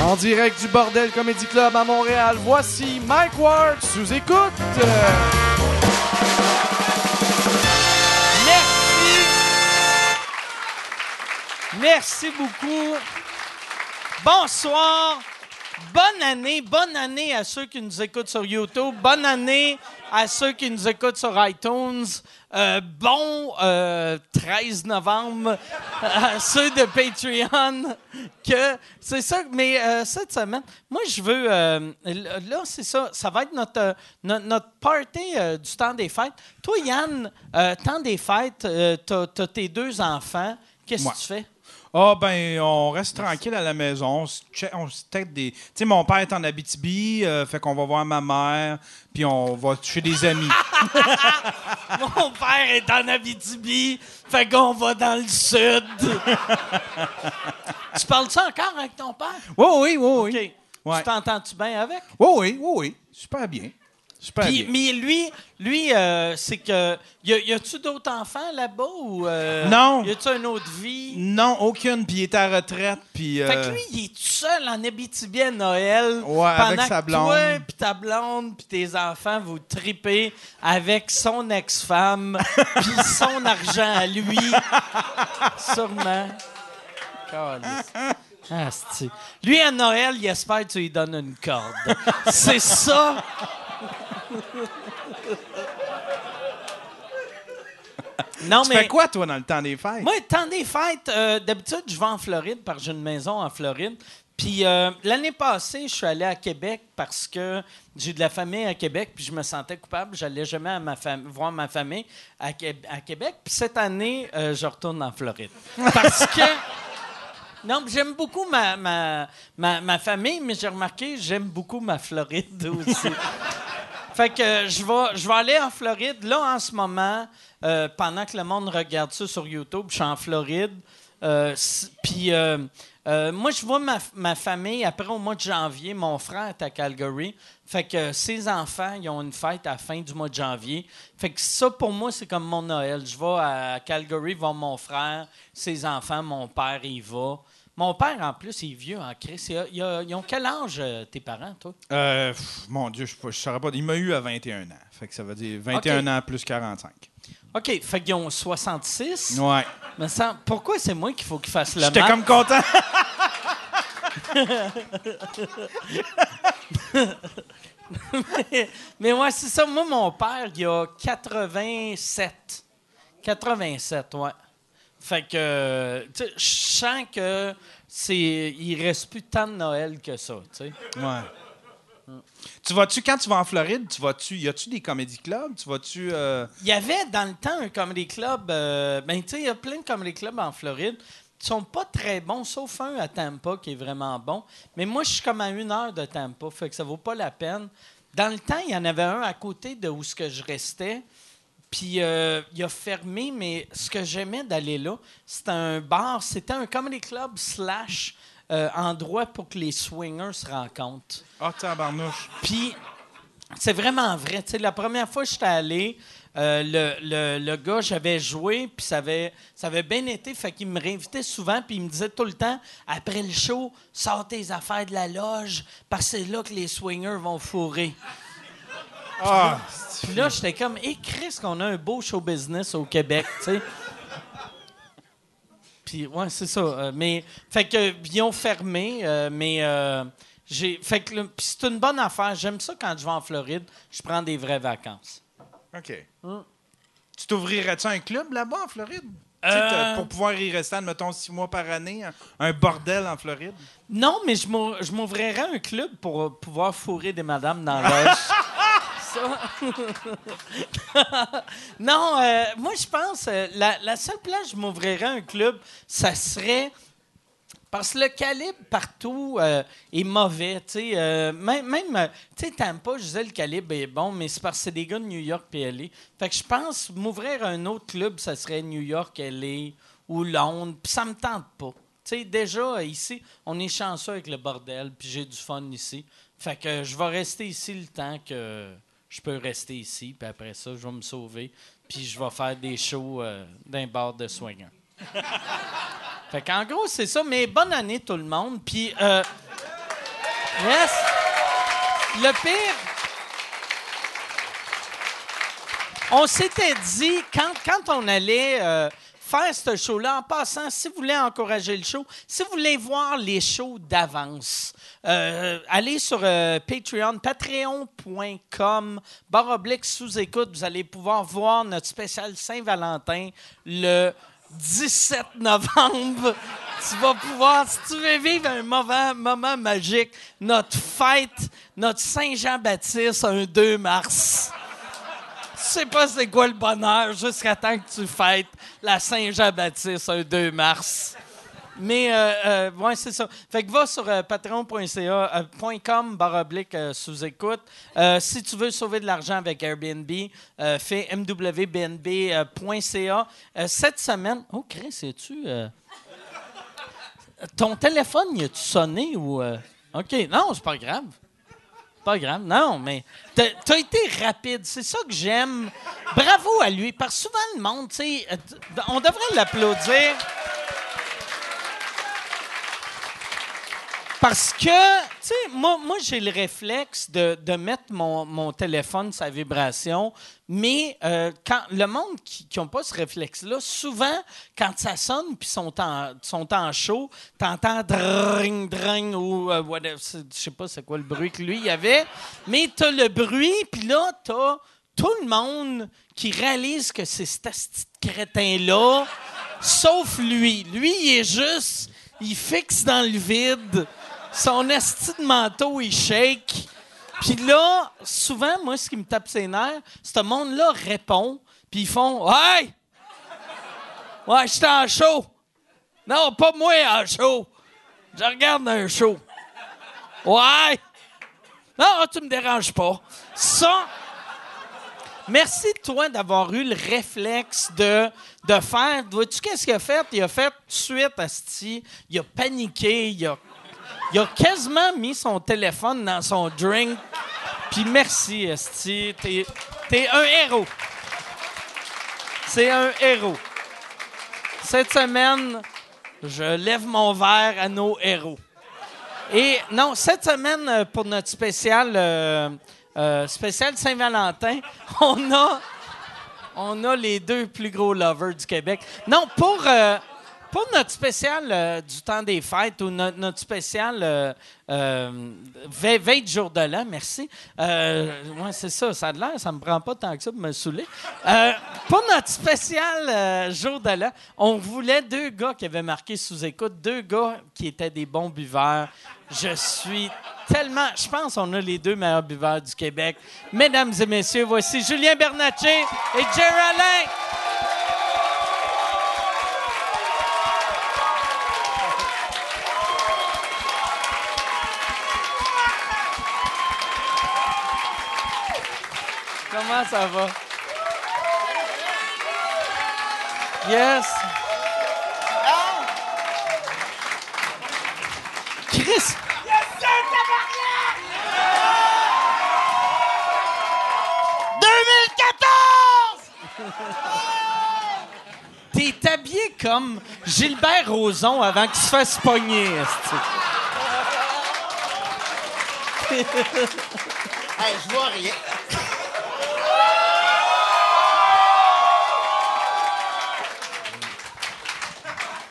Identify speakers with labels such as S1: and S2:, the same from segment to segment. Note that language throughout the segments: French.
S1: En direct du Bordel Comedy Club à Montréal, voici Mike Ward sous écoute. Euh,
S2: Merci. Merci beaucoup. Bonsoir. Bonne année, bonne année à ceux qui nous écoutent sur YouTube. Bonne année à ceux qui nous écoutent sur iTunes. Euh, bon euh, 13 novembre à ceux de Patreon. Que c'est ça, mais euh, cette semaine, moi je veux. euh, là, c'est ça. Ça va être notre, notre, notre party euh, du temps des fêtes. Toi, Yann, euh, temps des fêtes, euh, t'as, t'as tes deux enfants. Qu'est-ce que
S3: Ouais.
S2: tu fais?
S3: Ah, ben, on reste tranquille à la maison. On se che- On se tête des. Tu sais, mon père est en Abitibi, euh, fait qu'on va voir ma mère, puis on va chez des amis.
S2: Mon père est en Abitibi, fait qu'on va dans le sud. tu parles ça encore avec ton père?
S3: Oui, oui, oui, oui.
S2: OK.
S3: Ouais.
S2: Tu t'entends-tu bien avec?
S3: Oui, oui, oui, oui. Super bien. Super
S2: Puis-
S3: bien.
S2: mais lui, lui euh, c'est que. Y, a- y a-tu d'autres enfants là-bas ou. euh,
S3: Non.
S2: Y a-tu une autre vie?
S3: Non, aucune, puis il est à la retraite, puis.
S2: Fait
S3: euh,
S2: que lui, il est tout seul en Abitibi à Noël.
S3: Ouais, avec
S2: pendant
S3: sa
S2: que
S3: blonde.
S2: Toi, puis ta blonde, puis tes enfants, vous tripez avec son ex-femme, puis son argent à lui. Sûrement. Calisse. Asti. Lui, à Noël, il espère que tu lui donnes une corde. C'est ça. Non,
S3: Tu
S2: mais.
S3: fais quoi, toi, dans le temps des fêtes?
S2: Moi, temps des fêtes, euh, d'habitude, je vais en Floride parce que j'ai une maison en Floride. Puis euh, l'année passée, je suis allé à Québec parce que j'ai de la famille à Québec, puis je me sentais coupable. J'allais jamais à ma fam- voir ma famille à, Qué- à Québec. Puis cette année, euh, je retourne en Floride. Parce que. Non, mais j'aime beaucoup ma, ma, ma, ma famille, mais j'ai remarqué, j'aime beaucoup ma Floride aussi. fait que euh, je vais, je vais aller en Floride. Là, en ce moment, euh, pendant que le monde regarde ça sur YouTube, je suis en Floride. Euh, s- Puis euh, euh, moi, je vois ma, ma famille après au mois de janvier. Mon frère est à Calgary. Fait que euh, ses enfants, ils ont une fête à la fin du mois de janvier. Fait que ça, pour moi, c'est comme mon Noël. Je vais à Calgary voir mon frère, ses enfants, mon père, il va. Mon père, en plus, il est vieux en Christ. Il a- il a- ils ont quel âge, euh, tes parents, toi?
S3: Euh, pff, mon Dieu, je ne saurais pas. Il m'a eu à 21 ans. Fait que ça veut dire 21
S2: Ok.
S3: ans plus 45.
S2: OK, fait qu'ils ont 66.
S3: Ouais.
S2: Mais ça, pourquoi c'est moi qu'il faut qu'il fasse le
S3: J'étais
S2: maths?
S3: comme content.
S2: Mais moi, c'est ça. Moi, mon père, il a 87. 87, ouais. Fait que, euh, tu sais, je sens que c'est, il reste plus tant de Noël que ça, tu sais.
S3: Ouais. Tu vas-tu, quand tu vas en Floride, tu vas-tu, y a-tu des comédie clubs? Tu vas-tu. euh,
S2: Il y avait dans le temps un comedy club. euh, ben, tu sais, il y a plein de comedy clubs en Floride qui sont pas très bons, sauf un à Tampa qui est vraiment bon. Mais moi, je suis comme à une heure de Tampa, fait que ça vaut pas la peine. Dans le temps, il y en avait un à côté de où ce que je restais. Puis euh, il a fermé, mais ce que j'aimais d'aller là, c'était un bar, c'était un comedy club slash euh, endroit pour que les swingers se rencontrent.
S3: Ah, tabarnouche.
S2: Puis, c'est vraiment vrai. Tu sais, la première fois que j'étais allé, euh, le, le- le gars, j'avais joué, puis ça avait, ça avait bien été. Fait qu'il me réinvitait souvent, puis il me disait tout le temps, après le show, sors tes affaires de la loge, parce que c'est là que les swingers vont fourrer.
S3: Ah,
S2: Puis là, j'étais comme, hé, Chris, qu'on a un beau show business au Québec, tu sais. Puis, ouais, c'est ça. Euh, mais, fait que, euh, ils ont fermé, euh, mais, euh, j'ai. Fait que, là, puis c'est une bonne affaire. J'aime ça quand je vais en Floride, je prends des vraies vacances.
S3: Ah. OK.
S2: Hmm.
S3: Tu t'ouvrirais-tu un club là-bas en Floride? Tu sais, t'as-
S2: Euh.
S3: Pour pouvoir y rester, admettons, six mois par année, un, un bordel en Floride.
S2: Non, mais je m'ou- je m'ouvrirais un club pour euh, pouvoir fourrer des madames dans l'âge. non, euh, moi, je pense euh, la, la seule place où je m'ouvrirais un club, ça serait. Parce que le calibre partout euh, est mauvais. tu sais, euh, même, même euh, tu sais, Tampa, je disais, le calibre est bon, mais c'est parce que c'est des gars de New York et LA. Fait que je pense m'ouvrir un autre club, ça serait New York, LA ou Londres. Puis ça me tente pas. Tu sais, déjà, euh, ici, on est chanceux avec le bordel, puis j'ai du fun ici. Fait que euh, je vais rester ici le temps que je peux rester ici, puis après ça, je vais me sauver, puis je vais faire des shows euh, d'un bar de soignants. Fait qu'en gros, c'est ça. Mais bonne année, tout le monde. Puis, euh, Yes! Le pire. On s'était dit, quand, quand on allait euh, faire ce show-là, en passant, si vous voulez encourager le show, si vous voulez voir les shows d'avance, euh, allez sur euh, Patreon, patreon.com, barre oblique sous-écoute, vous allez pouvoir voir notre spécial Saint-Valentin le 17 novembre. Tu vas pouvoir, si tu veux vivre un moment, moment magique, notre fête, notre Saint-Jean-Baptiste, un 2 mars. Tu sais pas c'est quoi le bonheur jusqu'à temps que tu fêtes la Saint-Jean-Baptiste, un 2 mars. Mais, euh, euh, ouais, c'est ça. Fait que va sur euh, patreon.ca, euh, point com, barre oblique, euh, sous-écoute. Euh, si tu veux sauver de l'argent avec Airbnb, euh, fais mwbnb.ca. Euh, cette semaine... Oh, Chris, es-tu... euh, Ton téléphone, il a-tu sonné ou... euh, OK, non, c'est pas grave. Pas grave, non, mais t'as t'as été rapide. C'est ça que j'aime. Bravo à lui, parce que souvent, le monde, tu sais, euh, t- on devrait l'applaudir... Parce que, tu sais, moi, moi j'ai le réflexe de, de mettre mon, mon téléphone sa vibration, mais euh, quand le monde qui n'a pas ce réflexe-là, souvent, quand ça sonne puis sont en, sont en chaud, t'entends dring, dring ou euh, whatever, c'est- je sais pas c'est quoi le bruit que lui il y avait, mais t'as le bruit puis là, t'as tout le monde qui réalise que c'est cet asti de crétin-là, sauf lui. Lui, il est juste, il fixe dans le vide, son asti de manteau, il shake. Puis là, souvent, moi, ce qui me tape ses nerfs, ce monde-là répond, puis ils font Hey! Ouais, j'étais en show! Non, pas moi en show! Je regarde un show! Ouais! Non, tu me déranges pas! Ça, Merci toi d'avoir eu le réflexe de, de faire. Vois-tu qu'est-ce qu'il a fait? Il a fait tout de suite Asti. Il a paniqué. Il a, il a quasiment mis son téléphone dans son drink. Puis merci, Asti. T'es, t'es un héros. C'est un héros. Cette semaine, je lève mon verre à nos héros. Et non, cette semaine, euh, pour notre spécial, euh, euh, spécial Saint-Valentin, on a, on a les deux plus gros lovers du Québec. Non, pour, euh, pour notre spécial euh, du temps des fêtes ou no- notre spécial euh, euh, ve- veille du jour de l'an, merci. Euh, ouais, c'est ça, ça a de l'air, ça me prend pas tant que ça pour me saouler. Euh, pour notre spécial euh, jour de l'an, on voulait deux gars qui avaient marqué sous écoute, deux gars qui étaient des bons buveurs. Je suis tellement. Je pense qu'on a les deux meilleurs buveurs du Québec. Mesdames et messieurs, voici Julien Bernatchez et Geraldine. Comment ça va? Yes. Chris, t'es habillé comme Gilbert Rozon avant qu'il se fasse pogner. esti.
S4: Hey, je vois rien.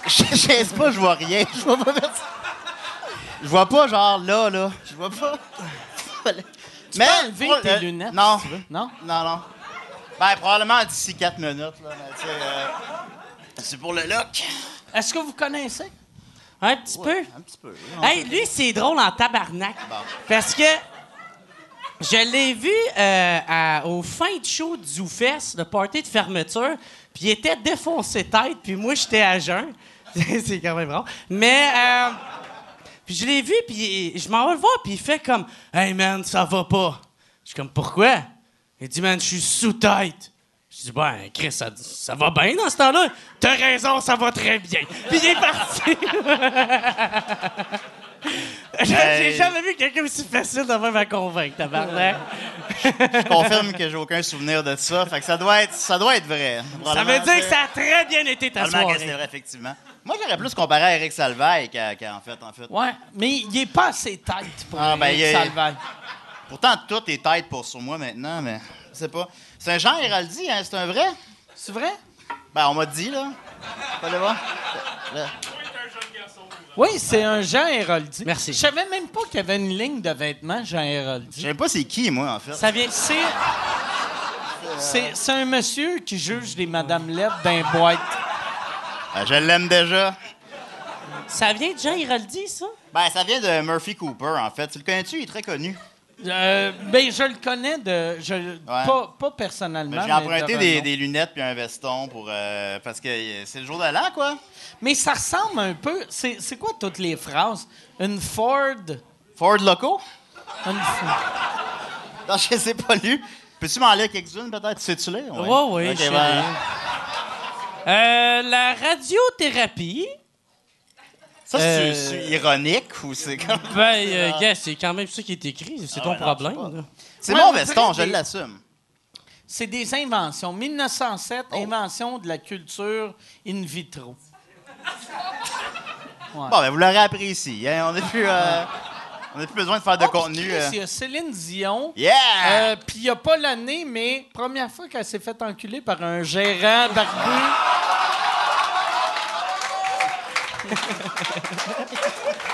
S4: Je sais pas, je vois rien. Je vois pas personne. Je vois pas, genre là, là. Je vois pas.
S2: Tu peux enlever
S4: pour
S2: tes
S4: le-
S2: lunettes,
S4: Non.
S2: si tu veux. Non?
S4: Non, non. Ben, probablement d'ici 4 minutes, là. mais tu sais, euh, C'est pour le look.
S2: Est-ce que vous connaissez?
S5: Un petit peu.
S4: Un petit peu. oui.
S5: Ah, Hey, lui, c'est drôle en tabarnak.
S4: Bon.
S5: Parce que je l'ai vu euh, à- au fin de show du Zoufest, le party de fermeture, puis il était défoncé tête, puis moi, j'étais à jeun. c'est quand même drôle. Mais... euh, puis je l'ai vu, puis il- je m'en vais le voir, puis il fait comme Hey man, ça va pas. Je suis comme Pourquoi Il dit Man, je suis sous tête. Je dis Ben, Chris, ça, ça va bien dans ce temps-là. T'as raison, ça va très bien. Puis il est parti. J'ai
S4: Hey.
S5: j'ai jamais vu quelqu'un aussi facile de même à convaincre, tabarnak.
S4: Je confirme que j'ai aucun souvenir de ça. Fait que ça doit être, ça doit être vrai.
S5: ça veut dire que ça a très bien été ta
S4: Probablement euh, que c'est
S5: soirée.
S4: vrai, effectivement. Moi, j'aurais plus comparé à Eric Salvaille qu'à- qu'en fait, en fait.
S2: Ouais, mais il est pas assez tête pour euh,
S4: Ah, ben,
S2: Eric
S4: il est-
S2: Salvaille.
S4: Pourtant, tout est tête pour sur moi maintenant, mais je sais pas. C'est un Jean Héraldi, hein, c'est un vrai?
S2: C'est vrai?
S4: Ben, on m'a dit, là. Fallait voir.
S2: Oui, c'est un Jean Héroldi.
S5: Merci.
S2: Je savais même pas qu'il y avait une ligne de vêtements Jean
S4: Je
S2: Héroldi.
S4: sais pas c'est qui, moi, en fait.
S5: Ça vient.
S2: C'est... C'est, c'est un monsieur qui juge des Madame Lèvres d'un boîte.
S4: Ben, je l'aime déjà.
S5: Ça vient de Jean Hiraldi, ça?
S4: Ben, ça vient de Murphy Cooper, en fait. Tu le connais-tu? Il est très connu.
S2: Euh, ben, je le connais de. Je, pas, pas personnellement.
S4: Ben, J'ai
S2: mais de
S4: emprunté des,
S2: renom.
S4: des lunettes puis un veston pour. euh, parce que euh, c'est le jour de l'an, quoi.
S2: Mais ça ressemble un peu. C'est, c'est quoi toutes les phrases? Une Ford. Une
S4: Ford Loco?
S2: Ford.
S4: Non, je sais pas lu. Peux-tu m'en lire quelques-unes, peut-être? Sais-tu lire? Oui,
S5: Ouais, ouais, je sais
S4: ben,
S5: Euh, la radiothérapie.
S4: Ça, c'est
S5: Euh,
S4: c'est ironique ou c'est comme.
S5: Ben, euh, gars, c'est quand même ça qui est écrit. C'est
S4: Ah,
S5: ton
S4: ben non,
S5: problème.
S4: je sais pas.
S5: là.
S4: C'est
S2: Ouais,
S4: mon
S2: on dirait
S4: veston, je
S2: des-
S4: l'assume.
S2: C'est des inventions. 1907,
S4: Oh.
S2: invention de la culture in vitro.
S4: Bon, ben, vous l'aurez appris ici. hein. On n'a plus, euh, on n'a plus besoin de faire de
S2: Oh, puis
S4: contenu.
S2: Chris,
S4: euh.
S2: Il y a Céline Dion.
S4: Yeah!
S2: Euh, Puis il n'y a pas l'année, mais première fois qu'elle s'est fait enculer par un gérant barbu.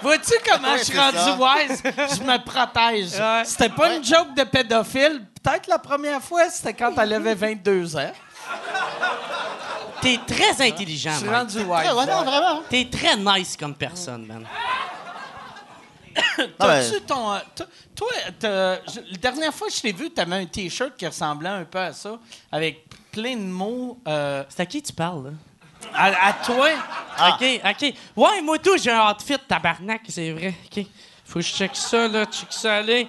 S2: Vois-tu comment
S4: Ouais,
S2: je suis
S4: c'est ça.
S2: rendu wise? Je me protège.
S5: Ouais.
S2: C'était pas une joke de pédophile. Peut-être la première fois, c'était quand elle avait 22 ans.
S5: T'es très intelligent,
S2: Je suis
S5: man.
S2: rendu
S4: Ouais, ouais,
S2: wise.
S4: non, vraiment.
S5: T'es très nice comme personne, man.
S4: ben-
S2: T'as-tu ton. euh, t- Toi, t'as- je- la dernière fois que je t'ai vu, t'avais un T-shirt qui ressemblait un peu à ça, avec plein de mots euh,
S5: C'est à qui tu parles, là?
S2: à, à toi.
S4: Ah.
S5: OK, OK. Ouais, moi, tout, j'ai un outfit tabarnak, c'est vrai. OK. Faut que je check ça, là. Check ça, allez.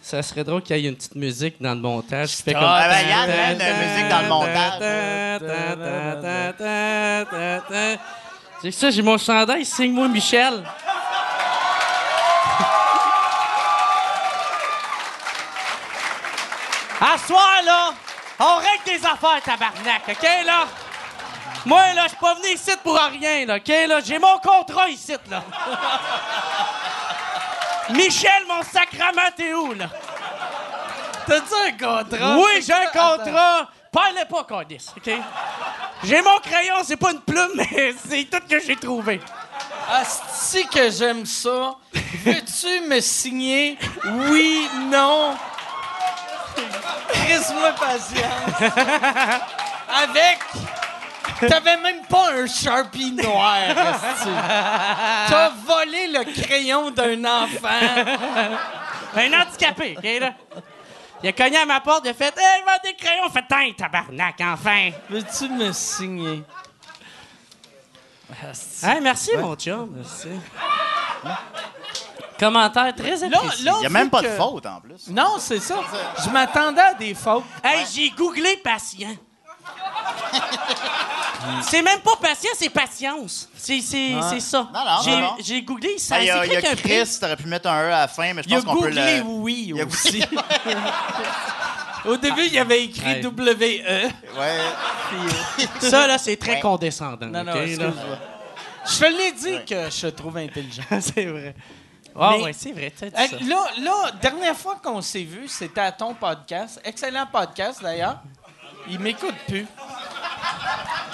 S5: Ça serait drôle qu'il y ait une petite musique dans le montage. Je fais comme...
S4: Ah, ben, il y a plein de musique dans le montage.
S5: montage. C'est ça, j'ai mon chandail. Signe-moi, Michel. À ce soir, là, on règle des affaires, tabarnak, OK, là? Moi, là, je suis pas venu ici pour rien, là, OK, là? J'ai mon contrat ici, là. Michel, mon sacrement, t'es où, là?
S2: T'as-tu un
S4: Ah,
S2: contrat?
S5: Oui, j'ai un contrat. Parlez pas, Cordis, OK? J'ai mon crayon, c'est pas une plume, mais c'est tout que j'ai trouvé.
S2: Asti que j'aime ça. Veux-tu me signer? Oui, non. Crise-moi patience. Avec. T'avais même pas un Sharpie noir, asti. T'as volé le crayon d'un enfant.
S5: Un handicapé, OK, là? Il a cogné à ma porte, il a fait Hey, vends des crayons! Fait Tain, tabarnak, enfin!
S2: Veux-tu me signer? Asti.
S5: Hey, merci, mon chum. Merci. Commentaire très
S2: Là,
S5: apprécié.
S2: là,
S4: Il n'y a
S2: vu
S4: même pas de
S2: que-
S4: faute, en plus.
S2: Non, c'est ça. Je m'attendais à des fautes.
S5: Hey, j'ai googlé patient. c'est même pas patient, c'est patience. C'est c'est- c'est ça.
S4: Non, non,
S5: J'ai-
S4: non, non.
S5: J'ai googlé, ça
S4: Ah, Il y a, il y
S5: s'écrit
S4: a
S5: qu'un prix.
S4: Chris, t'aurais pu mettre un E à la fin, mais je
S2: Il a
S4: pense qu'on peut
S2: googlé
S4: le.
S2: oui
S4: Il a
S2: aussi. Au début, il avait écrit
S5: Hey.
S2: WE.
S4: Ouais.
S5: Ça, là, c'est très condescendant.
S2: Non, non,
S5: ok, là.
S2: excuse-moi. Je te l'ai dit que je te trouve intelligent.
S5: c'est vrai. Ah,
S2: Mais-
S5: ouais, c'est vrai. t'as dit
S2: Hey,
S5: ça.
S2: là, là, dernière fois qu'on s'est vu, c'était à ton podcast. Excellent podcast, d'ailleurs. Il m'écoute plus.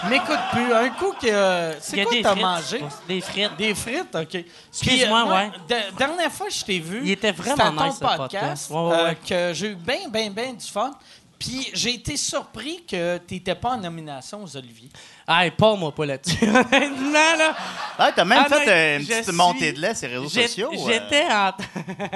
S2: Il m'écoute plus. Un coup que... euh,
S5: Il y
S2: C'est
S5: a
S2: quoi
S5: des
S2: t'as
S5: frites.
S2: mangé?
S5: Des frites.
S2: Des frites, OK. Puis,
S5: Excuse-moi,
S2: moi,
S5: ouais.
S2: de- dernière fois que je t'ai vu,
S5: Il était
S2: c'était à
S5: vraiment
S2: ton
S5: nice, ce podcast. Ouais, ouais,
S2: euh,
S5: ouais.
S2: que j'ai eu bien, bien, bien du fun. Puis j'ai été surpris que tu n'étais pas en nomination aux Oliviers.
S5: Hey, pas moi pas là-dessus. non, là.
S4: Ouais, t'as même
S5: Ah,
S4: fait
S5: non,
S4: euh, une
S5: je
S4: petite
S5: suis-
S4: montée de lait sur les réseaux
S5: j'ai-
S4: sociaux. euh.
S5: J'étais en.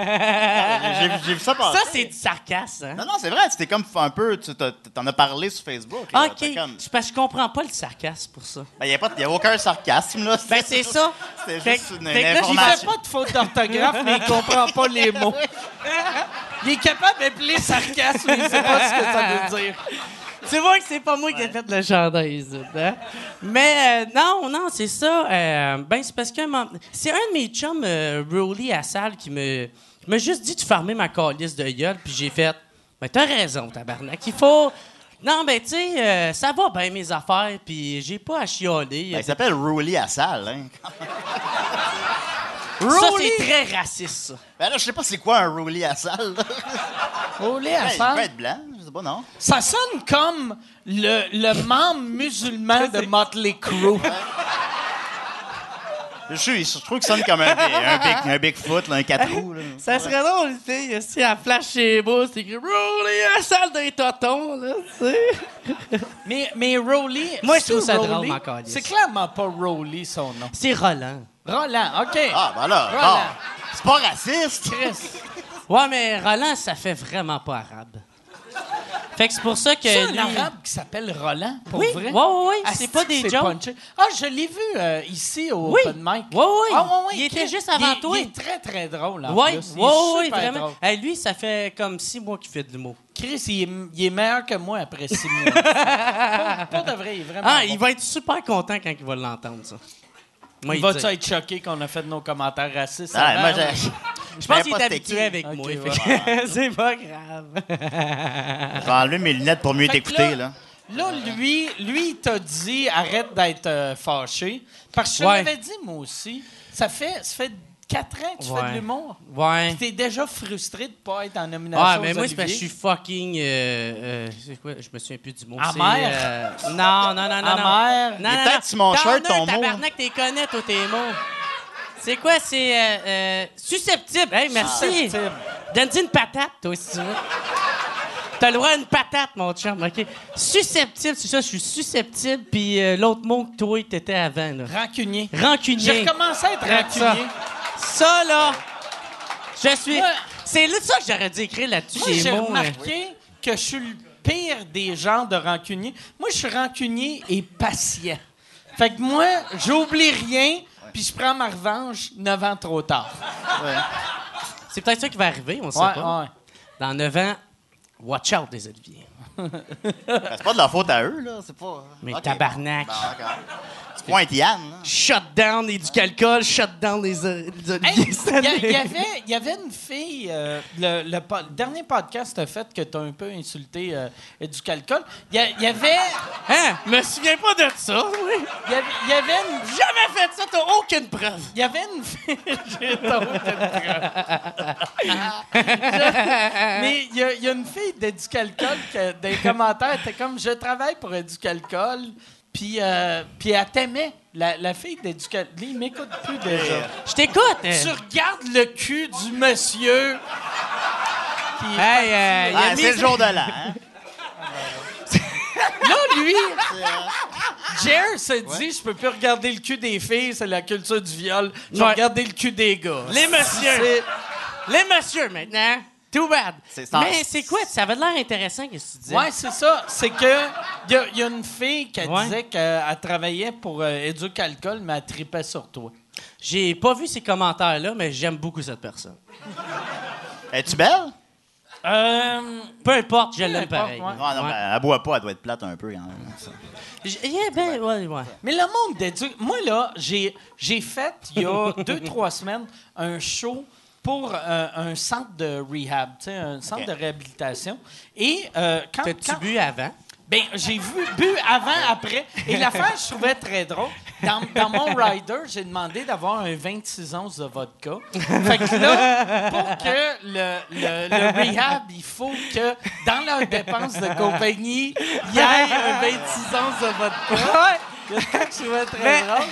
S4: J'ai j'ai vu ça passer.
S5: ça, c'est du sarcasme, hein?
S4: euh. Non, non, c'est vrai, c'était comme un peu. Tu t'as- t'en as parlé sur Facebook. là,
S5: OK.
S4: t'as comme-
S5: C'est parce que je comprends pas le sarcasme pour ça.
S4: Ben, il n'y a, pas- y a aucun sarcasme, là.
S5: Ben, c'est ça.
S4: C'était
S5: Fait
S4: juste
S5: que-
S4: une,
S5: fait
S4: une
S5: que là, j'y
S2: Il fait
S4: information.
S2: pas de faute d'orthographe, mais il comprend pas les mots. Il est capable d'appeler sarcasme, mais il sait pas ce que ça veut dire.
S5: Tu vois que c'est pas moi qui ai fait le chandail, ici, hein? Mais euh, non, non, c'est ça. euh, ben, c'est parce que c'est un de mes chums, euh, Rowley à salle, qui me qui ben, m'a juste dit de farmer ma calice de gueule, puis j'ai fait. Mais t'as raison, tabarnak. Il faut. Non, ben, tu sais, euh, ça va bien mes affaires, puis j'ai pas à chialer.
S4: Ben, il s'appelle Rouli à salle, hein.
S5: ça,
S4: Rouli!
S5: c'est très raciste, ça.
S4: Ben là, je sais pas c'est quoi un Rouli à salle. là.
S2: Roulé à
S4: Ben, il
S2: salle.
S4: peut être blanc, je sais pas, non.
S2: Ça sonne comme le, le membre musulman de Motley Crue.
S4: Je, suis- je trouve qu'il sonne comme un, un, big, un Bigfoot, là, un 4
S2: Hein?
S4: roues. Là.
S5: Ça serait drôle, tu sais, si à flash chez moi, c'est écrit « Roulez la salle d'un toton », là, tu sais.
S2: Mais, mais Rowley.
S5: Moi, je
S2: c'est
S5: trouve ça drôle,
S2: Rowley?
S5: ma calisse.
S2: C'est clairement pas Rowley, son nom.
S5: C'est Roland.
S2: Roland, OK.
S4: Ah, ben là,
S2: Voilà.
S4: bon, c'est pas raciste.
S2: Chris.
S5: Ouais, mais Roland, ça fait vraiment pas arabe. Fait que c'est pour ça que
S2: C'est un
S5: lui-
S2: arabe qui s'appelle Roland, pour
S5: Oui,
S2: vrai?
S5: ouais, ouais, ouais,
S2: Ah,
S5: c'est pas des
S2: c'est
S5: jokes.
S2: punché. Ah, je l'ai vu euh, ici au
S5: Oui.
S2: Open Mic.
S5: Ouais, ouais.
S2: Ah, ouais, ouais,
S5: Il était
S2: Chris.
S5: juste avant
S2: il,
S5: toi.
S2: Il est très, très drôle. en
S5: Ouais, ouais,
S2: plus. Il est
S5: ouais,
S2: super
S5: vraiment.
S2: drôle.
S5: Hey, lui, ça fait comme six mois qu'il fait de l'humour.
S2: Chris, il est, il est meilleur que moi après six mois. pas, pas de vrai, il est vraiment.
S5: Ah,
S2: bon.
S5: il va être super content quand il va l'entendre, ça. Moi,
S2: Il
S5: dit-
S2: va-tu être choqué qu'on a fait de nos commentaires racistes?
S4: Ah,
S2: avant?
S4: moi, je,
S5: Je
S2: ben,
S5: pense qu'il
S4: pas
S5: est
S4: c'était qui.
S5: habitué avec
S2: Ok,
S5: moi.
S2: ouais.
S5: fait que- c'est pas grave.
S4: je vais enlever mes lunettes pour mieux
S2: Fait que
S4: t'écouter. là.
S2: Là, lui, lui il t'a dit arrête d'être euh, fâché. Parce que je te
S5: Ouais.
S2: l'avais dit, moi aussi. Ça fait, ça fait quatre ans que tu fais
S5: Ouais.
S2: de l'humour.
S5: Ouais.
S2: Puis t'es déjà frustré de pas être en nomination.
S5: Ah, mais
S2: aux
S5: moi, c'est parce que je
S2: Olivier.
S5: suis fucking. euh, euh, c'est quoi? Je me souviens plus du mot. c'est,
S2: Amer.
S5: euh, non, non, non, non.
S2: Amer.
S5: Non, non,
S4: Mais
S5: non.
S4: peut-être sur mon
S5: T'en
S4: shirt,
S5: as
S4: ton
S5: un,
S4: mot.
S5: Tabarnak, t'es connais, toi, tes mots. C'est quoi? C'est. euh, euh, susceptible. Hey, merci.
S2: Susceptible.
S5: Donne-y une patate, toi, si tu veux. T'as le droit à une patate, mon chum, OK? Susceptible, c'est ça, je suis susceptible. Puis euh, l'autre mot que toi, t'étais avant, là.
S2: rancunier. J'ai
S5: Rancunier.
S2: recommencé à être rancunier.
S5: Ça, là, je suis...
S2: Ouais.
S5: C'est là- ça que j'aurais dû écrire là-dessus,
S2: Moi,
S5: des
S2: j'ai
S5: mots, hein.
S2: remarqué que je suis le pire des genres de rancunier. Moi, je suis rancunier et patient. Fait que moi, j'oublie rien, puis je prends ma revanche 9 ans trop tard.
S5: C'est peut-être ça qui va arriver, on sait
S2: Ouais,
S5: pas.
S2: ouais.
S5: Dans 9 ans, watch out, les Olivier.
S4: Ben, C'est pas de la faute à eux, là. C'est pas.
S5: Mais
S4: Ok. Bah, Ah,
S5: tabarnak.
S4: Bon, d'accord. Tu pointes Yann, là.
S5: Shut down, et du alcool, shut down, les, O- les
S2: Hey,
S5: Olivier. cette
S2: Il y a- il y,
S5: année.
S2: avait, il y avait une fille, euh, le, le po- le dernier podcast a fait que tu as un peu insulté euh, du calcul. Il y, a- il y avait,
S5: Hein? Me souviens pas de ça, oui.
S2: il y avait, il y avait une,
S5: Jamais fait ça, t'as aucune preuve.
S2: il y avait une fille. J'ai tombé de- Mais il y, a- il y a une fille d'Éducalcool qui, euh, dans les commentaires, était comme Je travaille pour Éducalcool. Puis, euh, puis elle t'aimait. La, la fille d'Éducalcool. Il m'écoute plus déjà.
S5: Je t'écoute. hein.
S2: Tu regardes le cul du monsieur. qui est
S5: Hey, euh, il a
S4: Ah,
S5: mis-
S4: c'est le jour de l'an. hein.
S2: Là, lui, Jer s'est dit Je peux plus regarder le cul des filles, c'est la culture du viol. Je vais
S5: Ouais.
S2: regarder le cul des gars.
S5: Les messieurs. Les messieurs, maintenant. Too bad.
S4: C'est ça.
S5: Mais c'est quoi? Ça avait l'air intéressant, qu'est-ce que tu disais?
S2: Ouais, c'est ça. C'est que il y a- il y, a une fille qui
S5: Ouais.
S2: disait qu'elle travaillait pour euh, Éducalcool, mais elle tripait sur toi.
S5: J'ai pas vu ces commentaires-là, mais j'aime beaucoup cette personne.
S4: Es-tu belle?
S2: Euh,
S5: Peu importe, je l'aime
S2: importe,
S5: pareil.
S2: ouais.
S4: Ah, non,
S5: Ouais.
S4: ben, elle boit pas, elle doit être plate un peu. quand même, ça.
S5: J- yeah, ben, ouais, ouais.
S2: mais le monde d'Édu... Moi, là, j'ai j'ai fait, il y a deux, trois semaines, un show pour euh, un centre de rehab, tu sais, un centre
S4: Ok.
S2: de réhabilitation. Et euh, quand...
S5: T'as-tu
S2: quand-
S5: bu avant?
S2: Ben, j'ai vu, bu avant, après. Et l'affaire, je trouvais très drôle. Dans, dans mon rider, j'ai demandé d'avoir un 26 onces de vodka. Fait que là, pour que le, le- le rehab, il faut que dans leurs dépenses de compagnie, il y ait un 26 onces de vodka. Il y a de quoi que je trouvais très drôle.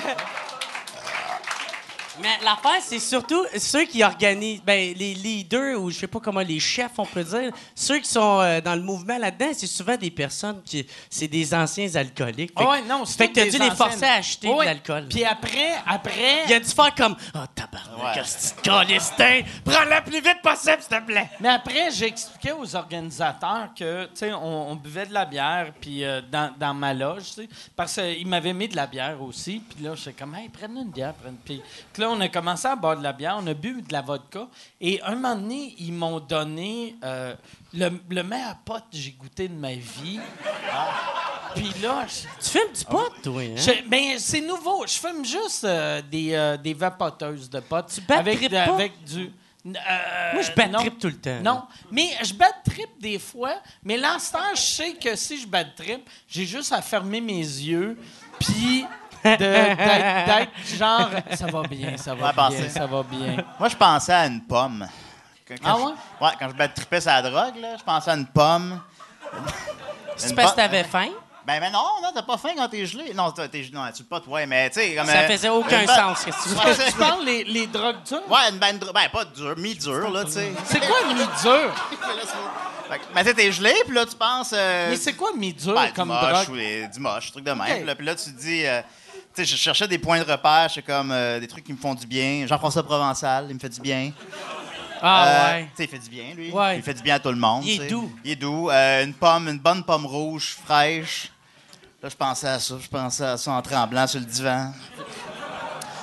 S5: Mais l'affaire, c'est surtout ceux qui organisent, ben, les leaders ou je sais pas comment les chefs, on peut dire, ceux qui sont euh, dans le mouvement là-dedans, c'est souvent des personnes qui, c'est des anciens alcooliques. Fait
S2: Ah
S5: que-
S2: ouais, non, c'est
S5: fait que
S2: toutes
S5: t'as
S2: des
S5: dû les
S2: anciennes.
S5: forcer à acheter
S2: Ouais.
S5: de l'alcool.
S2: Puis après, après...
S5: Il a dû faire comme « Oh, tabarnak,
S4: Ouais.
S5: hostie de calistin, prends-la plus vite possible, s'il te plaît!
S2: Mais après, j'expliquais aux organisateurs que, tu sais, on, on buvait de la bière, puis euh, dans, dans ma loge, tu sais, parce qu'ils m'avaient mis de la bière aussi, puis là, j'étais comme, hey, prenne une bière, prenne. Puis que là, on a commencé à boire de la bière, on a bu de la vodka, et un moment donné, ils m'ont donné euh, le, le meilleur pot que j'ai goûté de ma vie. Ah. Puis là, je- »
S5: Tu fumes du
S4: Ah
S5: pot, toi, hein?
S2: je- ben, c'est nouveau. Je fume juste euh, des, euh, des vapoteuses de potes.
S5: batterais
S2: avec, de-
S5: pas?
S2: avec du. Euh,
S5: Moi, je bad
S2: non.
S5: trip tout le temps.
S2: Non, mais je bad trip des fois, mais là, en ce temps, je sais que si je bad trip, j'ai juste à fermer mes yeux, puis de- d'être d'être genre, ça va bien, ça va
S4: Ouais,
S2: bien,
S4: pensez.
S2: ça va bien.
S4: Moi, je pensais à une pomme. Quand, quand
S2: Ah
S4: je-
S2: ouais?
S4: Ouais, quand je me tripais sur la drogue, là, je pensais à une pomme.
S5: C'est
S4: Une
S5: parce que
S4: bonne-
S5: t'avais faim.
S4: Ben, ben non, non, t'as pas faim quand t'es gelé. Non, t'as- t'es gelé, non, tu le pas, toi, mais tu sais, comme.
S5: Ça
S4: euh,
S5: faisait aucun
S4: une bonne-
S5: sens. qu'est-ce que tu veux.
S4: Ouais,
S2: Tu parles les, les drogues dures?
S4: Ouais, une ben, ben pas dure, mi-dure, là, tu sais.
S2: C'est quoi mi dure?
S4: Fait que- Mais tu sais, t'es gelé, puis là, tu penses. euh,
S2: Mais c'est quoi mi dure
S4: ben, du
S2: comme
S4: moche,
S2: drogue?
S4: ou les- du moche, truc de même.
S2: Ok.
S4: là. Puis là, tu te dis. euh, tu sais, je cherchais des points de repère, c'est comme euh, des trucs qui me font du bien. Jean-François Provençal, il me fait du bien.
S5: Ah
S4: Euh,
S5: ouais.
S4: tu sais, il fait du bien, lui.
S5: Ouais.
S4: Il fait du bien à tout le monde.
S5: Il est
S4: tu sais.
S5: doux.
S4: Il est doux. Euh, une pomme, une bonne pomme rouge, fraîche. Là, je pensais à ça. Je pensais à ça en tremblant sur le divan.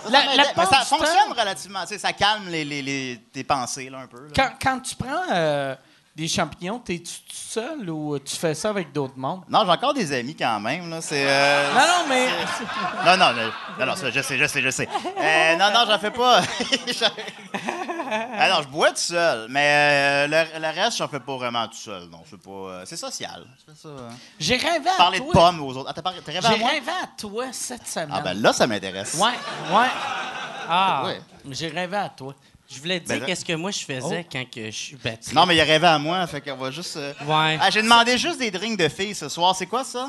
S2: La-
S4: Mais-
S2: la
S4: mais
S2: part
S4: ça
S2: du
S4: fonctionne
S2: temps-
S4: relativement. tu sais, ça calme les, les- les- tes pensées, là, un peu. là.
S2: Quand, quand tu prends euh, des champignons, t'es-tu tout seul ou tu fais ça avec d'autres mondes?
S4: Non, j'ai encore des amis quand même. Là. C'est, euh,
S2: Non, non, mais
S4: non, non, non, non, non, ça, je sais, je sais, je sais. Euh, non, non, j'en fais pas. Alors, je bois tout seul, mais euh, le, le reste, j'en fais pas vraiment tout seul. Non, c'est pas. euh, c'est social. Je fais ça, hein.
S2: j'ai rêvé à
S4: Parler de
S2: toi.
S4: pommes aux autres. Ah, t'as, par- t'as rêvé à
S2: J'ai
S4: moi?
S2: rêvé à toi cette semaine.
S4: Ah, ben là, ça m'intéresse.
S2: Ouais, ouais.
S5: Ah.
S4: Ouais.
S2: J'ai rêvé à toi.
S5: Je voulais te
S4: Ben
S5: dire
S4: là- Oh.
S5: qu'est-ce que moi je faisais quand que je suis battu.
S4: Non, mais il rêvait à moi, fait qu'on va juste. euh,
S5: Ouais.
S4: Ah, j'ai demandé juste des drinks de filles ce soir. C'est quoi ça?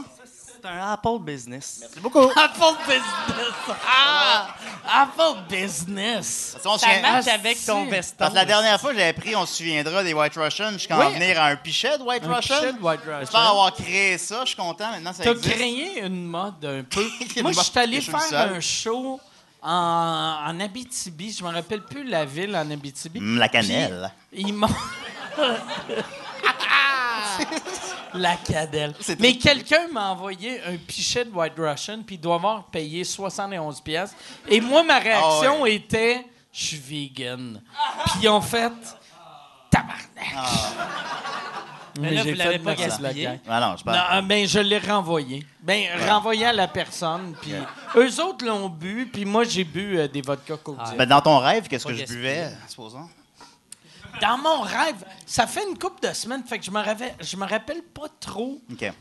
S5: C'est un Apple business.
S4: C'est beaucoup.
S2: Apple Business. Ah! Apple Business.
S4: Ça, on se
S5: Ça
S4: souvient-
S5: marche
S2: Ah,
S5: avec
S2: si.
S5: ton veston.
S4: Parce que la dernière fois, j'avais pris, on se souviendra des White Russians jusqu'à en
S2: Oui.
S4: venir à un pichet de White
S2: Un
S4: Russian.
S2: pichet de White Russian.
S4: J'espère avoir créé ça. Je suis content. Maintenant, ça
S2: T'as
S4: existe.
S2: créé une mode un peu.
S4: Une
S2: Moi, je
S4: mode
S2: suis allé
S4: que je suis le
S2: faire
S4: seul.
S2: un show en, en Abitibi. Je me rappelle plus la ville en Abitibi.
S4: Mm, la cannelle.
S2: Puis, ils m'ont- la cadelle.
S4: C'est
S2: Mais
S4: très-
S2: quelqu'un m'a envoyé un pichet de White Russian, puis il doit avoir payé 71 pièces. Et moi, ma réaction
S4: Ah
S2: était, je suis vegan. Puis en fait, tabarnak.
S5: Mais là,
S2: j'ai
S5: vous l'avez
S2: fait
S5: pas
S2: merci,
S5: gaspillé.
S2: la gang.
S4: Ah non, je
S2: Non,
S4: parle.
S2: euh, ben je l'ai renvoyé. Ben renvoyé à la personne. Puis eux autres l'ont bu, puis moi j'ai bu euh, des vodka coke Zero.
S4: Ben, dans ton rêve, qu'est-ce que
S5: Pas
S4: je
S5: gaspillé.
S4: buvais, supposons?
S2: Dans mon rêve, ça fait une couple de semaines, fait que je me rappelle, je me rappelle pas trop.
S4: OK.
S2: t-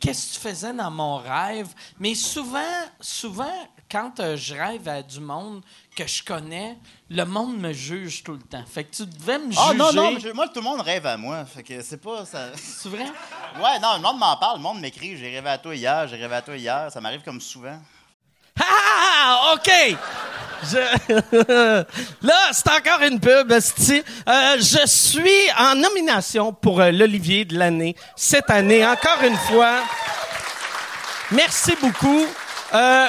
S2: Qu'est-ce que tu faisais dans mon rêve? Mais souvent, souvent, quand euh, je rêve à du monde que je connais, le monde me juge tout le temps. Fait que tu devais me juger.
S4: Ah non, non, mais je- moi, tout le monde rêve à moi. Fait que c'est pas. Ça...
S2: C'est vrai?
S4: Ouais, non, le monde m'en parle. Le monde m'écrit. J'ai rêvé à toi hier, j'ai rêvé à toi hier. Ça m'arrive comme souvent.
S6: Ah, OK. Je- Là, c'est encore une pub, esti. Euh, je suis en nomination pour euh, l'Olivier de l'année cette année, encore une fois. Merci beaucoup. Euh,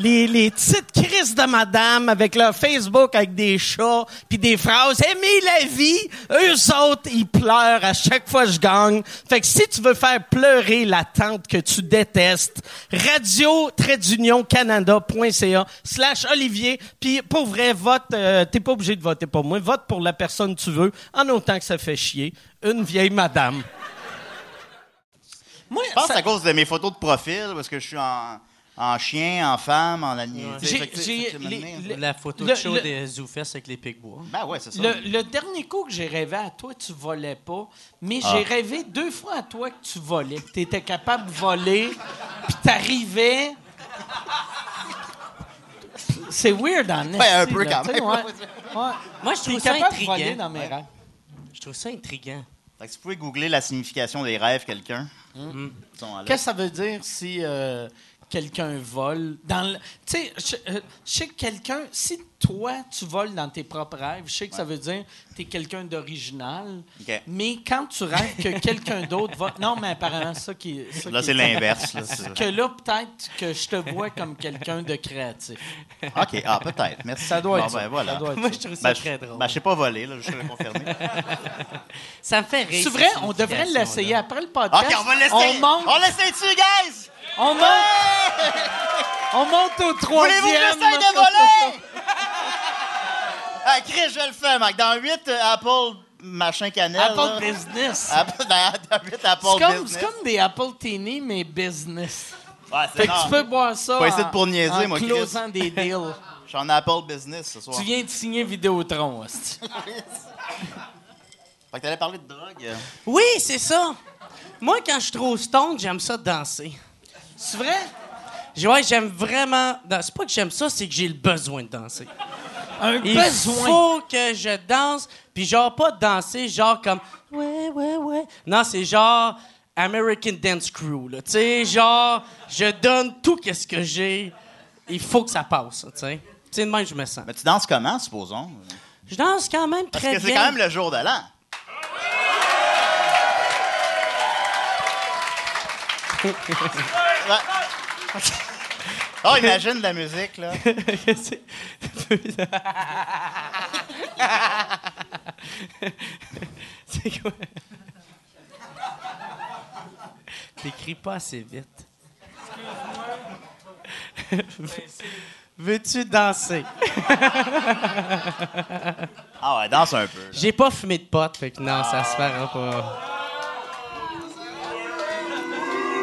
S6: Les, les petites crises de madame avec leur Facebook avec des chats puis des phrases aimez la vie eux autres ils pleurent à chaque fois que je gagne fait que si tu veux faire pleurer la tante que tu détestes radio canada.ca slash olivier puis pour vrai vote euh, t'es pas obligé de voter pour moi vote pour la personne que tu veux en autant que ça fait chier une vieille madame
S2: Moi,
S4: Je pense
S2: ça-
S4: que c'est à cause de mes photos de profil, parce que je suis en, en chien, en femme, en animal.
S2: J'ai- j'ai- les- le-
S5: La photo
S2: le-
S5: de show
S2: le-
S5: des Zoufès avec les pigbois.
S4: Ben ouais, c'est ça.
S2: Le, le dernier coup que j'ai rêvé à toi, tu volais pas. Mais
S4: Ah.
S2: j'ai rêvé deux fois à toi que tu volais. Que tu étais capable de voler, puis t'arrivais. C'est weird en
S4: Ouais, un
S2: esti,
S4: peu
S2: là,
S4: quand
S2: tu sais,
S4: même.
S2: ouais. Ouais.
S5: Moi, je
S2: T'es
S5: trouve ça
S2: capable de voler
S5: intriguant.
S2: dans mes rêves.
S5: Je trouve ça intriguant.
S4: Fait que si vous pouvez googler la signification des rêves quelqu'un.
S2: Hmm.
S4: Ils sont là.
S2: Qu'est-ce que ça veut dire si euh, quelqu'un vole dans le- Tu sais, je, euh, je sais que quelqu'un. Si toi, tu voles dans tes propres rêves, je sais que ça veut dire que tu es quelqu'un d'original.
S4: OK.
S2: Mais quand tu rêves que quelqu'un d'autre va. Non, mais apparemment, ça qui. ça
S4: Là,
S2: qui-
S4: c'est l'inverse. là, c'est-
S2: Que là, peut-être que je te vois comme quelqu'un de créatif.
S4: OK, ah, peut-être. Merci.
S2: Ça doit
S4: Bon,
S2: être
S4: ben,
S2: ça.
S4: voilà.
S2: Ça doit être
S5: Moi,
S2: ça.
S5: je trouve ça
S4: Ben,
S5: très
S4: je
S5: drôle.
S4: ben, je sais pas voler, là, je suis confirmé.
S5: ça me fait rire.
S2: C'est vrai,
S5: cette
S2: on devrait
S5: signification-là.
S2: l'essayer après le podcast.
S4: OK, on va l'essayer.
S2: On monte,
S4: On l'essaye-tu, guys?
S2: on monte, on monte au troisième.
S4: Voulez-vous que j'essaye de voler? ah, Chris, je le fais, Marc. Dans 8, Apple machin cannelle.
S2: Apple
S4: là.
S2: Business.
S4: Apple, ben, David, Apple
S2: C'est comme,
S4: Business.
S2: c'est comme des Apple Teeny, mais business.
S4: Ouais, c'est
S2: Fait que
S4: énorme.
S2: tu peux boire ça
S4: Pas
S2: en,
S4: essayer de pour niaiser,
S2: en
S4: moi, Chris.
S2: closant des deals.
S4: Je suis en Apple Business ce soir.
S2: tu viens de signer Vidéotron. hostie.
S4: Fait que t'allais parler de drogue.
S5: Oui, c'est ça. Moi, quand je suis trop stoned, j'aime ça danser.
S2: C'est vrai?
S5: J'ai- Ouais, j'aime vraiment. dan- C'est pas que j'aime ça, c'est que j'ai le besoin de danser.
S2: Un
S5: Il
S2: besoin.
S5: faut que je danse, puis genre pas danser genre comme ouais ouais ouais. Non, c'est genre American Dance Crew là, tu sais, genre je donne tout qu'est-ce que j'ai. Il faut que ça passe, tu sais. Tu sais, de même je me sens.
S4: Mais tu danses comment, supposons?
S5: Je danse quand même
S4: Parce
S5: très
S4: que c'est
S5: bien.
S4: quand même le jour de l'an. Ouais. Oh, imagine la musique, là.
S5: C'est- C'est quoi? T'écris pas assez vite. Veux-tu danser?
S4: Ah ouais, danse un peu. là.
S5: J'ai pas fumé de pote, fait que non, ça se fera pas.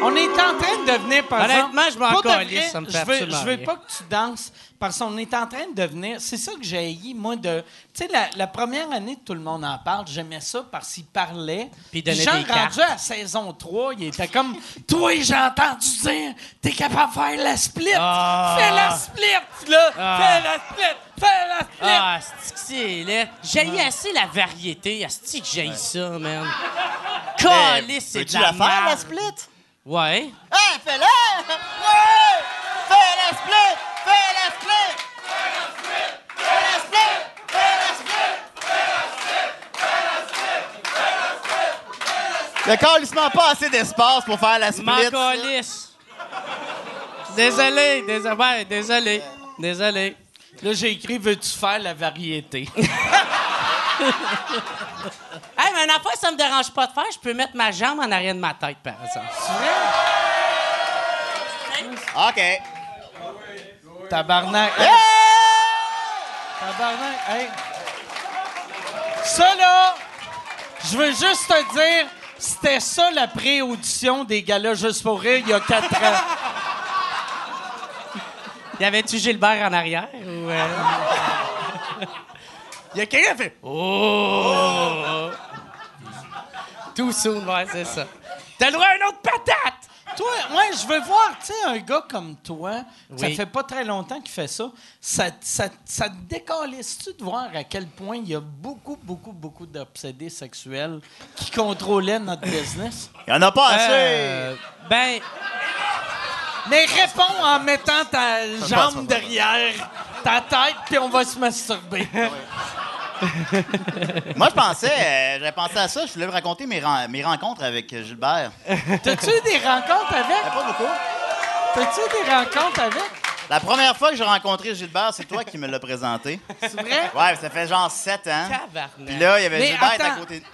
S2: On est en train de devenir, par
S5: Honnêtement,
S2: exemple-
S5: je m'en
S2: Pour de
S5: calisse,
S2: vrai,
S5: ça me fait
S2: je veux,
S5: absolument
S2: je veux
S5: rien.
S2: pas que tu danses, parce qu'on est en train de devenir... C'est ça que j'ai haï, moi, de... Tu sais, la, la première année, tout le monde en parle, j'aimais ça parce qu'il parlait.
S5: Puis il donnait
S2: genre,
S5: des cartes.
S2: rendu à saison 3, il était comme... « Toi, j'ai entendu dire, t'es capable de faire la split!
S5: Ah.
S2: Fais la split, là!
S5: Ah.
S2: Fais la split! Fais la split!
S5: Ah, c'est que c'est laid. J'ai assez la variété. Asti que j'ai ça,
S4: Mais
S5: man. Calisse, c'est de
S4: Peux-tu la faire, la
S5: merde.
S4: split?
S5: Ouais.
S4: Hey, fais-la! Ouais! Fais la split! Fais la split! Fais la split! Fais la split! Le corps, il se met pas assez d'espace pour faire la split.
S5: M'en calisse. Désolé, désolé, ouais, désolé, désolé.
S2: Là, j'ai écrit « Veux-tu faire la variété?
S5: Hey, mais une affaire, ça me dérange pas de faire, je peux mettre ma jambe en arrière de ma tête, par exemple. »
S4: OK.
S2: Tabarnak! Hey! Tabarnak, hey! Ça, là, je veux juste te dire, c'était ça la pré-audition des galas Juste pour rire il y a quatre ans.
S5: Y avait-tu Gilbert en arrière ou. euh? Y a quelqu'un qui fait. Oh! Tout soon, ouais, c'est ça. T'as le droit à une autre patate!
S2: Toi, ouais, je veux voir, tu sais, un gars comme toi, ça
S5: Oui.
S2: fait pas très longtemps qu'il fait ça, ça, ça, ça te décalisse-tu de voir à quel point il y a beaucoup, beaucoup, beaucoup d'obsédés sexuels qui contrôlaient notre business?
S4: Il y en a pas assez.
S5: Euh, ben,
S2: Mais réponds en mettant ta
S4: passe, ça
S2: jambe
S4: passe.
S2: derrière ta tête, puis on va se masturber.
S4: Moi, je pensais, euh, j'avais pensé à ça. Je voulais vous raconter mes, ren- mes rencontres avec euh, Gilbert.
S2: T'as-tu eu des rencontres
S4: T'as
S2: avec?
S4: pas beaucoup?
S2: T'as-tu eu des rencontres avec?
S4: La première fois que j'ai rencontré Gilbert, c'est toi qui me l'as présenté.
S2: C'est vrai?
S4: Ouais, ça fait genre 7 ans. Puis
S5: tabarnak.
S4: là, il y avait
S2: Mais
S4: Gilbert à
S2: attends.
S4: côté. de-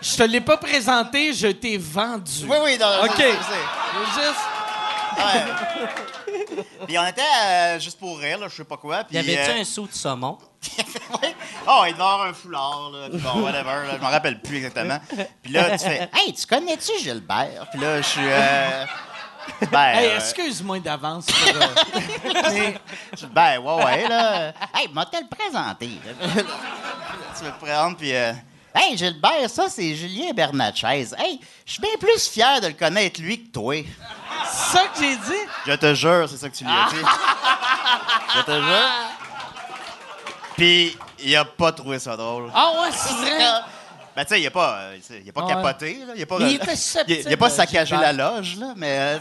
S2: Je te l'ai pas présenté, je t'ai vendu.
S4: Oui, oui, dans
S2: OK.
S4: je sais.
S2: C'est Juste...
S4: Ouais. Puis on était euh, juste pour rire, là, je sais pas quoi. Puis,
S5: Y avait-tu
S4: euh,
S5: un saut de saumon?
S4: Oui. Oh, il devait avoir un foulard, là. puis Bon, whatever, là, je m'en rappelle plus exactement. Puis là, tu fais Hey, tu connais-tu Gilbert? Puis là, je suis. euh, Ben,
S2: Hey,
S4: euh,
S2: excuse-moi d'avance. pour, euh,
S4: Ben, ouais, ouais, là. Hey, m'a-t-elle présenté? là? tu veux prendre, puis. euh, Hey, Gilbert, ça, c'est Julien Bernatchez. Hey, je suis bien plus fier de le connaître, lui, que toi.
S2: C'est ça que j'ai dit?
S4: Je te jure, c'est ça que tu lui as dit. je te jure. Puis, il a pas trouvé ça drôle.
S2: Ah ouais, c'est vrai?
S4: Ben, tu sais, il a pas, euh, tu sais, il a pas
S2: Ah ouais.
S4: capoté, là. Il a pas,
S2: Mais il
S4: euh,
S2: était susceptible,
S4: il a pas
S2: euh,
S4: saccagé
S2: Gilbert.
S4: la loge, là, mais euh,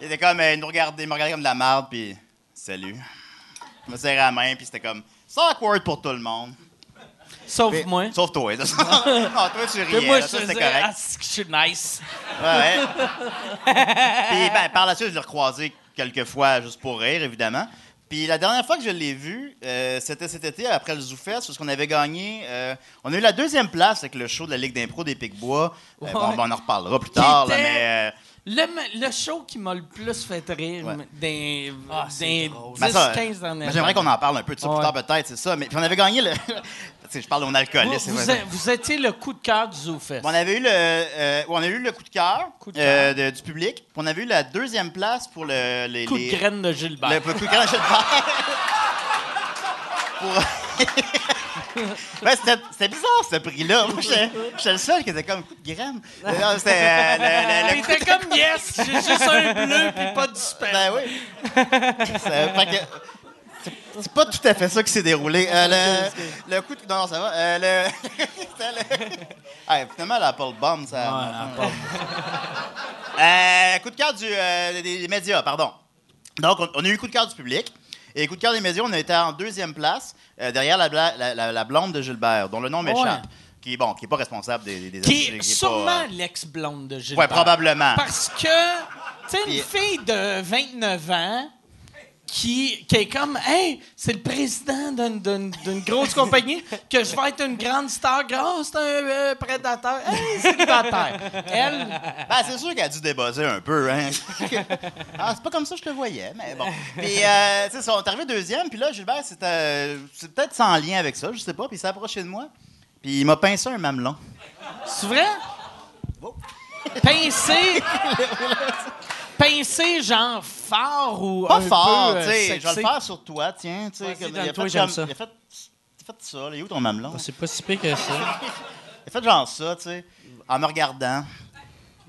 S4: il était comme, euh, il nous regardait, il me regardait comme de la merde, puis salut. Je me serrais la main, puis c'était comme, c'est awkward pour tout le monde.
S2: Sauf moi.
S4: Sauf toi, là. non, toi, tu
S2: Que
S4: riais,
S2: moi,
S4: là,
S2: je
S4: ça, c'était
S2: faisais,
S4: correct.
S2: ah, c'est que je suis nice.
S4: Ouais, ouais. Puis ben, par la suite, je l'ai recroisé quelques fois juste pour rire, évidemment. Puis la dernière fois que je l'ai vu, euh, c'était cet été après le ZooFest, parce qu'on avait gagné. euh, on a eu la deuxième place avec le show de la Ligue d'impro des Picbois. Euh, bon, ben, on en reparlera plus tard, là,
S2: était-
S4: mais. euh,
S2: Le, me- le show qui m'a le plus fait rire
S4: Ouais.
S2: des,
S5: Ah, c'est
S2: des
S5: drôle.
S4: ben, ça, euh,
S2: 10-15 dernières
S4: ben, J'aimerais qu'on en parle un peu de ça
S2: Ouais.
S4: plus tard, peut-être, c'est ça. Mais puis on avait gagné le. tu sais, je parle de mon alcooliste. c'est
S2: vous, vous
S4: vrai.
S2: êtes- vous étiez le coup de cœur du ZooFest.
S4: On avait eu le, euh, on a eu le coup de cœur
S2: Coup de
S4: euh, de- du public. puis On avait eu la deuxième place pour le les,
S2: coup
S4: les-
S2: de graine de Gilbert.
S4: Le, le coup de cœur de Gilbert. Pour- Ouais, c'était, c'était bizarre ce prix-là. Moi, j'étais, j'étais le seul qui était comme coup de graine. Non, c'était euh, le- le- le
S2: Il
S4: coup
S2: était comme yes, j'ai juste un bleu puis pas de
S4: de-
S2: super.
S4: Ben oui. Ça fait que- c'est- c'est pas tout à fait ça qui s'est déroulé. Euh, le, le coup de. Non, non, ça va. Euh, le- c'était le- Ah, finalement, la Paul Bomb, ça. Euh, coup de cœur du, euh, des, des médias, pardon. Donc, on, on a eu le coup de cœur du public. Et coup de cœur des médias, on a été en deuxième place euh, derrière la, bla- la- la- la blonde de Gilbert, dont le nom m'échappe. Qui, bon, qui est pas responsable des... des, des-
S2: Qui
S4: pas,
S2: est sûrement
S4: euh,
S2: l'ex-blonde de Gilbert.
S4: Ouais, probablement.
S2: Parce que, tu sais, une
S4: Puis-
S2: fille de 29 ans qui, qui est comme, hey, c'est le président d'une- d'une d'une grosse compagnie, que je vais être une grande star, oh, c'est un euh, prédateur, hey, célibataire. Elle,
S4: Ben, c'est sûr qu'elle a dû débosser un peu, hein. ah, c'est pas comme ça que je le voyais, mais bon. Puis, euh, tu sais, on est arrivé deuxième, puis là, Gilbert, c'était, euh, c'est peut-être sans lien avec ça, je sais pas, puis il s'est approché de moi, puis il m'a pincé un mamelon.
S2: c'est vrai? Pincé. Pincé, genre fort ou.
S4: Pas
S2: un
S4: fort,
S2: peu,
S4: tu
S2: euh,
S4: sais, je vais
S2: sexy?
S4: le faire sur toi, tiens, tu sais.
S5: Vas-y,
S4: comme- Il a
S5: donne-toi,
S4: fait
S5: j'aime
S4: comme-
S5: ça. Ah,
S4: il a fait il a fait ça, là, il est où ton mamelon?
S5: C'est pas si pire que ça.
S4: Il a fait genre ça, tu sais, en me regardant.
S5: Dans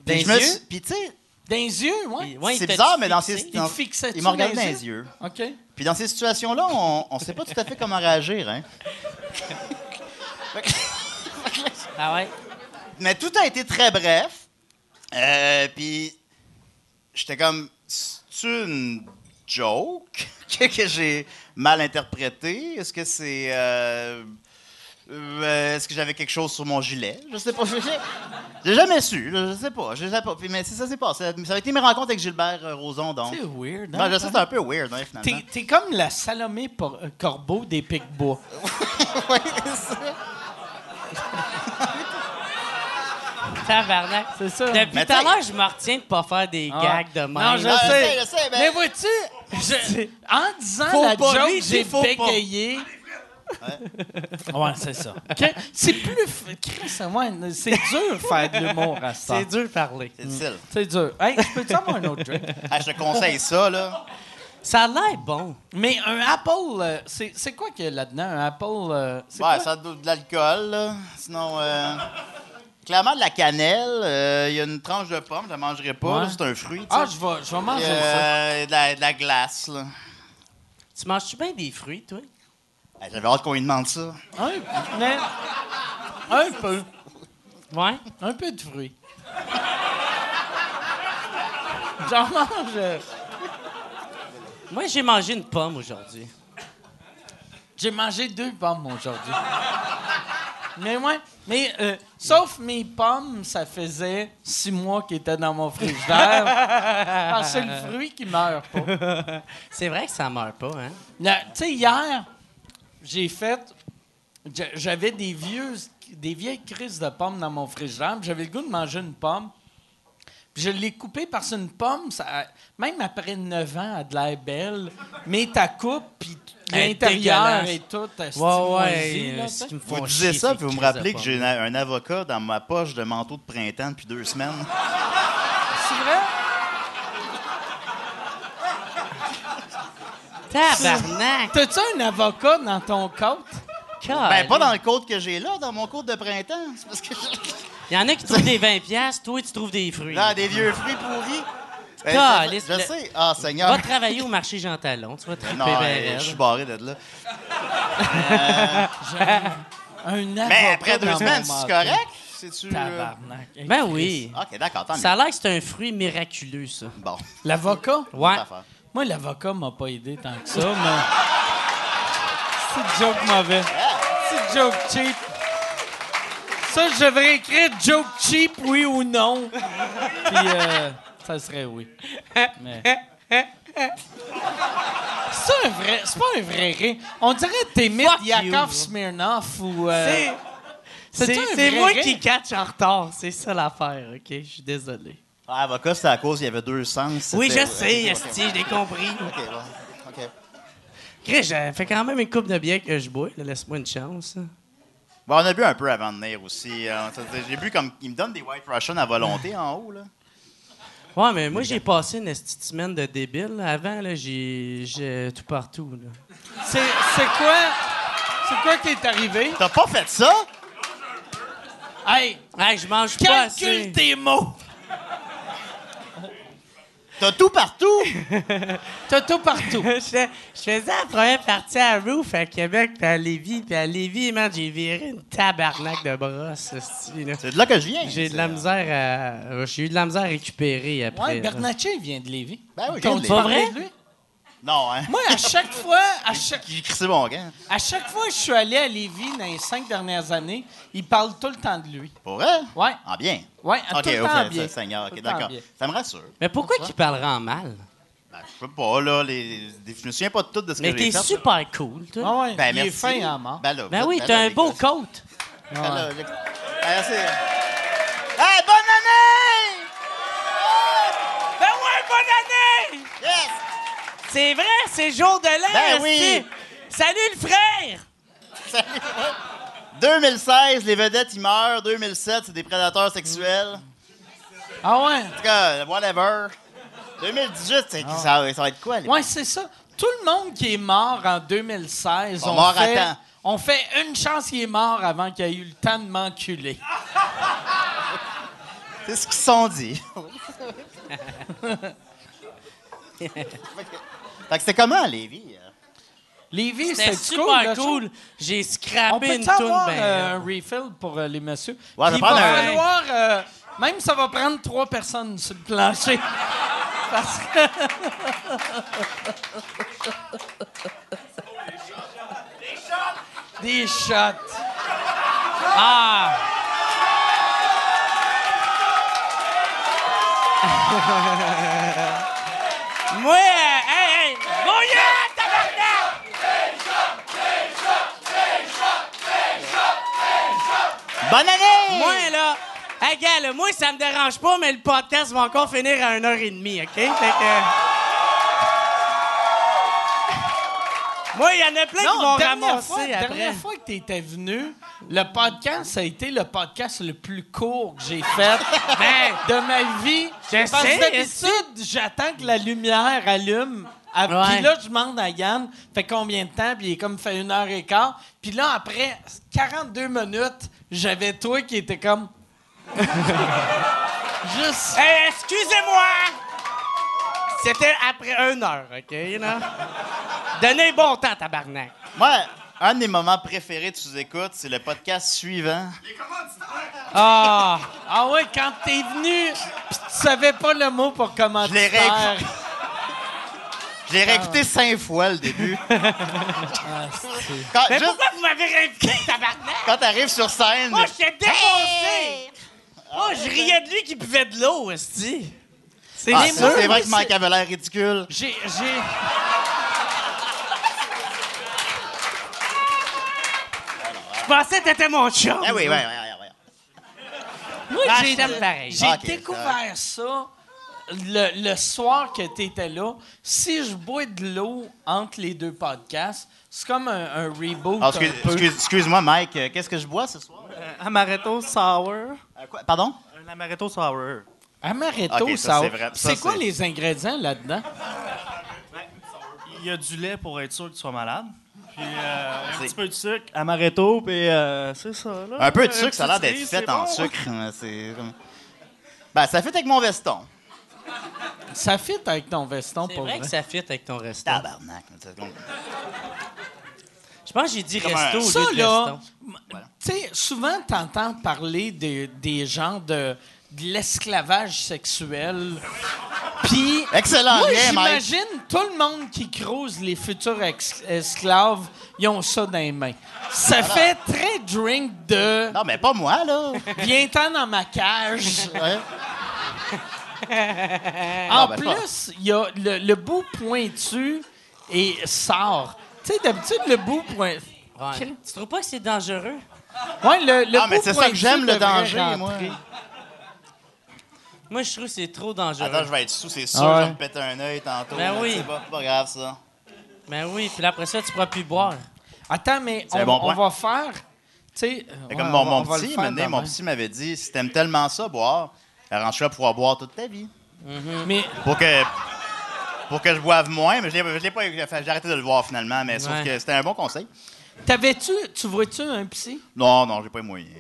S4: Puis je
S5: les
S4: me
S5: yeux?
S4: suis- Puis tu sais,
S2: Dans les yeux, ouais.
S5: Ouais, il
S4: c'est
S5: t'a
S4: bizarre,
S5: dit
S4: mais dans
S5: fixé.
S4: ces...
S2: Il
S4: dans-
S2: te fixait-tu
S4: Il me regarde
S2: dans
S4: dans
S2: les
S4: les yeux.
S2: OK.
S4: Puis dans ces situations-là, on, on sait pas tout à fait comment réagir, hein.
S5: Ah ouais?
S4: Mais tout a été très bref. Euh, puis j'étais comme, c'est une joke que, que j'ai mal interprétée? Est-ce que c'est. euh, euh, Est-ce que j'avais quelque chose sur mon gilet? Je sais pas. je sais- J'ai jamais su. Je je sais pas. Je sais pas. Puis, mais c'est ça s'est passé. Ça a été mes rencontres avec Gilbert euh, Rozon, donc.
S2: C'est weird, hein?
S4: Non, je sais, c'est un peu weird, hein, finalement.
S2: T'es, t'es comme la Salomé Por- euh, Corbeau des Picbois.
S4: Ouais, c'est ça.
S5: Tabarnak.
S2: C'est ça.
S5: Depuis
S4: Mais
S5: tout à
S4: t'sais-
S5: l'heure, je me retiens de pas faire des
S2: Ah.
S5: gags de même.
S2: Non, je
S4: Non, je
S2: sais.
S4: sais, je sais, ben. mais-
S2: Mais vois-tu, je- en disant
S5: Faut
S2: la
S5: pas,
S2: joke,
S5: lui, il dit
S2: j'ai
S5: faut pas.
S2: bégayé. Ouais, c'est ça. Que- C'est plus... f- Chris, ouais, c'est dur faire de l'humour à ça.
S5: C'est dur de parler.
S4: C'est difficile.
S2: C'est dur. Hey, je peux-tu avoir un autre drink?
S4: Ah, je te conseille ça, là.
S5: Ça a l'air bon.
S2: Mais un apple, euh, c'est, c'est quoi qu'il y a là-dedans? Un apple, euh, c'est
S4: Ouais,
S2: quoi?
S4: ça doit de l'alcool, là. Sinon, euh, clairement de la cannelle. euh, Il y a une tranche de pomme, je la mangerai pas.
S2: Ouais.
S4: là, C'est un fruit. tu
S2: Ah,
S4: sais.
S2: je vais, je vais manger
S4: Puis,
S2: ça.
S4: euh, de, la, de la glace, là.
S5: Tu manges-tu bien des fruits, toi?
S4: Ah, J'avais hâte qu'on lui demande ça.
S2: Un, mais- un peu.
S5: Ouais.
S2: Un peu de fruits. J'en mange. euh,
S5: Moi, j'ai mangé une pomme aujourd'hui.
S2: J'ai mangé deux pommes aujourd'hui. Mais ouais, mais euh, sauf mes pommes, ça faisait six mois qu'ils étaient dans mon frigidaire. Parce que c'est le fruit qui meurt pas.
S5: C'est vrai que ça meurt pas, hein?
S2: Là, Tu sais, hier, j'ai fait. j'a- J'avais des vieux, des vieilles crises de pommes dans mon frigidaire. puis J'avais le goût de manger une pomme. Puis je l'ai coupée parce qu'une pomme, ça, même après 9 ans, elle a de l'air belle. Mais ta coupe, puis t-
S5: Elle est
S2: l'intérieur
S5: dégueulasse.
S2: et tout, elle se moisit,
S5: Ouais,
S2: là, tu
S5: ouais.
S2: sais.
S4: Vous disiez ça, puis vous me rappelez que j'ai un avocat dans ma poche de manteau de printemps depuis deux semaines.
S2: C'est vrai?
S5: Tabarnak!
S2: T'as-tu un avocat dans ton coat?
S4: Ben, pas dans le code que j'ai là, dans mon code de printemps. C'est parce que je-
S5: Il y en a qui trouvent des 20$, piastres, toi, tu trouves des fruits.
S4: Là, des vieux fruits pourris. Ben, je,
S5: Caliste,
S4: je
S5: le-
S4: sais. Ah, Seigneur.
S5: Va travailler au marché Jean Talon, tu vas triper
S4: Non,
S5: bien
S4: euh,
S5: raide.
S4: je suis barré de là.
S2: Un avocat.
S4: Mais Ben, après deux
S2: dans
S4: semaines,
S2: mon
S4: c'est
S2: manteau.
S4: correct? C'est-tu. euh,
S2: Tabarnak.
S5: Ben oui.
S4: Ok, d'accord, tant mieux.
S5: Ça a l'air que c'est un fruit miraculeux, ça.
S4: Bon.
S2: L'avocat?
S5: Ouais.
S4: Affaire.
S2: Moi, l'avocat m'a pas aidé tant que ça, mais. C'est une joke mauvais. C'est une joke cheap. Ça, je devrais écrire joke cheap, oui ou non. Puis, euh, ça serait oui. Mais- C'est un vrai. C'est pas un vrai rire. On dirait t'émites
S5: Fuck you.
S2: Yakov Smirnov ou. euh,
S5: C'est
S2: C'est-tu un
S5: c'est
S2: vrai
S5: moi
S2: rire?
S5: qui catch en retard, c'est ça l'affaire, OK? Je suis désolé.
S4: Ah, avocat, c'est à cause il y avait deux sens.
S5: Oui,
S4: c'était-
S5: je sais,
S4: Ok,
S5: esti, je l'ai compris.
S4: Ok, bon. Ok.
S5: Chris, j'ai fait quand même une coupe de bière que je bois, là, laisse-moi une chance. hein.
S4: Bon, on a bu un peu avant de venir aussi. Euh, ça- ça- J'ai bu comme. Ils me donnent des White Russian à volonté en haut, là.
S5: Ouais, mais moi, j'ai passé une petite semaine de débile. là. Avant, là, j'ai j'ai tout partout. là.
S2: C'est c'est quoi? C'est quoi qui est arrivé?
S4: T'as pas fait ça?
S2: Hey,
S5: Hey, je mange pas assez.
S2: calcule tes mots!
S4: T'as tout partout?
S2: T'as tout partout.
S5: je, fais- je faisais la première partie à Roof à Québec, puis à Lévis, puis à Lévis, man, j'ai viré une tabarnak de brosse, hostie, là.
S4: C'est de là que je viens.
S5: J'ai de
S4: c'est- euh,
S5: la misère à... euh, J'ai eu de la misère à récupérer
S2: Ouais,
S5: après. là.
S2: Bernatchez vient de Lévis.
S4: Ben oui, je viens
S2: T'as
S4: de
S2: pas
S4: Lévis.
S2: vrai?
S4: Non, hein?
S2: Moi, à chaque fois, à chaque,
S4: J'ai crissé mon gant.
S2: à chaque fois que je suis allé à Lévis dans les cinq dernières années, ils parlent tout le temps de lui.
S4: Pour vrai?
S2: Ouais.
S4: En bien.
S2: Ouais,
S4: Ok,
S2: tout le
S4: ok,
S2: temps
S4: ça-
S2: bien.
S4: Seigneur,
S2: Tout
S4: ok,
S2: le temps
S4: d'accord.
S2: bien.
S4: Ça me rassure.
S5: Mais pourquoi qu'il parlera en mal?
S4: Ben, je sais pas, là. Les... les- Je me souviens pas de tout de ce
S5: Mais
S4: que j'ai
S5: t'es
S4: fait.
S5: super cool, toi.
S2: Ah ouais,
S4: Ben,
S2: il
S4: merci.
S2: est fin en mort.
S4: Ben, là,
S5: Ben
S4: vous
S5: oui,
S4: êtes-
S5: t'as
S4: ben,
S5: un
S4: les
S5: beau
S4: gars,
S5: coat.
S4: Ben là, j'ai- Ah, c'est- Hey, bonne année!
S5: Ben ouais, bonne année!
S4: Yes!
S5: C'est vrai, c'est jour de l'an.
S4: Ben oui.
S5: esti. Salut le frère!
S4: 2016, les vedettes, ils meurent. 2007, c'est des prédateurs sexuels.
S2: Ah ouais?
S4: En tout cas, whatever. 2018, c'est- ça, ça va être quoi? les-
S2: Ouais, c'est ça. Tout le monde qui est mort en 2016,
S4: Sont
S2: on,
S4: morts à
S2: fait,
S4: temps.
S2: on fait une chance qu'il est mort avant qu'il ait eu le temps de m'enculer.
S4: C'est ce qu'ils sont dit. fait que c'était comment, Lévi?
S2: Lévis, c'est
S5: C'est super
S2: le show?
S5: cool. J'ai
S2: On
S5: scrappé
S2: peut
S5: une toune.
S2: avoir
S5: ben,
S2: euh, un refill pour euh, les messieurs. Puis
S4: Ouais, je vais
S2: il va
S4: prendre un-
S2: falloir, euh, même ça va prendre trois personnes sur le plancher. Parce que des shots.
S5: Ah! Moi, euh, hey, hey! Mon gars, tabarnak!
S4: Bonne année!
S5: Moi, là, hey, gars, là, moi, ça me dérange pas, mais le podcast va encore finir à 1h30, OK? Fait que. euh, Moi, il y en a plein qui
S2: Non,
S5: vont
S2: dernière
S5: ramasser
S2: fois,
S5: après.
S2: dernière fois que tu étais venu, le podcast ça a été le podcast le plus court que j'ai fait
S5: Ben,
S2: de ma vie.
S5: Je
S2: Parce
S5: sais,
S2: que d'habitude, j'attends que la lumière allume. Ah, Puis
S5: Ouais.
S2: là, je demande à Yann, fait combien de temps? Puis il est comme, fait une heure et quart. Puis là, après 42 minutes, j'avais toi qui était comme... Juste...
S5: Hey, excusez-moi! C'était après une heure, OK? Là? Donnez bon temps, tabarnak.
S4: Moi, un de mes moments préférés de sous-écoute, c'est le podcast suivant.
S5: Ah!
S2: Ah ouais, quand t'es venu, pis tu savais pas le mot pour commenter.
S4: Je l'ai réécouté. Je l'ai réécouté cinq fois le début.
S2: Ah,
S4: quand,
S5: Mais
S4: juste
S5: pourquoi vous m'avez réinvité, tabarnak?
S4: quand t'arrives sur scène. ah,
S5: Moi, j'étais défoncé! Moi,
S2: Ah,
S5: je riais de lui qui buvait de l'eau, esti. C'est
S4: Ah,
S5: les
S4: ça,
S5: murs,
S4: c'est vrai
S5: mais
S4: que Mike avait l'air ridicule.
S2: J'ai... j'ai...
S5: Je pensais que t'étais mon chum.
S4: Ah oui, oui, oui, oui.
S2: Moi,
S5: Ah,
S2: j'ai,
S5: je t'aime pareil.
S2: j'ai
S4: Ok,
S2: découvert ça le, le soir que tu étais là. Si je bois de l'eau entre les deux podcasts, c'est comme un, un reboot.
S4: Ah,
S2: un
S4: excuse-
S2: peu.
S4: excuse- Excuse-moi, Mike, euh, qu'est-ce que je bois ce soir?
S7: Amaretto sour.
S4: Euh, quoi? Pardon?
S7: Un amaretto sour.
S2: Amaretto,
S4: Ok, ça,
S2: ça.
S4: c'est vrai. Ça,
S2: c'est quoi
S4: c'est-
S2: les ingrédients là-dedans?
S7: Il y a du lait pour être sûr que tu sois malade. Puis euh, un
S4: C'est-
S7: petit peu de sucre, amaretto, puis euh, c'est ça.
S2: Ah,
S7: Là.
S4: Un peu de
S7: Euh,
S4: sucre, ça a l'air d'être
S7: petite
S4: fait
S7: cerise,
S4: en
S7: c'est bon.
S4: sucre. Euh, C'est comme- Ben, ça fait avec mon veston.
S2: Ça fit avec ton veston,
S5: C'est
S2: pour
S5: vrai
S2: vrai.
S5: que ça fit avec ton resto.
S4: Tabarnak. c'est comme-
S5: Je pense que j'ai dit
S4: Comme
S5: resto
S4: un-
S5: au
S2: Ça,
S5: lieu de
S2: là,
S5: resto.
S2: m- tu sais, souvent, t'entends parler de- des gens de, de l'esclavage sexuel. Puis,
S4: Excellent
S2: moi,
S4: lien, Mike.
S2: j'imagine tout le monde qui crouse les futurs ex- esclaves, ils ont ça dans les mains. Ça fait très drink de
S4: Non, mais pas moi, là.
S2: viens-t'en dans ma cage.
S4: Ouais.
S2: En
S4: ben,
S2: plus, il y a le, le bout pointu et sort. Tu sais, d'habitude, le bout pointu.
S5: Ouais. Tu trouves pas que c'est dangereux?
S2: Ouais, le, le
S4: Ah, mais
S2: bout
S4: c'est ça que
S2: pointu
S4: j'aime, le
S2: devrait
S4: danger, moi.
S2: rentrer.
S5: Moi, je trouve que c'est trop dangereux.
S4: Attends, je vais être sous, c'est sûr,
S2: Ah ouais.
S4: je vais me péter un œil tantôt.
S5: Ben
S4: là,
S5: oui.
S4: C'est pas, pas grave, ça.
S5: Ben oui, puis là, après ça, tu pourras plus boire.
S2: Attends, mais
S4: un
S2: on,
S4: bon
S2: on
S4: point.
S2: va faire sais, ouais,
S4: Fait comme
S2: on
S4: mon,
S2: va-
S4: mon
S2: on va le
S4: petit,
S2: faire
S4: maintenant, mon
S2: demain.
S4: petit m'avait dit si t'aimes tellement ça boire, arrange-toi pour pouvoir boire toute ta vie.
S2: Mais
S4: Pour que. Pour que je boive moins, mais je l'ai je l'ai pas. J'ai arrêté de le voir finalement, mais sauf
S5: Ouais.
S4: que c'était un bon conseil.
S2: t'avais-tu, tu vois-tu un psy?
S4: Non, non, j'ai pas les moyens.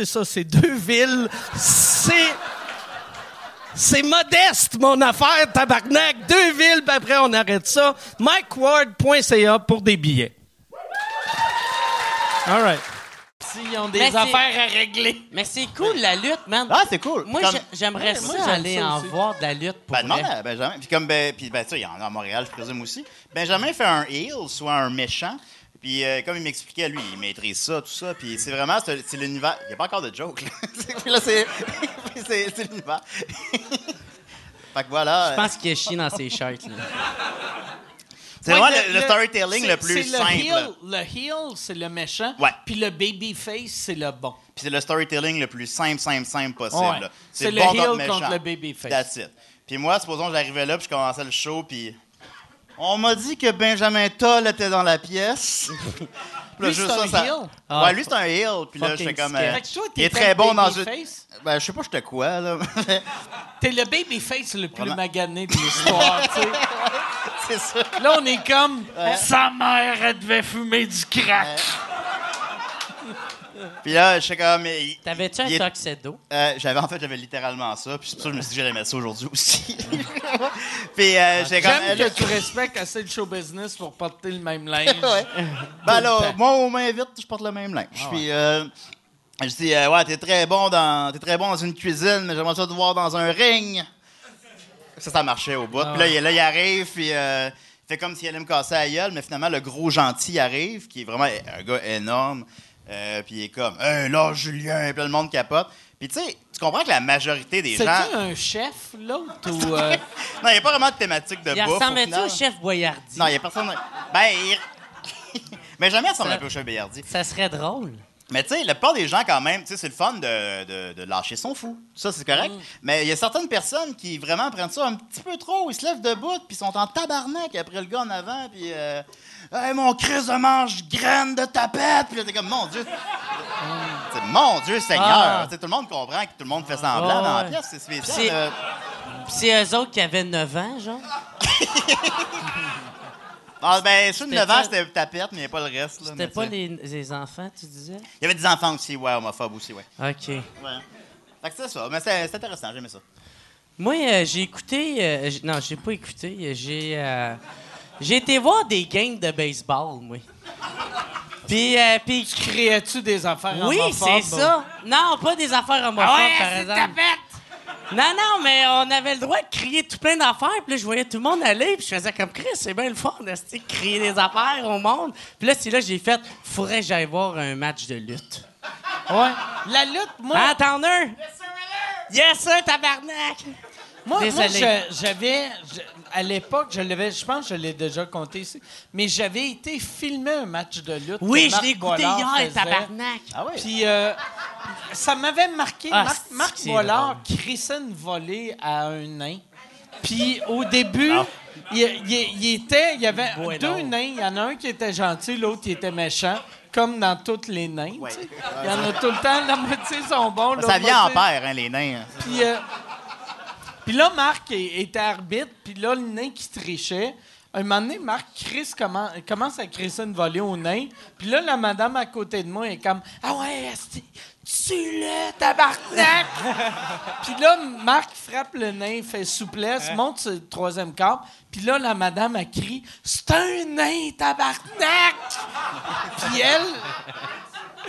S6: ça, c'est deux villes. C'est... C'est modeste, mon affaire, tabarnak. Deux villes, puis après, on arrête ça. MikeWard.ca pour des billets. All right.
S2: S'ils ont des
S5: Mais c'est-
S2: affaires à régler.
S5: Mais c'est cool, la lutte, man.
S4: Ah, c'est cool.
S5: Moi,
S4: Comme-
S5: j'ai- j'aimerais ça
S2: moi, j'aime
S5: aller
S2: ça
S5: en
S2: aussi.
S5: voir de la lutte pour
S4: Ben, demande
S5: vrai.
S4: à Benjamin. Puis comme ben, puis ben, tu sais, il y en a à Montréal, je présume aussi. Benjamin fait un heel, soit un méchant. Puis euh, comme il m'expliquait, lui, il maîtrise ça, tout ça. Puis c'est vraiment, c'est c'est l'univers. Il n'y a pas encore de joke. Là, Puis là c'est c'est- c'est l'univers. fait que voilà.
S5: Je pense qu'il est chien dans ses shirts, là.
S4: C'est
S2: Ouais,
S4: vraiment le, le storytelling
S2: c'est-
S4: le plus
S2: c'est
S4: simple.
S2: heel- le heel, c'est le méchant.
S4: Ouais.
S2: Puis le babyface, c'est le bon.
S4: Puis c'est le storytelling le plus simple, simple, simple possible.
S2: Ouais.
S4: là.
S2: C'est le heel contre le babyface.
S4: That's it. Puis moi, supposons que j'arrivais là, puis je commençais le show, puis on m'a dit que Benjamin Toll était dans la pièce. Puis
S2: Lui,
S4: là, juste
S2: c'est un heel?
S5: Ah,
S4: ouais, lui, c'est un heel. Puis là,
S5: fucking
S4: j'étais comme...
S5: scary.
S4: euh,
S2: Fait que toi,
S4: il est
S2: t'étais
S4: très
S2: le
S4: bon dans... une-
S2: babyface?
S4: Ben, je sais pas, j'étais quoi, là.
S2: T'es le babyface le plus
S4: Vraiment.
S2: magané de l'histoire, tu sais.
S4: c'est ça.
S2: Là, on est comme sa mère, elle devait fumer du crack.
S4: Puis là, j'étais comme... il-
S5: T'avais-tu
S4: il
S5: un
S4: est-
S5: tuxedo?
S4: Euh, j'avais en fait j'avais littéralement ça puis c'est pour ça que je me suis dit que j'allais mettre ça aujourd'hui aussi puis euh, j'étais comme
S2: J'aime que tu respectes assez le show business pour porter le même linge.
S4: Ouais. Ben là, moi, on m'invite, je porte le même linge. Puis, euh, je dis, euh, ouais, t'es très, bon dans, t'es très bon dans une cuisine, mais j'aimerais ça te voir dans un ring. Ça, ça marchait au bout. Puis là, il, là, il arrive, puis euh, il fait comme s'il allait me casser la gueule, mais finalement, le gros gentil arrive, qui est vraiment un gars énorme. Euh, puis il est comme, hey, là, Julien, puis là, le monde capote. Puis tu sais, tu comprends que la majorité des
S2: C'est-tu
S4: gens.
S2: un chef, l'autre, ou... euh,
S4: Non, il n'y a pas vraiment de thématique de
S5: Il
S4: bouffe. au
S5: ressemblait-tu
S4: final.
S5: au chef Boyardi?
S4: Non, il n'y a personne. Ben, il... mais jamais ressemble un peu au chef Béardi.
S5: Ça serait drôle.
S4: Mais tu sais, la plupart des gens, quand même, tu sais, c'est le fun de, de- de lâcher son fou. Ça, c'est
S5: Mm.
S4: correct. Mais il y a certaines personnes qui vraiment prennent ça un petit peu trop. Ils se lèvent de bout, puis ils sont en tabarnak après le gars en avant, puis. euh, Hey, mon Christ de mange graine de tapette! Puis là, t'es comme, mon Dieu! C'est Mon Dieu Seigneur!
S5: Mm. Ah.
S4: Tu sais, Tout le monde comprend que tout le monde fait semblant
S5: Ah,
S4: dans la
S5: ouais.
S4: pièce, c'est spécial.
S5: Puis c'est-
S4: euh.
S5: Puis c'est eux autres qui avaient 9 ans, genre.
S4: Ah, ben, ceux de 9 ans,
S5: C'était-
S4: c'était tapette, mais il n'y a pas le reste. là, mais
S5: C'était pas
S4: tu sais.
S5: les, les enfants, tu disais?
S4: Il y avait des enfants aussi, ouais, homophobes aussi, ouais.
S5: OK.
S4: ouais. Fait que c'est ça, mais c'est c'est intéressant, j'aimais ça.
S5: Moi, euh, j'ai écouté... euh, j'- non, j'ai pas écouté. euh, J'ai... euh, j'ai été voir des games de baseball, moi. Puis, euh, puis
S2: Créais-tu des affaires
S5: Oui, c'est
S2: homophobes?
S5: ça. Non, pas des affaires homophobes, par exemple. Non, non, mais on avait le droit de crier tout plein d'affaires. Puis là, je voyais tout le monde aller. Puis je faisais comme Chris, c'est bien le fun de se- crier des affaires au monde. Puis là, c'est là que j'ai fait faudrait que j'aille voir un match de lutte.
S2: Ouais. La lutte, moi...
S5: Ah, t'en as un? Yes, sir, tabarnak!
S2: Moi, moi,
S5: Désolé.
S2: je- j'avais, je- à l'époque, je l'avais, je pense que je l'ai déjà compté ici, mais j'avais été filmer un match de lutte.
S5: Oui,
S2: que
S5: je
S2: Marc
S5: l'ai écouté
S2: Boilard
S5: hier,
S2: faisait.
S5: tabarnak!
S4: Ah oui?
S2: Puis euh, ça m'avait marqué.
S5: Ah,
S2: Marc,
S5: c'est que
S2: Marc
S5: c'est
S2: Boilard crissait une volée à un nain. Puis au début,
S4: Ah.
S2: il, il- il était, il y avait
S5: Boilard.
S2: deux nains. Il y en a un qui était gentil, l'autre qui était méchant. Comme dans tous les nains. tu sais.
S4: Ouais.
S2: Il y en a tout le temps. La moitié sont bons.
S4: Ça
S2: l'autre
S4: vient en
S2: moitié-
S4: paire, hein, les nains.
S2: puis, euh, puis là, Marc est- était arbitre, puis là, le nain qui trichait. Un moment donné, Marc Chris commence, commence à crisser une volée au nain. Puis là, la madame à côté de moi est comme Ah ouais, esti, tue-le, tabarnak! puis là, Marc frappe le nain, fait souplesse, monte sur le troisième corps. Puis là, la madame a crié C'est un nain, tabarnak! puis elle,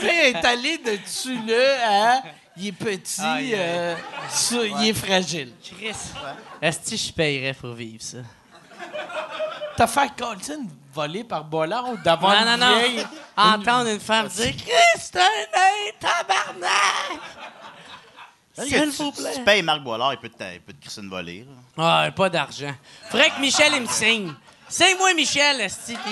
S2: Tu sais, elle est allée de tu le à il est petit,
S6: Aïe, aïe.
S2: euh, ça, il est fragile.
S5: Est-ce que je payerais pour vivre ça?
S2: T'as fait Colton voler par Bollard ou d'avoir
S5: non,
S2: une
S5: non,
S2: vieille-
S5: non. Entendre une femme dire Christ, un nain, tabarnak!
S4: Là,
S5: S'il
S4: tu,
S5: vous
S4: tu-
S5: plaît.
S4: tu payes Marc Boilard, il peut te, il peut te crisser une volée. là.
S5: Ouais, pas d'argent. Faudrait que Michel, il me signe. Signe-moi, Michel, Esti, pis.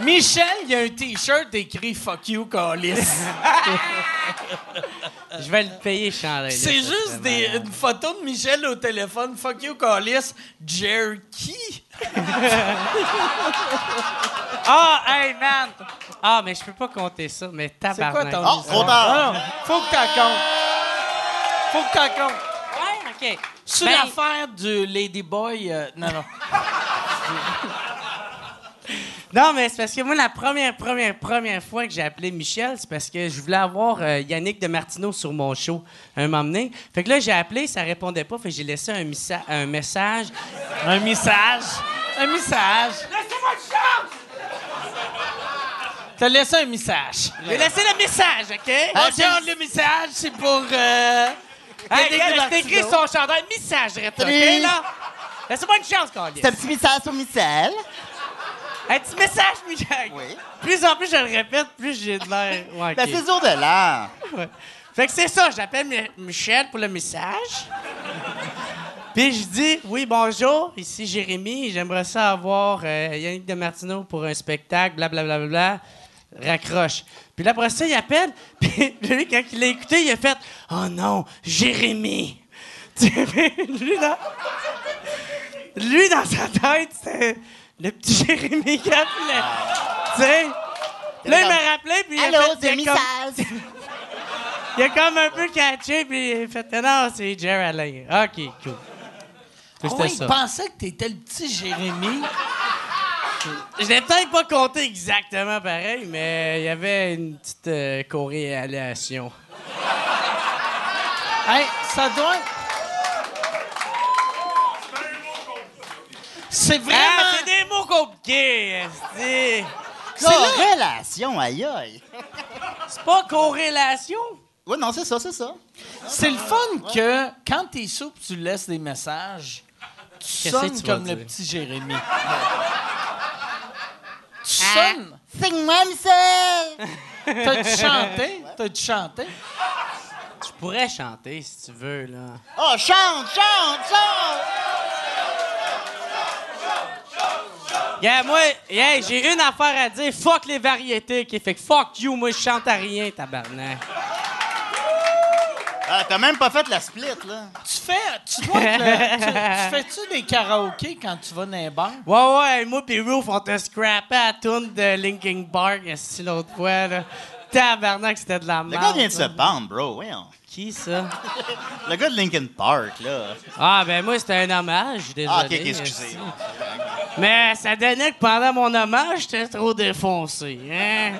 S2: Michel, il y a un T-shirt écrit « Fuck you, Colis
S5: Je vais le payer, Chandelier. ».
S2: C'est juste des- une photo de Michel au téléphone « Fuck you, Colis », Jerky.
S5: Ah, hey, man! Ah, mais je peux pas compter ça, mais
S2: C'est quoi
S5: tabarnak.
S2: ton
S4: Oh, trop
S2: Non,
S4: tard!
S2: non, faut que t'en comptes. Faut que t'en comptes.
S5: Ouais, OK.
S2: C'est
S5: Ben-
S2: l'affaire du Ladyboy. euh, non, non.
S5: Non, mais c'est parce que moi, la première, première, première fois que j'ai appelé Michel, c'est parce que je voulais avoir euh, Yannick de Martineau sur mon show un moment donné. Fait que là, j'ai appelé, ça répondait pas. Fait que j'ai laissé un, missa- un message.
S2: Un message. Un message. Laissez-moi chance! T'as laissé un message.
S5: J'ai laissé le message, OK?
S4: Ah,
S2: Attention, le message, c'est pour. euh, Yannick
S5: Hey, regarde, j'ai écrit
S2: Martineau.
S5: son chandail message, Rita, OK,
S4: Salut.
S5: là? Laissez-moi une chance, Carlis.
S4: petit message sur Michel.
S5: Un petit message, Michel.
S4: Oui.
S5: Plus en plus je le répète, plus j'ai de l'air. Ouais,
S4: Ben,
S5: OK.
S4: c'est jour de l'an.
S5: Ouais. Fait que c'est ça, j'appelle Mi- Michel pour le message. Puis je dis Oui, bonjour, ici Jérémy, j'aimerais ça avoir euh, Yannick de Martineau pour un spectacle, blablabla. Bla, bla, bla. Raccroche. Puis là, après ça, il appelle, puis lui, quand il l'a écouté, il a fait Oh non, Jérémy. Tu sais, lui, là. Lui, dans sa tête, c'était le petit Jérémy qui appelait. Tu sais? Là, il m'a rappelé, puis il a fait... il a comme- il a comme un peu catché, puis il a fait « Non, c'est Jerry Allen. » OK, cool.
S2: Ah
S5: C'était
S2: ouais, il
S5: ça.
S2: pensait que t'étais le petit Jérémy.
S5: Je l'ai peut-être pas compté exactement pareil, mais il y avait une petite euh, corrélation.
S2: Hey, ça doit. être- C'est vraiment.
S5: Ah, c'est des mots compliqués, hein. esti.
S4: Corrélation, aïe aïe.
S5: C'est pas corrélation?
S4: Oui, non, c'est ça, c'est ça.
S2: C'est le fun que quand t'es souple, tu laisses des messages. Tu
S5: que
S2: sonnes
S5: tu vas
S2: comme le
S5: dire? Ah.
S2: petit Jérémy. tu sonnes.
S4: Signe-moi, Michel.
S2: T'as-tu chanté? T'as-tu chanté?
S5: Tu pourrais chanter, si tu veux, là.
S4: Oh, chante, chante, chante.
S5: Yeah, moi, yeah, j'ai une affaire à dire. Fuck les variétés, qui Fait que fuck you, moi, je chante à rien, tabarnak.
S4: Ah, t'as même pas fait la split, là.
S2: Tu fais. Tu dois être le- tu, tu fais-tu des karaokés quand tu vas dans les bars?
S5: Ouais, ouais, moi pis Roof, on te scrappait à la toune de Linkin Park, si l'autre fois, là. Tabarnak, c'était de la
S4: Le
S5: merde.
S4: gars vient de se
S5: ça.
S4: pendre, bro. voyons.
S5: Qui, ça?
S4: Le gars de Linkin Park, là.
S5: Ah, ben moi, c'était un hommage, je suis désolé.
S4: Ah, ok, ok, excusez.
S5: Mais ça donnait que pendant mon hommage, j'étais trop défoncé, hein?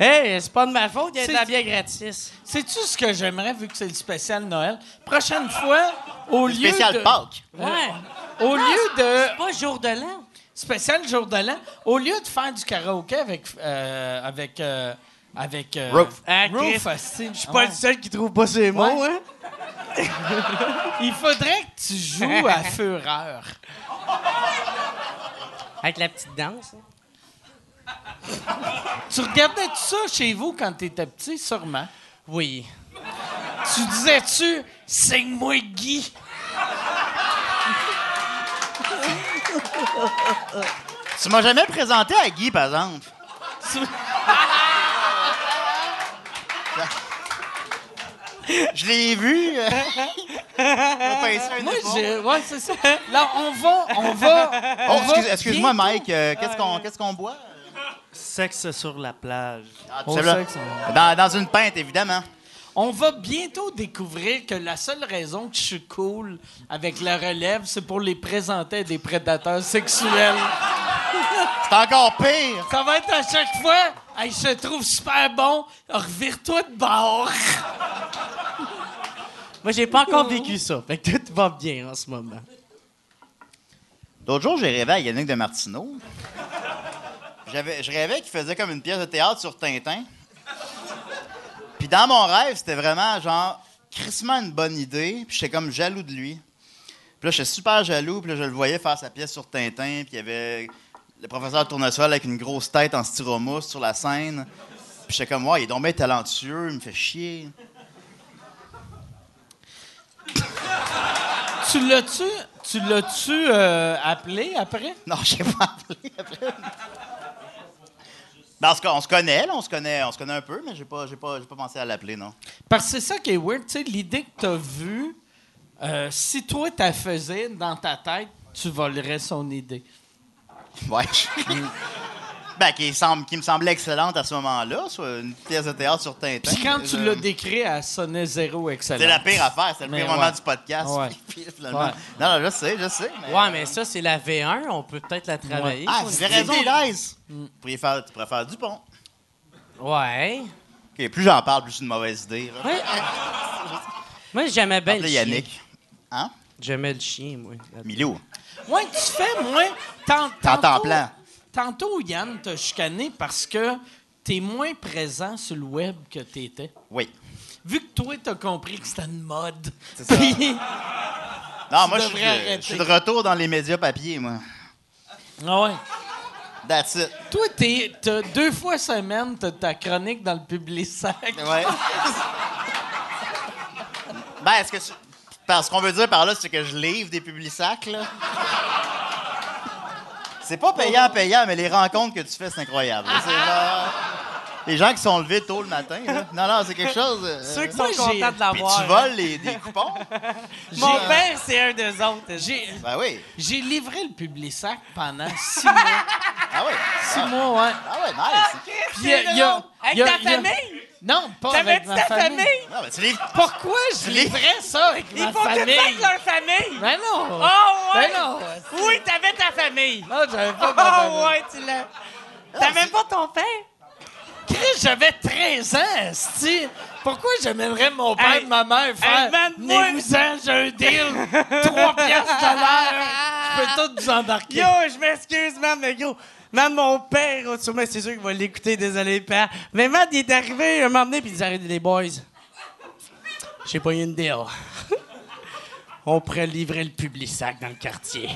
S5: Hey, c'est pas de ma faute, il y a de la
S2: C'est-
S5: bière gratis.
S2: Sais-tu ce que j'aimerais, vu que c'est le spécial Noël? Prochaine fois, au lieu
S4: Spécial
S2: de...
S4: Pâques.
S5: Ouais.
S2: Au lieu de...
S5: C'est pas jour de l'an.
S2: Spécial jour de l'an, au lieu de faire du karaoké avec... euh, avec... euh, avec... euh,
S4: Roof.
S5: Ah, Chris,
S2: Roof, hostie.
S5: Je suis pas le seul qui trouve pas ces mots,
S2: Ouais.
S5: hein?
S2: Il faudrait que tu joues à fureur.
S5: Avec la petite danse. hein.
S2: Tu regardais tout ça chez vous quand t'étais petit, sûrement.
S5: Oui.
S2: Tu disais-tu « Signe-moi Guy
S4: Tu m'as jamais présenté à Guy, par exemple. » Je l'ai vu. euh, on pinçait un
S2: Moi,
S4: épaule.
S2: j'ai... Ouais, c'est ça. Là, on va... On va...
S4: Oh,
S2: on va-
S4: excuse- Excuse-moi, Mike. euh, Qu'est-ce qu'on qu'est-ce qu'on boit?
S6: Sexe sur la plage.
S4: Ah, tout
S2: On
S4: simplement.
S2: sait que ça-
S4: dans, dans une pinte, évidemment.
S2: On va bientôt découvrir que la seule raison que je suis cool avec la relève, c'est pour les présenter à des prédateurs sexuels.
S4: C'est encore pire.
S2: Ça va être à chaque fois, hey, je te trouve super bon, revire-toi de bord.
S5: Oh. Moi, j'ai pas encore vécu ça. Fait que tout va bien en ce moment.
S4: L'autre jour, j'ai rêvé à Yannick de Martineau. J'avais- je rêvais qu'il faisait comme une pièce de théâtre sur Tintin. Puis dans mon rêve, c'était vraiment genre crissement une bonne idée. Puis j'étais comme jaloux de lui. Puis là, j'étais super jaloux. Puis là, je le voyais faire sa pièce sur Tintin. Puis il y avait le professeur Tournesol avec une grosse tête en styromousse sur la scène. Puis j'étais comme, ouais, il est donc bien talentueux, il me fait chier.
S2: Tu l'as-tu, tu l'as-tu euh, appelé après?
S4: Non, je sais pas appelé après. Dans ce cas, on se connaît, là, on se connaît, on se connaît un peu, mais j'ai pas, j'ai pas, j'ai pas pensé à l'appeler, non.
S2: Parce que c'est ça qui est weird, tu sais, l'idée que t'as vue, euh, si toi t'as faisais dans ta tête, tu volerais son idée.
S4: Ouais. ben, qui, semble, qui me semblait excellente à ce moment-là, soit une pièce de théâtre sur Tintin.
S2: Puis quand tu
S4: Je-
S2: l'as décrit, elle sonnait zéro excellent.
S4: C'est la pire affaire, c'est le
S2: Mais
S4: pire
S2: ouais.
S4: moment du podcast.
S2: Ouais.
S4: Puis finalement-
S2: Ouais.
S4: Non, non, je sais, je sais. Mais...
S5: Ouais, mais ça, c'est la V1. On peut peut-être la travailler.
S4: Ah, vous avez raison, guys! Vous pourriez faire- tu pourrais faire Dupont.
S5: Ouais.
S4: OK, plus j'en parle, plus c'est une mauvaise idée. là.
S5: Ouais, ben, euh, Moi, j'aimais bien le
S4: Appelez
S5: chien.
S4: Yannick. Hein?
S5: J'aimais le chien, moi.
S4: Milou.
S2: Ouais, tu fais moins. tant-
S4: T'entends
S2: tantôt-
S4: plan.
S2: Tantôt, Yann t'a chicané parce que t'es moins présent sur le web que t'étais.
S4: Oui.
S2: Vu que toi, t'as compris que c'était une mode.
S4: C'est ça.
S2: Puis-
S4: Non, moi, je suis,
S2: devrais
S4: de,
S2: arrêter.
S4: je suis de retour dans les médias papier, moi.
S2: Ah ouais.
S4: That's it.
S2: Toi, t'es, t'as deux fois semaine, t'as ta chronique dans le public sac.
S4: Ouais. ben, est-ce que... tu- Parce qu'on veut dire par là, c'est que je livre des publicsacs, là. C'est pas payant, payant, mais les rencontres que tu fais, c'est incroyable. là. C'est genre... Les gens qui sont levés tôt le matin, là. Non, non, c'est quelque chose... euh,
S5: Ceux qui
S2: sont
S5: sont
S2: contents
S5: contents de
S4: Puis
S5: l'avoir.
S4: tu
S2: hein.
S4: voles les, des coupons?
S5: Mon père, c'est un des autres.
S2: J'ai,
S4: Ben oui.
S2: j'ai livré le public sac pendant six mois.
S4: Ah oui.
S2: Six
S4: Ah,
S2: mois, ouais.
S4: ah ouais, nice.
S2: Puis y a- y a-
S5: Avec
S2: y a-
S5: ta
S2: y a-
S5: famille?
S2: Non, pas avec
S5: T'avais-tu
S2: ma
S5: ta
S2: famille.
S5: famille?
S4: Non, mais Ah tu livres...
S2: Pourquoi je livrais ça avec
S5: Ils
S2: ma
S5: font tout ça
S2: famille?
S5: avec leur famille.
S2: Ben non!
S5: Oh,
S2: Ben
S5: ouais.
S2: non!
S5: Oui, t'avais ta famille.
S2: Non, j'avais pas ma famille.
S5: Oh, ouais, tu l'as. T'avais pas ton père?
S2: Chris, j'avais 13 ans, esti! Pourquoi j'amènerais mon père
S5: Hey,
S2: et ma mère faire
S5: hey, man, moi-
S2: Venez-vous-en, j'ai un deal! 3 piastres de l'heure! Je peux tout vous embarquer!
S5: Yo, je m'excuse, man, mais yo, man, mon père, oh, sûrement, c'est sûr qu'il va l'écouter, désolé, père. Mais man, il est arrivé un moment donné, puis il dit Arrêtez les boys. J'ai pas eu une deal. On pourrait livrer le public sac dans le quartier.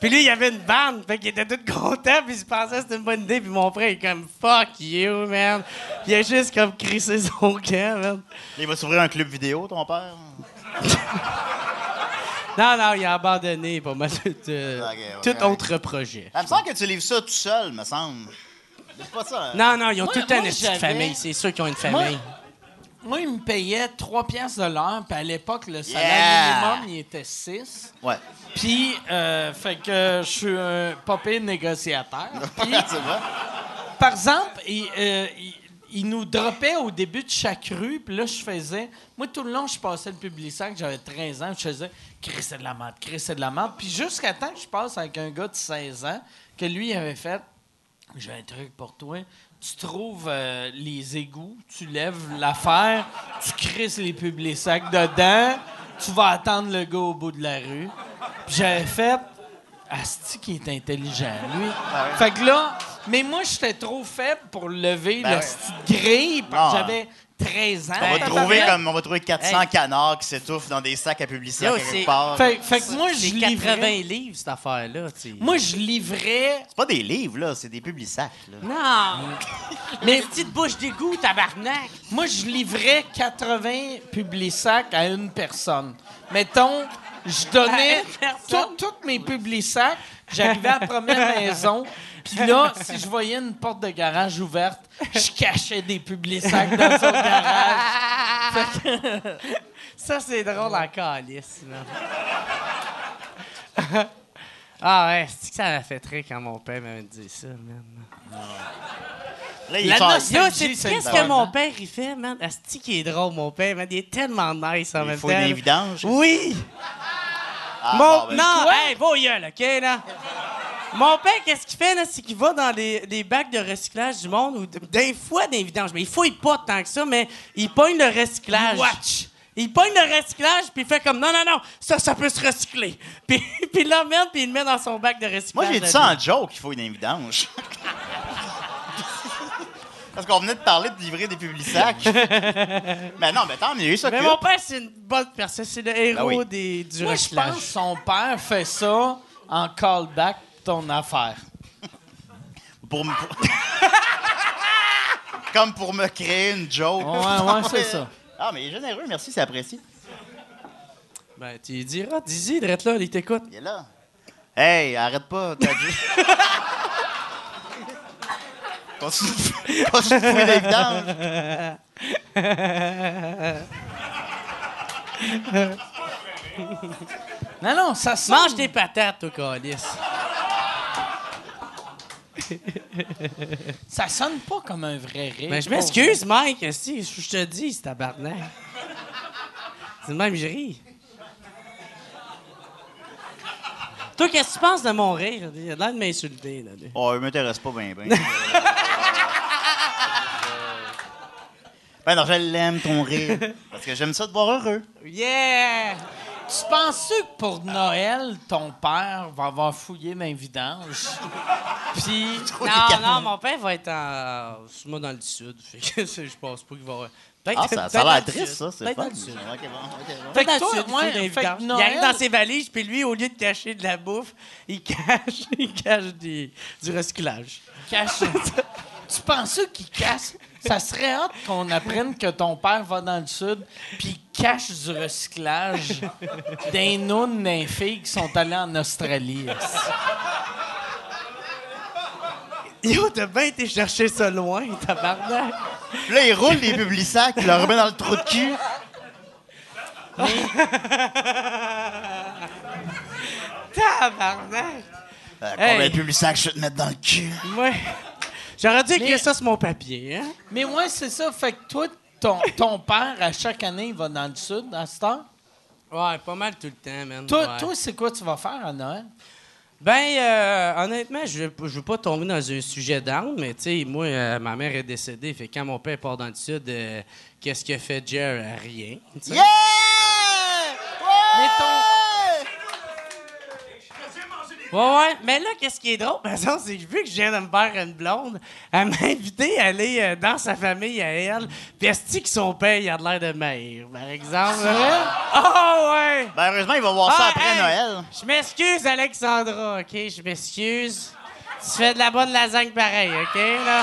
S5: Puis lui, il y avait une bande, fait qu'il était tout content, puis il se pensait que c'était une bonne idée, puis mon frère, il est comme fuck you, man. Puis il a juste comme crissé son camp, man.
S4: Il va s'ouvrir un club vidéo, ton père.
S5: Non, non, il a abandonné pas mal tout, euh,
S4: Ok, ouais,
S5: tout
S4: correct.
S5: autre projet.
S4: Ça me semble que tu livres ça tout seul, me semble. C'est pas ça. hein?
S5: Non, non, ils ont
S2: Moi-
S5: tout le temps
S2: moi,
S5: une petite
S2: j'avais-
S5: famille. C'est sûr qu'ils ont une famille.
S2: Moi, il me payait 3 piastres de l'heure, puis à l'époque, le salaire
S4: Yeah!
S2: minimum, il était 6.
S4: Ouais.
S2: Puis, euh, fait que je suis un popé négociateur. Puis,
S4: tu vois?
S2: Par exemple, il, euh, il- il nous dropait au début de chaque rue, puis là, je faisais. Moi, tout le long, je passais le public sac, j'avais 13 ans, je faisais Chris, c'est de la merde, Chris, c'est de la merde. Puis jusqu'à temps que je passe avec un gars de 16 ans, que lui, il avait fait J'ai un truc pour toi. Tu trouves euh, les égouts, tu lèves l'affaire, tu crisses les publics sacs dedans, tu vas attendre le gars au bout de la rue. Puis j'avais fait Asti qui est intelligent, lui.
S4: Ah
S2: Fait que là, mais moi, j'étais trop faible pour lever
S4: Ben
S2: la
S4: ouais.
S2: petite grille parce que
S4: Non,
S2: j'avais 13 ans.
S4: On va,
S5: Ben,
S4: trouver
S5: tabarnak.
S4: comme, on va trouver 400
S5: Hey.
S4: canards qui s'étouffent dans des sacs à publicité
S5: Yo,
S4: quelque
S5: c'est-
S4: part.
S2: Fait, fait que moi,
S5: C'est
S2: je
S5: 80
S2: livrais.
S5: livres, cette affaire-là. tu sais.
S2: Moi, je livrais.
S4: C'est pas des livres, là, c'est des publicsacs. Là.
S5: Non! Mais petite bouche d'égout, tabarnak!
S2: Moi, je livrais 80 publicsacs à une personne. Mettons, je
S5: À
S2: donnais
S5: une personne?
S2: tout- tous mes publicsacs. J'arrivais à la première maison. Puis là, si je voyais une porte de garage ouverte, je cachais des publicsacs dans son garage.
S5: Ça, c'est drôle en calice, là. Ah ouais, c'est que ça m'a fait très quand mon père m'avait dit ça, man.
S4: Là, ils
S2: La
S4: sont-
S2: noce-
S5: Yo,
S2: Nostalgie,
S5: c'est
S2: c'est
S5: qu'est-ce
S2: une
S5: que
S2: bonne,
S5: mon
S2: hein?
S5: père il fait, man? Asti qui est drôle, mon père, man. Il est tellement nice en
S4: Il
S5: même
S4: faut
S5: temps.
S4: des vidanges.
S5: Oui!
S4: Ah,
S5: Mon...
S4: bon, ben,
S5: non, hey, vos gueules, OK, là? Mon père, qu'est-ce qu'il fait, là? C'est qu'il va dans les, les bacs de recyclage du monde ou d- des fois des vidanges. Mais il fouille pas tant que ça, mais il pogne le recyclage.
S2: Watch!
S5: Il pogne le recyclage, puis il fait comme non, non, non, ça, ça peut se recycler. Puis, puis il l'emmène, puis il le met dans son bac de recyclage.
S4: Moi, j'ai dit
S5: à
S4: ça
S5: lui.
S4: en joke qu'il faut une évidence. Parce qu'on venait de parler de livrer des publics sacs. mais non, mais tant mieux, ça.
S5: Mais
S4: que-
S5: mon père, c'est une bonne personne. C'est le héros
S4: Ben oui.
S5: des, du
S2: Moi, je
S5: recyclage.
S2: pense que son père fait ça en callback ton affaire.
S4: Pour me- pour- Comme pour me créer une joke.
S2: Ouais, ouais, c'est ça.
S4: Ah, mais il est généreux, merci, c'est apprécié.
S5: Ben, tu lui diras, Dizzy, drette là, il t'écoute.
S4: Il est là. Hey, arrête pas, t'as dit. Continue de- continue de fouiller les vidanges.
S2: Non, non, ça sent.
S5: Mange des patates, au calice.
S2: Ça sonne pas comme un vrai rire.
S5: Ben, je m'excuse, Mike, si, je je te dis, c'est tabarnak. C'est le même, je ris. Toi, qu'est-ce que tu penses de mon rire? Il a l'air de m'insulter, là. lui.
S4: Oh, il m'intéresse pas bien, ben. ben non, je l'aime, ton rire. Parce que j'aime ça de voir heureux.
S2: Yeah! Tu penses-tu que pour Noël, ton père va avoir fouillé mes vidanges? Puis.
S5: Non, non, mon père va être en. C'est moi dans le sud. Fait que c'est- je pense pas qu'il va. Peut-être-
S4: Ah, ça, ça a
S5: peut-être
S4: l'air
S5: dans le
S4: triste,
S5: sud.
S4: ça. C'est
S5: Peut-être
S4: fun.
S5: dans le sud.
S4: Ok, bon, ok, bon.
S5: Fait que
S2: Fait que
S5: dans le
S2: toi,
S5: sud, il
S2: ouais,
S5: faut
S2: fait
S5: des
S2: que
S5: vidanges. Il
S2: Noël-
S5: arrive dans ses valises, puis lui, au lieu de cacher de la bouffe, il cache, il cache des- du recyclage.
S2: cache. tu penses qu'il cache? Ça serait hâte qu'on apprenne que ton père va dans le sud puis il cache du recyclage d'un noun d'un filles qui sont allées en Australie.
S5: Yo, t'as bien été chercher ça loin, tabarnak.
S4: Puis là, il roule les publics sacs, il le remet dans le trou de cul.
S5: Tabarnak.
S4: Euh, combien
S5: Hey.
S4: de publics sacs je vais te mettre dans le cul?
S5: Moi, j'aurais dû écrire
S2: Mais-
S5: ça sur mon papier, hein.
S2: Mais ouais, c'est ça. Fait que toi, ton, ton père, à chaque année, il va dans le sud à cette heure.
S5: Ouais, pas mal tout le temps, man.
S2: Toi,
S5: Ouais.
S2: toi c'est quoi tu vas faire à Noël?
S5: Ben, euh, honnêtement, je veux- je veux pas tomber dans un sujet d'armes, mais tu sais, moi, euh, ma mère est décédée, fait que quand mon père part dans le sud, euh, qu'est-ce que fait Jer? Euh, Rien. tu sais.
S4: Yeah!
S5: Mais
S4: Ouais!
S5: Ouais, ouais. Mais là, qu'est-ce qui est drôle, par exemple, c'est que vu que je viens de me faire une blonde, elle m'a invité à aller euh, dans sa famille à elle. Puis est-ce que son père, il a de l'air de maire, par exemple? Oh, ouais!
S4: Ben, heureusement, il va voir ça
S5: Ah,
S4: après
S5: hey!
S4: Noël.
S5: Je m'excuse, Alexandra, OK? Je m'excuse. Tu fais de la bonne lasagne pareil, OK, là?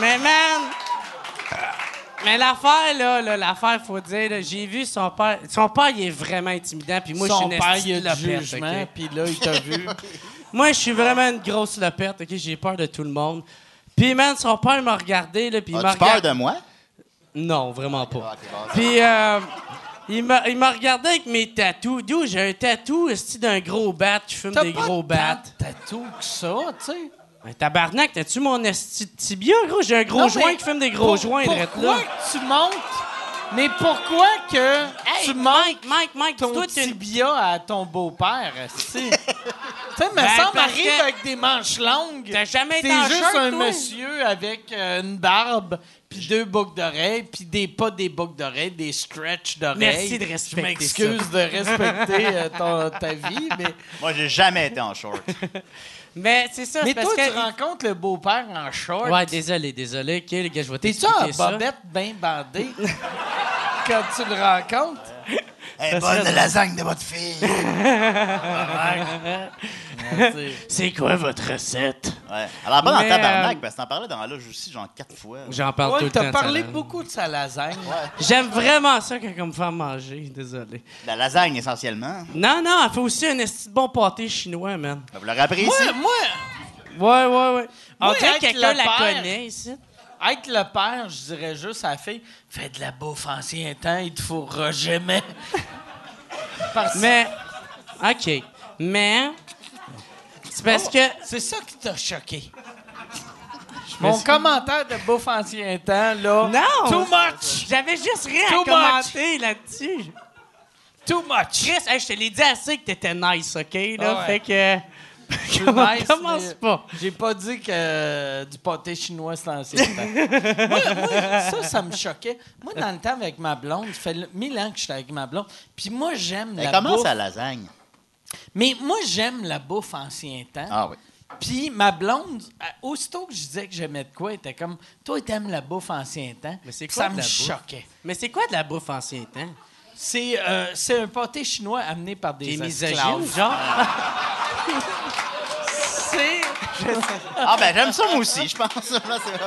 S5: Mais, man... Mais l'affaire, là, là, l'affaire, faut dire, là, j'ai vu son père... Son père, il est vraiment intimidant, puis moi, je suis
S2: Son
S5: une
S2: père,
S5: esti
S2: il
S5: de
S2: a du
S5: lopette,
S2: jugement,
S5: OK?
S2: puis là, il t'a vu.
S5: Moi, je suis vraiment une grosse lopette, OK? J'ai peur de tout le monde. Puis, man, son père m'a regardé, là, puis il m'a
S4: As-tu peur
S5: regardé...
S4: de moi?
S5: Non, vraiment pas.
S4: Ah, ok, bon, ça
S5: Puis euh, il m'a il m'a regardé avec mes tatous. D'où j'ai un tatou esti, d'un gros bat qui fume
S2: T'as
S5: des
S2: pas
S5: gros
S2: tant
S5: bats.
S2: de tatou que ça, tu sais.
S5: Un tabarnak, t'as-tu mon esti de tibia, gros? J'ai un gros
S2: Non,
S5: joint
S2: mais
S5: qui fume des gros
S2: pour-
S5: joints, drette
S2: Pourquoi
S5: là.
S2: que tu montes? Mais pourquoi que
S5: Hey,
S2: tu montes
S5: Mike, Mike, Mike,
S2: ton
S5: toi, t'es une
S2: tibia à ton beau-père, esti? tu sais, me
S5: Ben,
S2: semble,
S5: parce
S2: arrive
S5: que-
S2: avec des manches longues.
S5: T'as jamais été
S2: T'es
S5: en
S2: juste
S5: shirt,
S2: un
S5: toi?
S2: monsieur avec euh, une barbe, puis deux boucles d'oreilles, puis des pas des boucles d'oreilles, des stretch d'oreilles.
S5: Merci de respecter
S2: Je m'excuse de respecter euh, ton- ta vie, mais,
S4: Moi, j'ai jamais été en short.
S5: Mais c'est ça,
S2: mais
S5: c'est
S2: toi,
S5: parce
S2: tu
S5: que...
S2: rencontres le beau-père en short.
S5: Ouais, désolé, désolé. OK, les gars, je vais
S2: T'es-tu
S5: t'expliquer
S2: en
S5: ça.
S2: bobette bien bandée quand tu le rencontres?
S4: hey, bonne la lasagne de votre fille.
S5: C'est quoi votre recette?
S4: Ouais. Alors, pas dans
S5: Mais,
S4: tabarnak,
S5: euh,
S4: parce que t'en parlais dans l'âge aussi, genre quatre fois.
S5: J'en parle tout
S2: Ouais,
S5: le temps.
S2: t'as parlé
S5: ça, là.
S2: beaucoup de sa lasagne.
S5: J'aime vraiment ça quand on me fait manger, désolé.
S4: La lasagne, essentiellement.
S5: Non, non, elle fait aussi un esti de bon pâté chinois, man.
S4: Ben, Vous l'aurez appris
S2: Moi,
S4: ici.
S2: moi,
S5: Ouais, ouais, ouais. On
S2: Moi,
S5: dirait
S2: avec
S5: que quelqu'un
S2: le
S5: la
S2: père.
S5: connaît ici.
S2: être le père, je dirais juste à la fille, fais de la bouffe ancien temps, il te faudra jamais. Parce-
S5: Mais, OK. Mais, c'est parce que.
S2: C'est ça qui t'a choqué. Mon commentaire de bouffe ancien temps, là.
S5: Non!
S2: Too much!
S5: J'avais juste rien
S2: Too
S5: à
S2: much.
S5: commenter là-dessus.
S2: Too much!
S5: Chris, hey, je te l'ai dit assez que t'étais nice, OK? Là,
S2: Ah ouais.
S5: Fait que.
S2: Je suis
S5: Comment-
S2: nice,
S5: commence
S2: mais
S5: pas.
S2: J'ai pas dit que euh, du pâté chinois, c'était ancien temps. moi, moi, ça, ça me choquait. Moi, dans le temps, avec ma blonde, ça fait mille ans que j'étais avec ma blonde, puis moi, j'aime
S4: Elle
S2: la
S4: commence
S2: bouffe.
S4: à lasagne.
S2: Mais moi, j'aime la bouffe ancien temps.
S4: Ah oui.
S2: Puis ma blonde, à- aussitôt que je disais que j'aimais de quoi, elle était comme Toi, t'aimes la bouffe ancien temps.
S5: Mais c'est
S2: Puis
S5: quoi
S2: Ça
S5: de
S2: me
S5: la bouffe?
S2: choquait.
S5: Mais c'est quoi de la bouffe ancien temps?
S2: C'est euh, c'est un pâté chinois amené par des
S5: T'es misogyne,
S2: esclaves.
S5: genre?
S2: C'est-
S4: Ah ben j'aime ça moi aussi, je pense. C'est vraiment-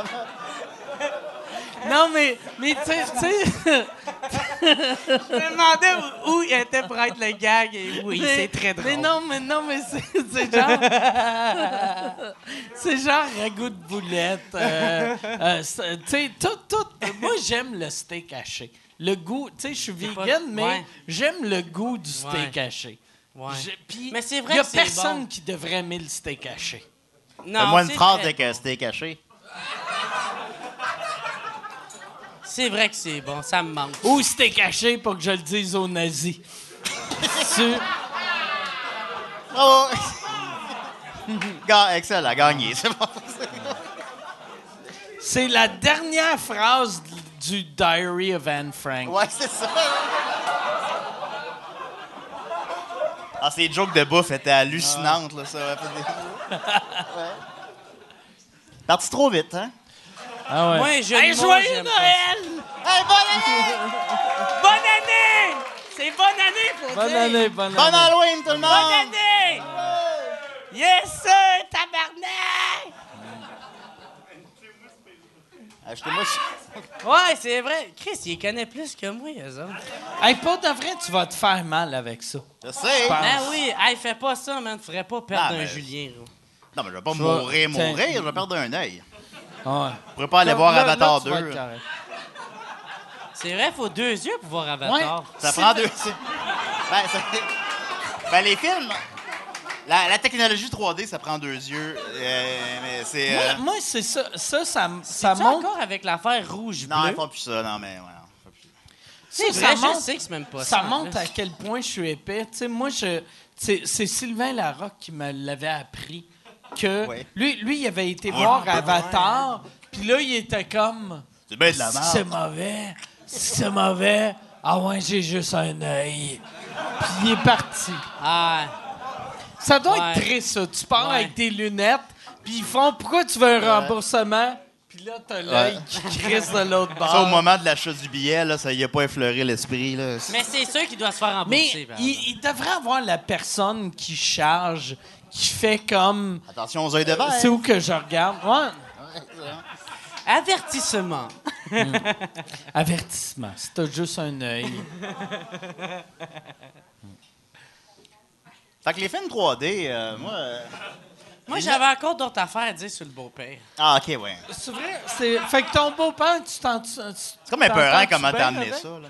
S2: Non, mais, mais tu sais- tu sais.
S5: Je me demandais où, où il était pour être le gag. Et oui,
S2: Mais-
S5: c'est très drôle.
S2: Mais non, mais non, mais c'est c'est genre. c'est genre ragoût de boulette. euh, euh, c'est- tu sais, tout, tout. Moi, j'aime le steak haché. Le goût, tu sais, je suis
S5: pas-
S2: vegan, mais
S5: ouais.
S2: j'aime le goût du steak
S5: Ouais.
S2: haché.
S5: Ouais.
S2: Je- puis
S5: Mais c'est
S2: Il
S5: vrai
S2: n'y a
S5: que c'est
S2: personne
S5: bon.
S2: qui devrait aimer le steak haché.
S5: Non,
S4: Fais-moi une
S5: c'est
S4: phrase dès
S5: vrai.
S4: que c'était caché.
S5: C'est vrai que c'est bon, ça me manque.
S2: Ou steak haché pour que je le dise aux nazis. Sur-
S4: Bravo! Ah Ga- Excellent, gagné. C'est bon.
S2: C'est la dernière phrase du Diary of Anne Frank.
S4: Ouais, c'est ça. Ah, ces jokes de bouffe étaient hallucinantes, là, ça. Ouais. Parti trop vite, hein?
S2: Ah ouais.
S5: Ouais, je
S2: Hey,
S5: non,
S2: joyeux
S5: j'aime pas
S2: Noël!
S4: Hey, bonne année!
S5: ça. Bonne année! C'est bonne année, faut
S2: Bonne
S5: dire.
S2: année, bonne année.
S4: Bonne Halloween, tout le
S5: Bonne
S4: monde!
S5: année! Yes, sir, tabarnak!
S4: Achetez-moi ce-
S5: Ouais, c'est vrai. Chris, il connaît plus que moi, eux autres.
S2: Hey, pour de vrai, tu vas te faire mal avec ça.
S4: Je sais.
S5: Ben oui, hey, fais pas ça, man. Ferais pas perdre
S4: Non,
S5: un
S4: mais-
S5: Julien, gros.
S4: Non, mais je vais pas
S2: Je vais-
S4: mourir,
S2: tiens.
S4: mourir. Je vais perdre un œil.
S2: Ouais.
S4: Je pourrais pas aller voir
S2: Là- là,
S4: Avatar hein.
S2: tu vas être
S4: 2.
S2: correct.
S5: C'est vrai, faut deux yeux pour voir Avatar.
S4: Ça
S2: Si
S4: prend
S2: le-
S4: deux. c'est- Ben, ça- ben, les films. La, la technologie 3D, ça prend deux yeux. Euh, mais c'est. euh,
S2: Moi, moi, c'est ça. Ça, ça, m- ça
S5: Ça
S2: montre.
S5: encore avec l'affaire rouge-bleu.
S4: Non, ils font plus ça. Non, mais. ouais, non, ils font plus ça.
S2: Ça,
S5: C'est
S2: ça
S5: vrai, je
S2: montre.
S5: sais que c'est même pas ça.
S2: Ça
S5: en
S2: montre
S5: plus.
S2: à quel point je suis épais. Tu sais, moi, je, tu sais, c'est Sylvain Larocque qui me l'avait appris que
S4: Ouais.
S2: lui, lui, il avait
S4: Ah,
S2: été voir Avatar, puis là, il était comme.
S4: C'est bien de la
S2: Si c'est
S4: merde.
S2: mauvais, si c'est mauvais, ah ouais, j'ai juste un œil. Puis il est parti.
S5: Ah,
S2: Ça doit
S5: Ouais.
S2: être triste, ça. Tu pars
S5: Ouais.
S2: avec tes lunettes, puis ils font pourquoi tu veux un remboursement, puis là, t'as l'œil qui crisse de l'autre
S4: Ça, au
S2: bord.
S4: moment de l'achat du billet, là, ça y a pas effleuré l'esprit. là. C'est-
S5: mais c'est sûr qu'il doit se faire
S2: Mais
S5: rembourser. par exemple.
S2: il, il devrait avoir la personne qui charge, qui fait comme.
S4: Attention aux yeux de verre.
S2: Euh, C'est où que je regarde? Ouais.
S5: Avertissement.
S2: Avertissement. Si t'as juste un œil.
S4: Fait que les films 3D, euh, moi. euh,
S5: Moi, j'avais encore d'autres affaires à dire sur le beau-père.
S4: Ah, ok, ouais.
S2: C'est vrai? C'est... Fait que ton beau-père, tu t'en. tu-
S4: C'est comme épeurant comment
S2: tu
S4: t'as amené
S2: avec?
S4: ça. Là.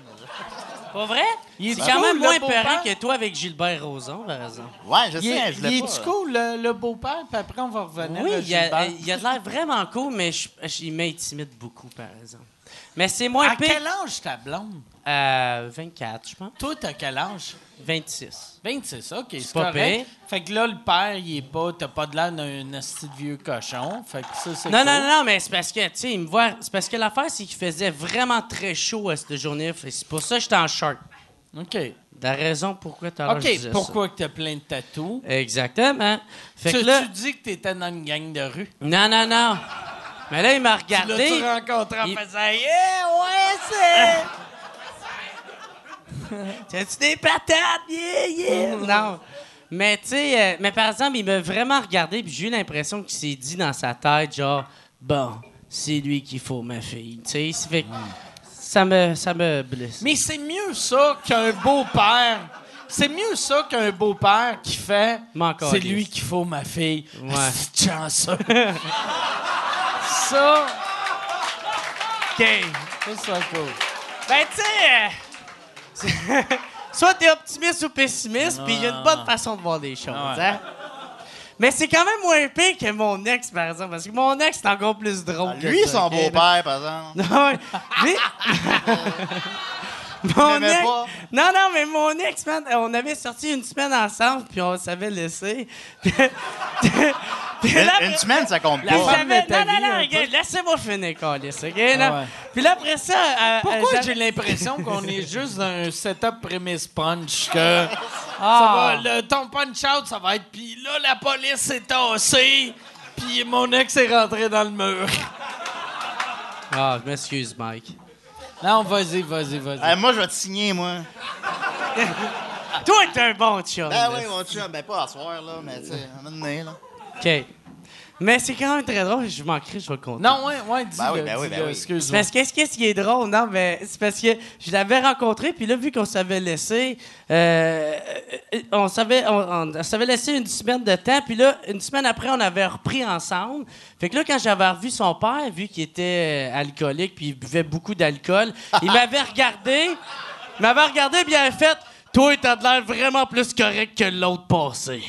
S5: Pas vrai?
S2: Il est
S5: C'est quand
S2: cool,
S5: même
S2: le
S5: moins
S2: beau-père.
S5: épeurant que toi avec Gilbert Rozon, par exemple.
S4: Ouais, je
S2: Il
S4: sais,
S2: est,
S4: je
S2: il
S4: l'ai
S2: est
S4: pas.
S2: du cool, le, le beau-père, puis après, on va revenir.
S5: Oui,
S2: à
S5: il a, euh,
S2: Gilbert.
S5: il a de l'air vraiment cool, mais je- je- il m'intimide beaucoup, par exemple. Mais c'est moins
S2: À
S5: pire.
S2: quel âge ta blonde?
S5: Euh, 24, je pense.
S2: Toi, t'as quel âge?
S5: 26.
S2: 26, OK, c'est
S5: pas
S2: correct.
S5: pire.
S2: Fait que là, le père, il est pas... T'as pas de l'air d'un asti de vieux cochon. Fait que ça, c'est
S5: Non,
S2: cool.
S5: non, non, mais c'est parce que, tu sais, il me voit. C'est parce que l'affaire, c'est qu'il faisait vraiment très chaud à cette journée. Fait que C'est pour ça que j'étais en short.
S2: OK.
S5: La raison pourquoi tu as
S2: OK, pourquoi que t'as plein de tatous?
S5: Exactement. Fait
S2: Tu,
S5: que là.
S2: tu dis que t'étais dans une gang de rue.
S5: Non, non, non. Mais là, il m'a regardé.
S2: Là, tu rencontres en
S5: Il-
S2: faisant « Yeah, ouais, c'est...
S5: T'as-tu des patates? Yeah, yeah!
S2: Mm.
S5: Non. Mais tu sais, euh, mais par exemple, il m'a vraiment regardé, puis j'ai eu l'impression qu'il s'est dit dans sa tête, genre, bon, c'est lui qu'il faut, ma fille. Tu sais, ça fait que
S2: Mm.
S5: ça me, ça me blesse. »
S2: Mais c'est mieux ça qu'un beau-père. C'est mieux ça qu'un beau-père qui fait
S5: M'en calisse.
S2: C'est lui qu'il faut, ma fille. Ah,
S5: Ouais.
S2: C'est chanceux. ça,
S5: OK.
S2: ça, c'est cool.
S5: Ben tu sais, euh, soit t'es optimiste ou pessimiste, puis il y a une bonne façon de voir des choses, hein? Mais c'est quand même moins pire que mon ex, par exemple, parce que mon ex, c'est encore plus drôle. que
S4: Ah, Lui,
S5: ça,
S4: son
S5: OK?
S4: beau-père, par exemple.
S5: Non, ouais. Lui- Mon
S4: m'aimais
S5: ex-
S4: pas.
S5: Non, non, mais mon ex, man, euh, on avait sorti une semaine ensemble, puis on s'avait laissé. Puis- puis- puis
S4: Une,
S5: là,
S4: une semaine, ça compte
S5: puis
S4: pas.
S5: j'avais-
S8: de ta
S5: non, non,
S8: vie,
S5: non,
S8: un
S5: regarde, laissez-moi finir, Carlis, OK? là.
S2: Ah ouais.
S5: Puis là, après ça... euh, euh,
S2: Pourquoi
S5: j'avais-
S2: j'ai l'impression qu'on est juste dans un setup prémisse punch que
S5: Ah.
S2: ça va, le, ton punch out ça va être puis là la police s'est tassée puis mon ex est rentré dans le mur.
S5: Ah, je m'excuse, Mike.
S2: Non, vas-y, vas-y, vas-y.
S4: Euh, moi, je vais te signer, moi.
S5: Ah, Toi, t'es un bon chum.
S4: Ben
S5: là.
S4: oui, mon chum. Ben pas à soir, là, mais tu sais, à un moment donné, là.
S5: OK. Mais c'est quand même très drôle. Je m'en crie, je vais le compter.
S2: Non, ouais, ouais, dis-le.
S4: Ben oui, ben oui, ben
S2: dis-le,
S4: oui.
S5: C'est
S2: Excuse-moi.
S5: parce qu'est-ce qu'est-ce qui est drôle, non, mais c'est parce que je l'avais rencontré, puis là, vu qu'on s'avait laissé, euh, euh, on s'avait on, on s'avait laissé une semaine de temps, puis là, une semaine après, on avait repris ensemble. Fait que là, quand j'avais revu son père, vu qu'il était euh, alcoolique, puis il buvait beaucoup d'alcool, il m'avait regardé, il m'avait regardé, bien fait, toi, t'as de l'air vraiment plus correct que l'autre passé.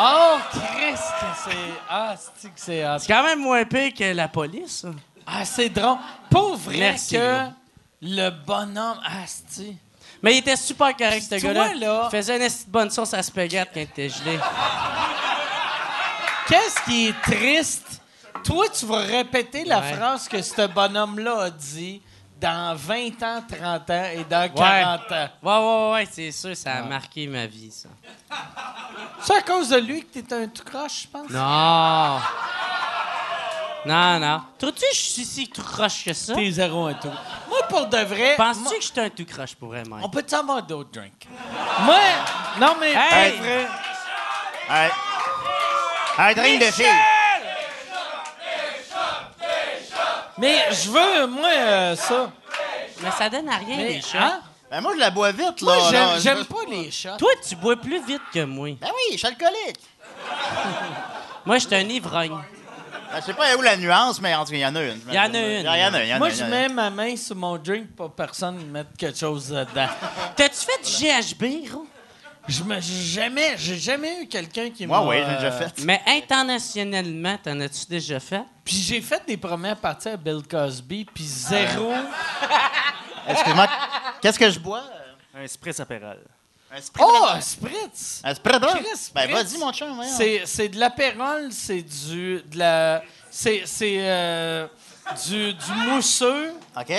S2: Oh, Christ, c'est ah, c'est que c'est hot.
S5: C'est quand même moins pire que la police. ça.
S2: ah, c'est drôle. Pour vrai
S5: Merci,
S2: que
S5: gros.
S2: le bonhomme asti.
S5: Mais il était super correct, ce
S2: Puis
S5: gars-là.
S2: toi, là-
S5: Il faisait une esti de bonne sauce à spaghette quand il était gelé.
S2: Qu'est-ce qui est triste? Toi, tu vas répéter la
S5: Ouais.
S2: phrase que ce bonhomme-là a dit dans 20 ans, 30 ans et dans 40 ans.
S5: Ouais, ouais, ouais, c'est sûr, ça a marqué ma vie, ça.
S2: C'est à cause de lui que t'es un tout croche, je pense?
S5: Non! Non, non. Trouves-tu que je suis si tout croche que ça?
S2: T'es zéro un tout. Moi, pour de vrai... moi-
S5: Penses-tu que je suis un tout croche pour vrai, Mike?
S2: On peut-tu avoir d'autres drinks? Moi... Non, mais...
S5: Hey!
S2: Pour vrai.
S4: Hey. Un drink de filles.
S2: Mais je veux, moi, euh, ça.
S5: Mais ça donne à rien,
S2: Mais-
S5: les chats.
S2: hein?
S4: Ben moi, je la bois vite, là.
S2: Moi, j'aime-
S4: là.
S2: j'aime pas les shots.
S5: Toi, tu bois plus vite que moi.
S4: Ben oui, je suis alcoolique.
S5: Moi, je suis un ivrogne.
S4: Ben, je sais pas où la nuance, mais en tout cas, il y en a une.
S5: Il y en a une.
S4: Il y en a une. il y en a
S2: Moi,
S4: une,
S2: je
S4: il y en a
S2: mets
S4: une.
S2: ma main sur mon drink pour personne mettre quelque chose dedans.
S5: T'as-tu fait du GHB, gros?
S2: Je me... j'ai Jamais... J'ai jamais eu quelqu'un qui
S4: Moi,
S2: m'a...
S4: oui, j'ai déjà
S2: euh,
S4: fait.
S5: Mais internationalement, t'en as-tu déjà fait?
S2: Puis j'ai fait des premières parties à Bill Cosby, puis zéro.
S4: Excuse-moi, qu'est-ce que je bois? Euh,
S7: Un spritz apéral.
S4: Un spritz.
S2: Oh, Spritz!
S4: Un spritz.
S2: Chris,
S4: Ben
S2: spritz.
S4: vas-y, mon chum, voyons.
S2: C'est, c'est de l'apérole, c'est du. de la. C'est. c'est euh, du, du mousseux,
S4: OK?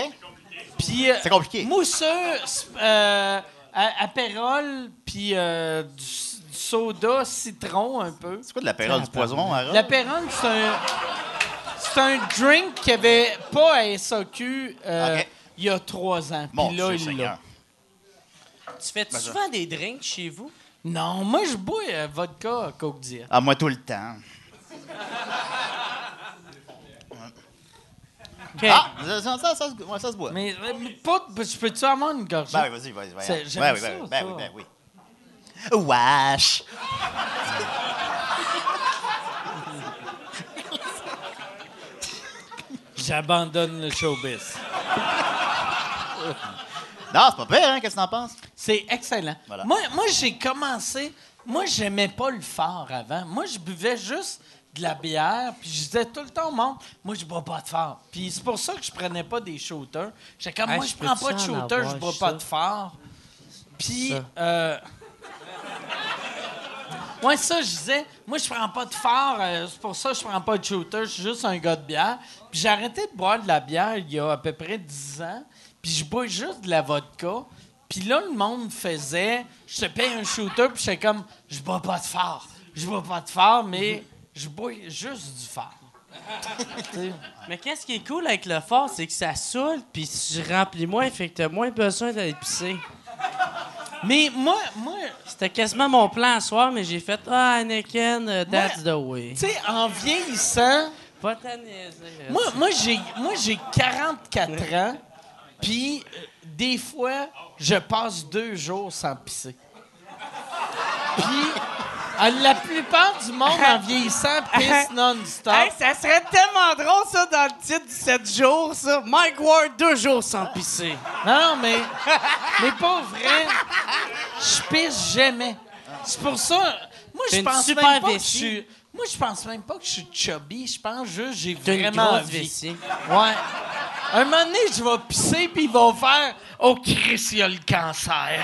S2: puis. euh,
S4: C'est compliqué.
S2: Mousseux, sp- euh, a- apérole, puis euh, du, du soda, citron un peu.
S4: C'est quoi de la période du poison, Harold?
S2: L'apérole, c'est un. C'est un drink qu'il n'y avait pas à SAQ euh,
S4: Ok.
S2: il y a trois ans. Puis
S4: Mon
S2: là,
S4: Dieu,
S2: il l'a.
S4: Seigneur.
S5: Tu fais
S2: Ben,
S5: souvent des drinks chez vous?
S2: Non, moi, je bois euh, vodka Coke Diet.
S4: Ah, moi, tout le temps.
S5: OK.
S4: Ah, ça, ça, ça, ça se- ouais, ça se boit.
S2: Mais, euh, mais pas, je peux-tu avoir une gorgée?
S4: Ben oui, vas-y, vas-y. vas-y.
S2: C'est- j'aime
S4: Ben oui,
S2: ça,
S4: ben oui,
S2: ça.
S4: ben oui, ben oui. Wesh!
S2: J'abandonne le showbiz.
S4: Non, c'est pas pire, hein? Qu'est-ce que t'en penses?
S2: C'est excellent.
S4: Voilà.
S2: Moi, moi j'ai commencé. Moi, j'aimais pas le fort avant. Moi, je buvais juste de la bière, puis je disais tout le temps au monde, moi, je bois pas de fort. Puis c'est pour ça que je prenais pas des shooters. J'étais comme,
S5: Hey,
S2: moi,
S5: je
S2: je prends
S5: peux-tu
S2: pas de
S5: en
S2: shooter,
S5: avoir,
S2: je bois
S5: ça?
S2: pas de fort. Puis,
S5: Ça.
S2: euh, ouais, ça, je disais, moi, je prends pas de fort, euh, c'est pour ça que je prends pas de shooter, je suis juste un gars de bière. Puis j'ai arrêté de boire de la bière il y a à peu près 10 ans, puis je bois juste de la vodka. Puis là, le monde faisait, je te paye un shooter, puis j'étais comme, je bois pas de fort. Je bois pas de fort, mais je bois juste du fort.
S5: Mais qu'est-ce qui est cool avec le fort, c'est que ça saoule, puis tu remplis moins, fait que t'as moins besoin d'aller pisser.
S2: Mais moi, moi,
S5: C'était quasiment mon plan à soir, mais j'ai fait Ah, Anakin, euh, that's
S2: Ouais.
S5: the way.
S2: tu sais, en vieillissant,
S5: Pas t'en niaiser, là.
S2: Moi, moi, j'ai, moi, j'ai 44 ans, puis euh, des fois, je passe deux jours sans pisser. Puis, euh, la plupart du monde, en vieillissant, pisse non-stop.
S5: Hey, ça serait tellement drôle, ça, dans le titre du 7 jours, ça. Ah. Mike Ward, deux jours sans pisser.
S2: Non, mais, mais pas vrai. Je pisse jamais. C'est pour ça, moi,
S5: T'es
S2: je
S5: une
S2: pense même
S5: super
S2: pas que je
S5: vessie.
S2: suis... Moi, je pense même pas que je suis chubby. Je pense juste que j'ai
S5: T'as une
S2: vraiment
S5: grosse
S2: envie.
S5: vessie.
S2: Ouais.
S8: Un moment donné, je vais pisser, puis ils vont faire « Oh, Chris, il a le cancer!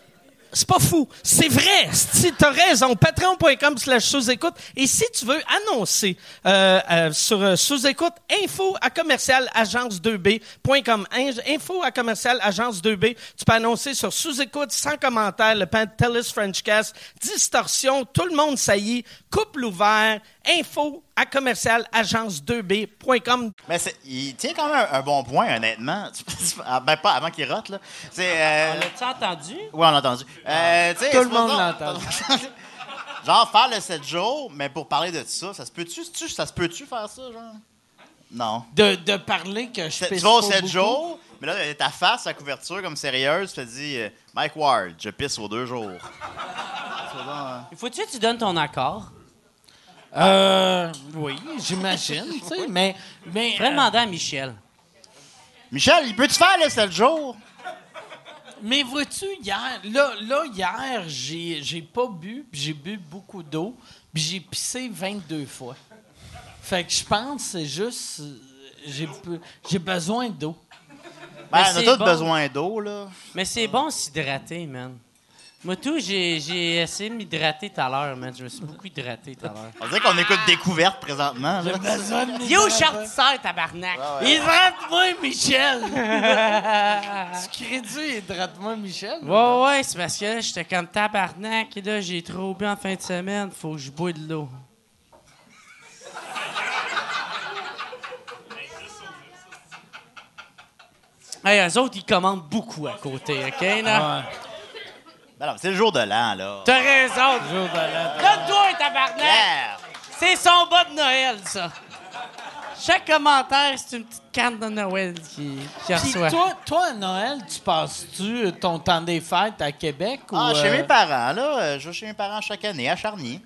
S6: C'est pas fou. C'est vrai. Si t'as raison, patreon.com slash sous-écoute. Et si tu veux annoncer euh, euh, sur euh, sous-écoute, info à commercial agence2b.com. In- Info à commercial agence2b. Tu peux annoncer sur sous-écoute, sans commentaire, le pan TELUS Frenchcast, distorsion, tout le monde saillit, couple ouvert, info à commercial agence2b.com.
S4: Mais c'est- il tient quand même un, un bon point, honnêtement. Ah, ben, pas avant qu'il rote, là. C'est, euh,
S5: L'as-tu entendu?
S4: Ouais, on l'a entendu. Euh, tu sais,
S8: Tout le
S4: c'est
S8: monde
S4: pas-
S8: l'entend.
S4: genre, faire le 7 jours, mais pour parler de ça, ça se peut-tu, c'est-tu- ça se peut-tu faire ça, genre? Non. »
S8: De, de parler que je
S4: Tu
S8: pisse
S4: vas au
S8: pas
S4: 7
S8: beaucoup.
S4: jours, mais là, ta face, la couverture, comme sérieuse, tu te dis euh, Mike Ward, je pisse aux deux jours.
S5: Faut-tu que tu donnes ton accord?
S8: Euh, oui, j'imagine, tu sais, mais... mais euh,
S5: Je vais demander à Michel.
S4: Michel, il peut-tu faire le 7 jours?
S8: Mais vois-tu, hier, là, là hier, j'ai, j'ai pas bu, puis j'ai bu beaucoup d'eau, puis j'ai pissé 22 fois. Fait que je pense que c'est juste. euh, J'ai, peu- j'ai besoin d'eau.
S4: Ben, on a
S5: c'est
S4: tous
S5: bon.
S4: besoin d'eau, là.
S5: Mais c'est bon s'hydrater, man. Moi, tout, j'ai j'ai essayé de m'hydrater tout à l'heure, man. Je me suis beaucoup hydraté tout à l'heure.
S4: On dirait qu'on écoute découverte présentement. là.
S8: Besoin de
S5: Yo, Chartisseur, tabarnak!
S8: Hydrate-moi, Michel! tu crées-tu hydrate-moi, Michel?
S5: Ouais, ouais, c'est parce que là, j'étais comme tabarnak. Et là, j'ai trop bu en fin de semaine. Faut que je bois de l'eau. Hey, eux autres, ils commandent beaucoup à côté, OK? là?
S4: Ben non, c'est le jour de l'an, là.
S5: T'as raison. Donne-toi un tabarnak.
S4: Yeah!
S5: C'est son bas de Noël, ça. Chaque commentaire, c'est une petite canne de Noël qui, qui
S8: Puis
S5: reçoit.
S8: toi, toi, à Noël, tu passes-tu euh, ton temps des fêtes à Québec?
S4: Ah,
S8: ou,
S4: chez
S8: euh,
S4: mes parents, là. euh, Je vais chez mes parents chaque année, à Charny.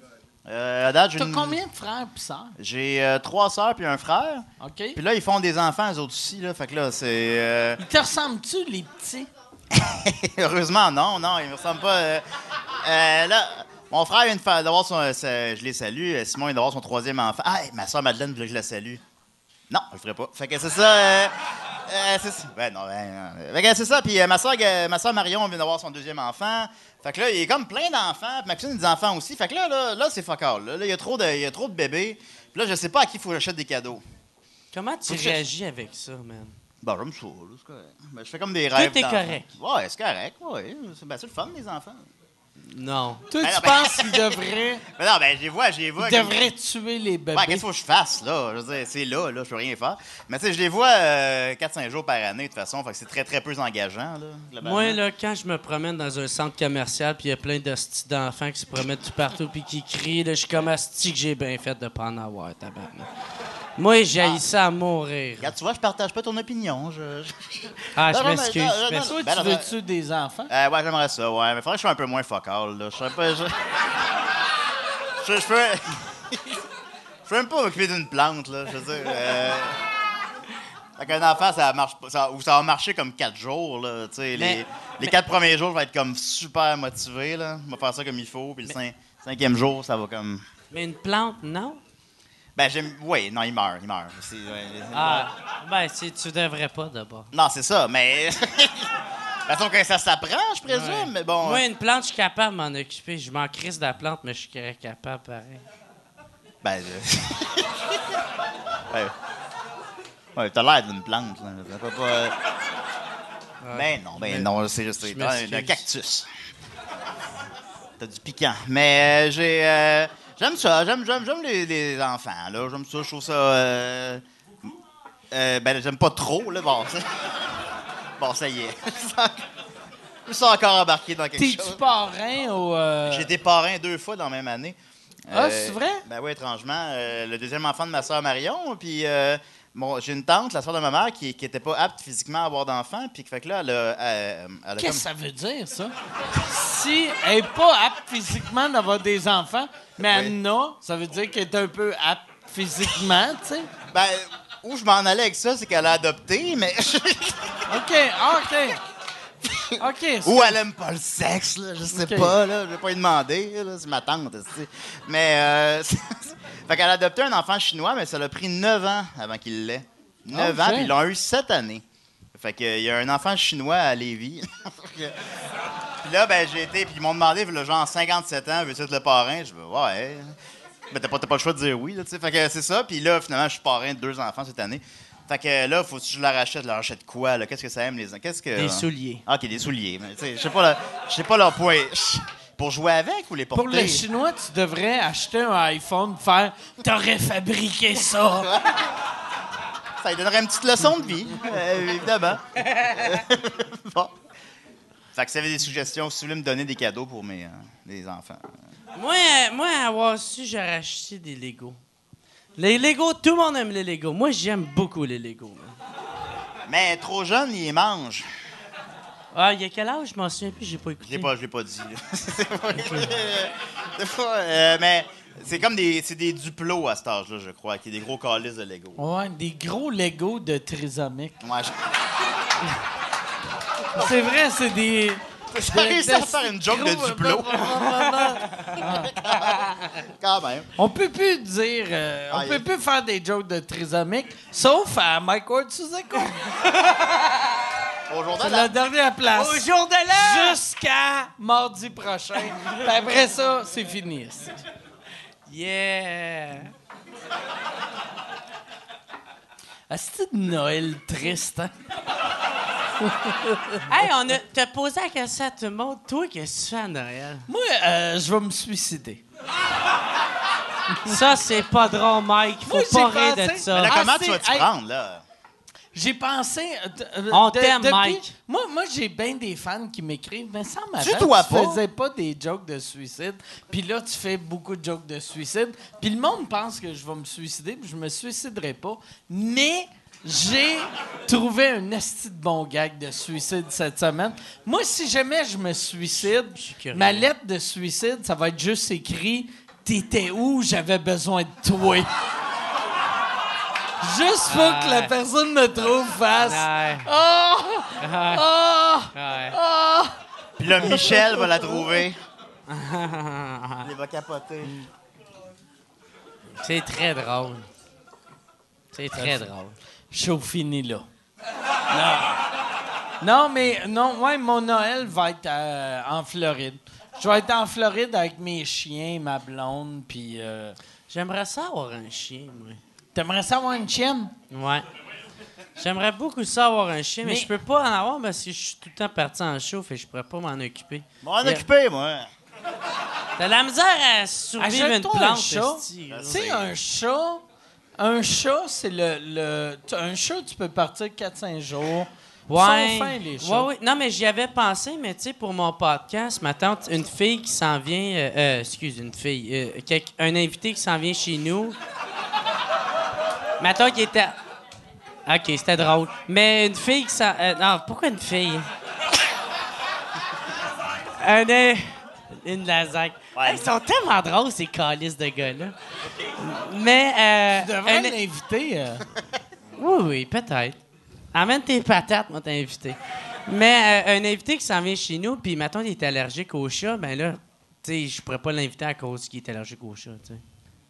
S4: Euh, à date, j'ai
S8: T'as
S4: une-
S8: combien de frères pis sœurs?
S4: J'ai euh, trois sœurs puis un frère.
S8: OK?
S4: Puis là, ils font des enfants, eux autres aussi, là. Fait que là, c'est... euh,
S8: Ils te ressemblent-tu, les petits?
S4: Ben Heureusement, non, non, il me ressemble pas. euh, euh, là, mon frère vient de faire- d'avoir son. euh, sa- je les salue. euh, Simon vient d'avoir son troisième enfant. Ah, et ma soeur Madeleine voulait que je la salue. Non, je le ferai pas. Fait que c'est ça. euh, euh, c'est ça. Ben non, ben, non. Fait que c'est ça. Puis euh, ma soeur, ma soeur Marion vient d'avoir son deuxième enfant. Fait que là, il y a comme plein d'enfants. Puis Maxime a des enfants aussi. Fait que là, là, là c'est fuck all. Là, Là, il y a trop de, il y a trop de bébés. Puis là, je sais pas à qui il faut que j'achète des cadeaux.
S5: Comment tu
S4: Faut que je-
S5: réagis avec ça, man?
S4: Ben, j'aime ça, là, c'est correct. Ben, je fais comme des rêves.
S5: est
S4: d'enfants.
S5: correct.
S4: Ouais, c'est correct, ouais. C'est ben, c'est le fun, les enfants.
S5: Non.
S8: Toi,
S4: Ben non,
S8: tu
S4: ben-
S8: penses qu'ils devraient,
S4: Mais non, ben, j'y vois, j'y vois.
S8: ils
S4: comme-
S8: devraient tuer les bébés?
S4: Ouais, qu'est-ce qu'il faut que je fasse, là? Je veux dire, c'est là, là, je peux rien faire. Mais tu sais, je les vois euh, 4-5 jours par année, de toute façon, fait que c'est très, très peu engageant, là. globalement.
S5: Ben, Moi, là, quand je me promène dans un centre commercial, puis il y a plein d'hosties d'enfants qui se promènent tout partout, puis qui crient, là, je suis comme hostie que j'ai bien fait de pas en avoir, tabarnak. Moi,
S4: Ah.
S5: j'ai ça à mourir.
S4: Regarde, tu vois, je partage pas ton opinion. Je, je-
S5: Ah,
S4: Non,
S5: je
S4: non, mais-
S5: m'excuse.
S4: non,
S5: je
S4: non,
S5: m'excuse.
S8: Toi,
S4: Ben
S8: tu
S4: non, ben-
S8: veux-tu des enfants?
S4: Euh, ouais, j'aimerais ça, ouais. Mais faudrait que je sois un peu moins focal, là. Je sais pas. Je, je, je peux. je peux même pas m'occuper d'une plante, là. Je veux dire. euh, Fait qu'un enfant, ça marche pas. ça- Ou ça va marcher comme 4 jours, là. Tu sais, les,
S5: Mais-
S4: les 4 premiers jours, je vais être comme super motivé, là. Je vais faire ça comme il faut. Puis le 5 cinquième jour, ça va comme.
S5: Mais une plante, non?
S4: Ben, j'aime. Oui, non, il meurt, il meurt. C'est- ouais, les-
S5: Ah, ben, c'est- tu devrais pas, d'abord.
S4: Non, c'est ça, mais. De toute façon, que ça s'apprend, je présume, mais bon. euh,
S5: Moi, une plante, je suis capable de m'en occuper. Je m'en crisse de la plante, mais je suis capable, pareil.
S4: Ben, je... ouais. Ouais, t'as l'air d'une plante, là. Ça peut pas... euh, Ben non, ben non, c'est juste...
S5: je
S4: T'as un,
S5: m'excuse.
S4: un cactus. T'as du piquant. Mais euh, j'ai... euh, j'aime ça, j'aime, j'aime, j'aime les, les enfants, là. J'aime ça, je trouve ça... euh, euh, ben, j'aime pas trop, là, bon. ça- Bon, ça y est. Je me suis encore embarqué dans quelque
S8: T'es-tu
S4: chose.
S8: parrain ou... euh,
S4: J'ai été parrain deux fois dans la même année.
S8: Ah, c'est vrai?
S4: Ben oui, étrangement. euh, le deuxième enfant de ma sœur Marion, puis euh, mon- j'ai une tante, la soeur de ma mère, qui n'était pas apte physiquement à avoir d'enfant. Puis fait que là, elle a. elle- elle a
S2: Qu'est-ce que
S4: comme-
S2: ça veut dire, ça? si elle n'est pas apte physiquement d'avoir des enfants, mais
S4: Oui.
S2: Anna, ça veut dire qu'elle est un peu apte physiquement, tu sais?
S4: Ben, où je m'en allais avec ça, c'est qu'elle a adopté, mais.
S2: OK,
S8: ah,
S2: OK. OK. c'est-
S4: Ou elle aime pas le sexe, là, je sais
S2: Ok.
S4: pas, là, je vais pas lui demander, là, c'est ma tante. esti. Mais euh, fait qu'elle a adopté un enfant chinois, mais ça l'a pris 9 ans avant qu'il l'ait. 9
S2: Ah,
S4: ans,
S2: ok.
S4: puis ils l'ont eu 7 années. Fait qu'il y a un enfant chinois à Lévis. puis là, ben, j'ai été, puis ils m'ont demandé, le genre 57 ans, veux-tu être le parrain? Je dis, ouais. Mais t'as pas, t'as pas le choix de dire oui, là, tu sais. Fait que c'est ça, puis là, finalement, je suis parrain de deux enfants cette année. Fait que là, faut que je leur achète, je leur achète quoi, là? Qu'est-ce que ça aime, les Qu'est-ce que.
S5: Des souliers.
S4: Ah, OK, des souliers. mais tu sais, Je sais pas, leur- je sais pas leur point. Pour jouer avec ou les porter?
S2: Pour les Chinois, tu devrais acheter un iPhone, faire T'aurais fabriqué ça.
S4: Ça lui donnerait une petite leçon de vie, euh, évidemment. Euh, bon. Fait que si vous avez des suggestions, si vous voulez me donner des cadeaux pour mes euh, les enfants.
S5: Moi, euh, moi, avoir su, j'aurais acheté des Legos. Les Legos, tout le monde aime les Legos. Moi, j'aime beaucoup les Legos. man.
S4: Mais trop jeune, il les mange.
S5: Ah, il y a quel âge? Je m'en souviens plus, j'ai pas écouté.
S4: Je l'ai pas, je l'ai pas dit. là. C'est pas- C'est pas, euh, mais c'est comme des, c'est des duplos à cet âge-là, je crois, qui est des gros calices de Lego.
S2: Ouais, des gros Legos de trisomique.
S4: Moi, je-
S2: C'est vrai, c'est des.
S4: J'ai réussi à faire une joke de Duplo. Quand même.
S2: On peut plus dire. euh, on
S4: Aïe.
S2: peut plus faire des jokes de trisomique, sauf à Mike Ward Suzeko.
S4: Au journal,
S2: C'est la dernière place.
S5: Au jour de l'an!
S2: Jusqu'à mardi prochain. Puis après ça, c'est fini.
S5: Yeah!
S2: C'est de Noël triste, hein?
S5: Hey, on a... T'as posé la question à tout le monde. Toi, qu'est-ce que tu fais à Noël?
S2: Moi, euh, je vais me suicider.
S5: Ça, c'est pas drôle, Mike. Faut
S2: Moi,
S5: pas
S2: j'ai
S5: rire de
S2: pensé-
S5: ça.
S4: Mais là,
S2: Ah,
S4: comment
S2: c'est-
S4: tu vas te
S2: hey.
S4: prendre, là?
S2: J'ai pensé. euh, t- euh,
S5: On
S2: de-
S5: t'aime,
S2: depuis-
S5: Mike.
S2: Moi, moi j'ai bien des fans qui m'écrivent, mais ça m'a
S4: dois
S2: tu
S4: pas.
S2: faisais pas des jokes de suicide. Puis là, tu fais beaucoup de jokes de suicide. Puis le monde pense que je vais me suicider, puis je me suiciderai pas. Mais j'ai trouvé un esti de bon gag de suicide cette semaine. Moi, si jamais je me suicide,
S5: curieux.
S2: ma lettre de suicide, ça va être juste écrit T'étais où? J'avais besoin de toi. Juste pour que la personne me trouve face.
S5: Ouais.
S2: Ah! Ah!
S5: Ouais.
S2: Ah!
S4: Puis là, Michel va la trouver.
S5: Ah,
S4: Il va capoter.
S5: c'est très drôle. C'est très drôle.
S2: Show fini là. Non. Non, mais non, ouais, mon Noël va être euh, en Floride. Je vais être en Floride avec mes chiens, ma blonde, puis. euh,
S5: J'aimerais ça avoir un chien, moi.
S2: T'aimerais ça avoir une chienne?
S5: Ouais. J'aimerais beaucoup ça avoir un chien, mais,
S2: Mais-
S5: je peux pas en avoir parce que je suis tout le temps parti en chauffe et je pourrais pas m'en occuper.
S4: M'en
S5: Yeah.
S4: occuper, moi.
S5: T'as de la misère à survivre une
S2: Achète-toi un
S5: plante,
S2: chat. Ben,
S5: esti, là.
S2: Tu sais, un chat, un chat, c'est le, le- tu- Un chat, tu peux partir 4-5 jours. Ils
S5: Ouais.
S2: sont fins, les chats.
S5: Ouais, ouais. Non, mais j'y avais pensé, mais tu sais, pour mon podcast, ma tante, une fille qui s'en vient. euh, euh, excuse, une fille. euh, quelqu'un- un invité qui s'en vient chez nous. ma tante qui était. Ok, c'était drôle. Mais une fille qui s'en. euh, non, pourquoi une fille? un, euh, une lasagne.
S4: Ouais.
S5: Hey, ils sont tellement drôles, ces calices de gars-là. Mais. euh,
S2: Tu devrais
S5: un-
S2: l'inviter. euh.
S5: oui, oui, peut-être. Amène tes patates, moi, t'as invité. Mais euh, un invité qui s'en vient chez nous, puis maintenant il est allergique au chat, ben là, tu sais, je pourrais pas l'inviter à cause qu'il est allergique au chat, tu sais.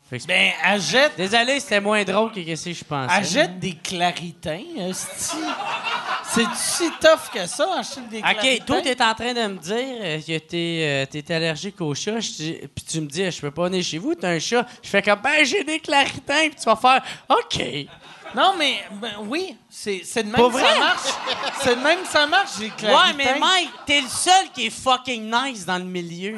S5: Fait que c'est-
S2: Ben, achète
S5: Désolé, c'était moins drôle que ce que je pensais.
S2: Achète des claritins, esti. C'est si tough que ça, acheter des claritins.
S5: OK, toi, t'es en train de me dire euh, que t'es, euh, t'es allergique au chat, je dis- puis tu me dis, je peux pas venir chez vous, t'as un chat. Je fais comme, ben, j'ai des claritins, puis tu vas faire, OK.
S2: Non, mais ben, oui, c'est c'est de même
S5: Pas
S2: que
S5: vrai?
S2: ça marche. C'est de même que ça marche, les claritins.
S5: Ouais, mais Mike, t'es le seul qui est fucking nice dans le milieu.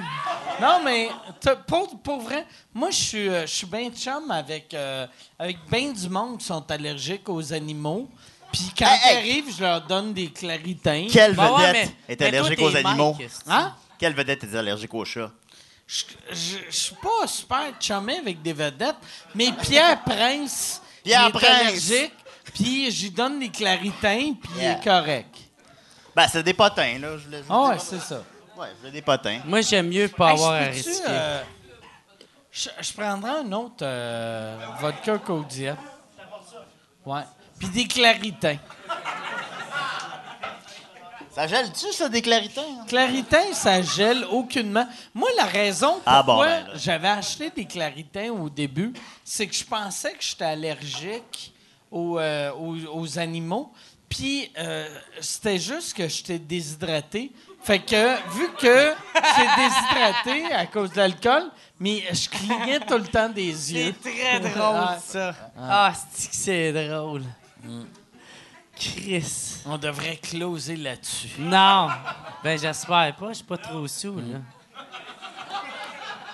S2: Non, mais t'as- pour, pour vrai, moi, je suis euh, je suis bien chum avec, euh, avec bien du monde qui sont allergiques aux animaux. Puis quand
S4: Hey,
S2: ils
S4: hey.
S2: arrivent, je leur donne des claritins.
S4: Quelle
S5: Ben ouais,
S4: vedette
S5: mais-
S4: est
S5: mais toi,
S4: allergique
S5: t'es
S4: aux animaux?
S5: Mike, esti.
S2: Hein?
S4: Quelle vedette est allergique aux chats?
S2: Je je- je suis pas super chumé avec des vedettes, mais Pierre Prince,
S4: Pierre
S2: il est
S4: Prince.
S2: allergique Puis j'y donne des claritins, puis il
S4: Yeah.
S2: est correct.
S4: Ben, c'est des potins, là. Je voulais-
S2: Ah ouais, c'est ça.
S4: Ouais, je voulais des potins.
S5: Moi, j'aime mieux pas avoir à
S2: Hey, je peux-tu,
S5: risquer.
S2: euh, je, je prendrais un autre euh, vodka Codiette. Ouais. Puis des claritins.
S4: Ça gèle-tu, ça, des claritins? hein?
S2: Claritin, ça gèle aucunement. Moi, la raison pourquoi
S4: Ah, bon, ben, là.
S2: j'avais acheté des claritins au début, c'est que je pensais que j'étais allergique aux, euh, aux- aux animaux. Puis, euh, c'était juste que j'étais déshydraté. Fait que, vu que j'étais déshydraté à cause de l'alcool, mais je clignais tout le temps des yeux.
S5: C'est très
S2: Ouais.
S5: drôle, ça. Ah, Mm. c'est que c'est drôle. Chris.
S2: On devrait closer là-dessus.
S5: Non. Ben, j'espère pas. Je suis pas trop sous, là.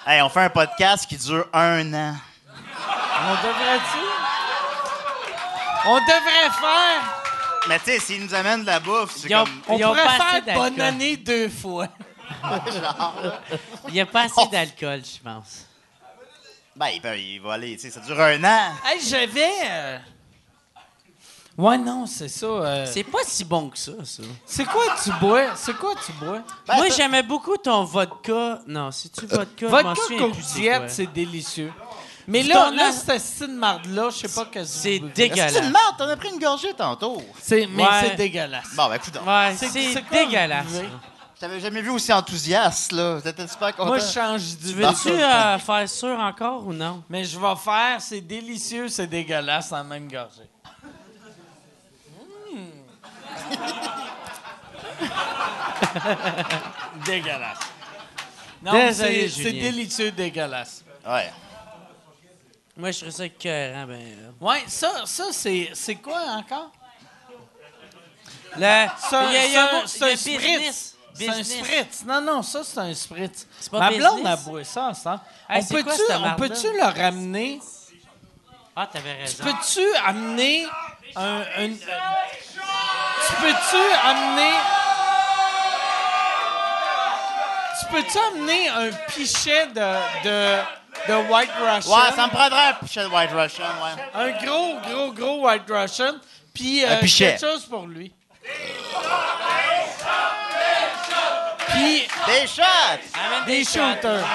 S4: Hey, on fait un podcast qui dure un an.
S2: On devrait-tu? On devrait faire...
S4: Mais tu sais, s'ils nous amènent de la bouffe, c'est
S5: Ils ont-
S4: comme...
S2: On
S5: Ils ont
S2: pourrait
S5: pas assez
S2: faire bonne
S5: d'alcool.
S2: année deux fois.
S5: Il y a pas assez d'alcool, je pense.
S4: Ben, il, peut- il va aller, tu sais, ça dure un an.
S2: Hey, j'avais. euh, Ouais, non, c'est ça. euh,
S5: C'est pas si bon que ça, ça.
S2: C'est quoi tu bois? C'est quoi tu bois?
S4: Ben,
S5: Moi,
S4: ça-
S5: j'aimais beaucoup ton vodka. Non, c'est-tu Euh, vodka? Je m'en
S2: Vodka
S5: souviens plus c'est
S2: Codiette,
S5: quoi.
S2: c'est délicieux. Mais
S5: Puis
S2: là,
S5: ton
S2: là,
S5: an-
S2: cette style de marde-là, je sais pas que
S5: C'est
S4: C'est une
S5: dégueulasse.
S4: merde, t'en as pris une gorgée tantôt.
S2: C'est, mais
S5: Ouais.
S2: c'est dégueulasse.
S4: Bon, ben, écoute,
S5: Ouais,
S2: C'est-
S5: c'est
S2: c'est quoi,
S5: dégueulasse.
S2: vous buvez?
S5: là.
S4: je t'avais jamais vu aussi enthousiaste, là. J'étais super content.
S2: Moi, je change
S5: Tu
S2: du
S5: veux-tu euh, faire sûr encore ou non?
S2: Mais je vais faire, c'est délicieux, c'est dégueulasse en même gorgée. Mm. dégueulasse. Non, c'est,
S5: Désolé, Julien.
S2: c'est délicieux, dégueulasse.
S4: Ouais.
S5: Moi, je trouve ça écœurant, ben...
S2: Ouais, ça, ça c'est, c'est quoi encore?
S5: euh. Là,
S2: C'est un,
S5: il y a- il y a
S2: c'est un-
S5: un-
S2: c'est
S5: il y a
S2: un spritz.
S5: business.
S2: C'est un
S5: Business.
S2: spritz. Non, non, ça, c'est un spritz.
S5: C'est pas
S2: Ma blonde a
S5: business?
S2: boit ça, ça. on
S5: Hey, c'est quoi,
S2: peut-tu,
S5: cette
S2: on
S5: marde-là?
S2: peut-tu le ramener?
S5: Ah, t'avais raison.
S2: Peux-tu amener un... un- euh, tu peux-tu amener... Tu peux-tu amener un pichet de, de, de White Russian?
S4: Ouais, ça me prendrait un pichet de White Russian, ouais.
S2: Un gros, gros, gros White Russian. Puis euh,
S4: pichet.
S2: quelque chose pour lui. Puis
S4: Des shots!
S5: Amène
S2: des
S5: shots.
S2: shooters.
S5: Ça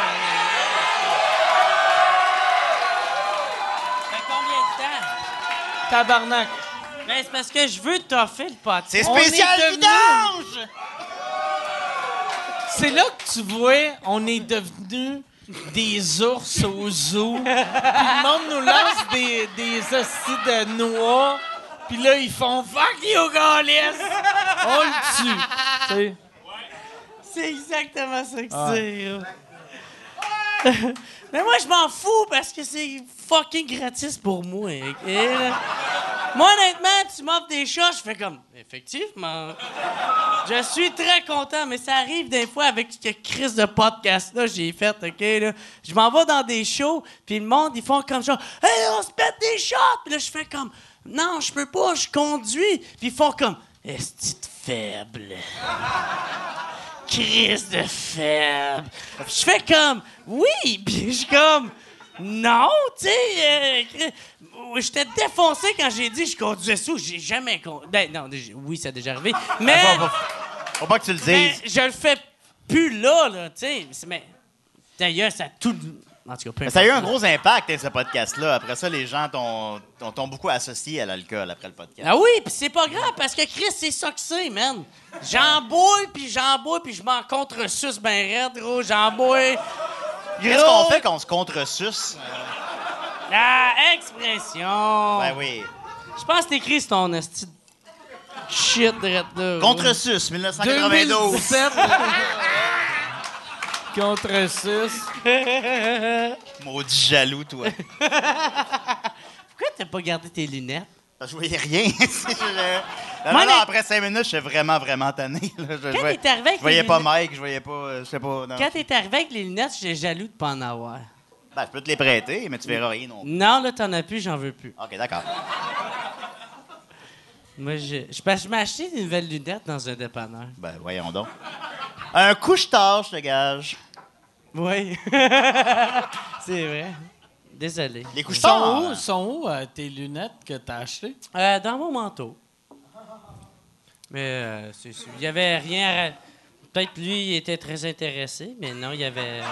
S5: fait combien
S2: Tabarnak.
S5: de temps? Ben, c'est parce que je veux t'offrir le podcast.
S4: C'est
S2: On est
S4: spécial
S2: devenus-
S4: vidange!
S2: C'est là que tu vois, on est devenus des ours au zoo. Puis le monde nous lance des, des hosties de noix. Puis là, ils font « Fuck you, Gaulis! » On le tue. Tu sais.
S5: C'est exactement ça que c'est. là. Mais moi, je m'en fous parce que c'est fucking gratis pour moi. ok, là. moi, honnêtement, tu m'offres des chats, je fais comme. Effectivement. Je suis très content, mais ça arrive des fois avec ce crise de podcast-là que j'ai fait, OK? Là. Je m'en vais dans des shows, puis le monde, ils font comme genre, « Hey, on se pète des shots! » Puis là, je fais comme, « Non, je peux pas, je conduis! » Puis ils font comme, « Est-ce que faible? » crise de faible. Je fais comme, oui, puis je suis comme, non, tu sais, euh, cri- j'étais défoncé quand j'ai dit je conduisais sous, j'ai jamais conduit. Ben, non, déjà- oui, ça a déjà arrivé, mais,
S4: Faut pas- Faut pas que tu le
S5: mais
S4: dises.
S5: je le fais plus là, là, tu sais. C'est- Mais d'ailleurs, ça a tout. En tout cas, peu
S4: Mais ça a eu un
S5: importe.
S4: gros impact, hein, ce podcast-là. Après ça, les gens t'ont t'ont- t'ont beaucoup associé à l'alcool après le podcast.
S5: Ah oui, puis c'est pas grave parce que Chris, c'est ça que c'est, man. J'en bois, puis j'en bois, puis je m'en contre-suce ben raide, gros. J'en bois.
S4: Qu'est-ce qu'on fait qu'on se contre-suce?
S5: La expression.
S4: Ben oui.
S5: Je pense que t'écris sur ton esti de shit drette là.
S4: Contre-suce, 1992.
S2: 2017. Contre 6.
S4: Maudit jaloux, toi.
S5: Pourquoi t'as pas gardé tes lunettes?
S4: Je voyais rien. Je- je- Non, non,
S5: Moi,
S4: non,
S5: mais-
S4: après cinq minutes, je suis vraiment, vraiment tanné. là. Je, je,
S5: Quand
S4: voyais-
S5: t'es arrivé avec
S4: je voyais
S5: tes
S4: pas
S5: lunettes-
S4: Mike, je voyais pas... euh, Je sais pas... non.
S5: Quand t'es arrivé avec les lunettes, j'étais jaloux de pas en avoir.
S4: Ben, je peux te les prêter, mais tu verras rien non plus.
S5: Non, là, t'en as plus, j'en veux plus.
S4: OK, d'accord.
S5: Moi, je, je, parce que je m'ai acheté des nouvelles lunettes dans un dépanneur.
S4: Ben, voyons donc. Un coup, je tâche, le gage.
S5: Oui. c'est vrai. Désolé.
S4: Les couches
S2: Sont
S4: sont
S2: où, sont où euh, tes lunettes que t'as achetées?
S5: Euh, dans mon manteau. Mais euh, c'est- c'est- il n'y avait rien. à ra- Peut-être lui, il était très intéressé, mais non, il y avait euh,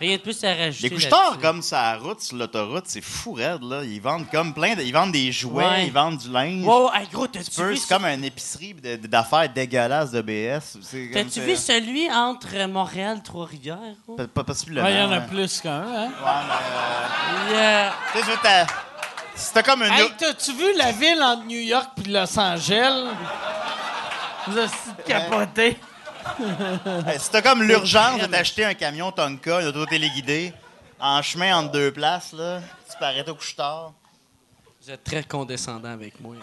S5: rien de plus à rajouter.
S4: Les couches-tard,
S5: là-dessus.
S4: comme ça, route, sur l'autoroute, c'est fou raide, là. Ils vendent comme plein de... Ils vendent des jouets,
S5: Ouais.
S4: ils vendent du linge.
S5: Wow, hey, gros,
S4: Tu
S5: t'as-tu
S4: peux-
S5: vu,
S4: C'est comme une épicerie de- de- d'affaires dégueulasses de BS. C'est comme
S5: t'as-tu
S4: ça.
S5: vu celui entre Montréal Trois-Rivières? gros?
S4: Pas, pas possiblement.
S2: Ouais, Il y en a
S4: ouais.
S2: plus qu'un, hein?
S4: Ouais, mais,
S5: Il, euh,
S4: euh, tu sais, je veux t'a- Si t'as comme une...
S2: Hey, t'as-tu vu la ville entre New York puis Los Angeles? Vous êtes capoté.
S4: Euh, Si t'as comme l'urgence de t'acheter un camion Tonka, une auto téléguidée, en chemin entre deux places, là, tu peux arrêter au couche-tard.
S5: Vous êtes très condescendant avec moi.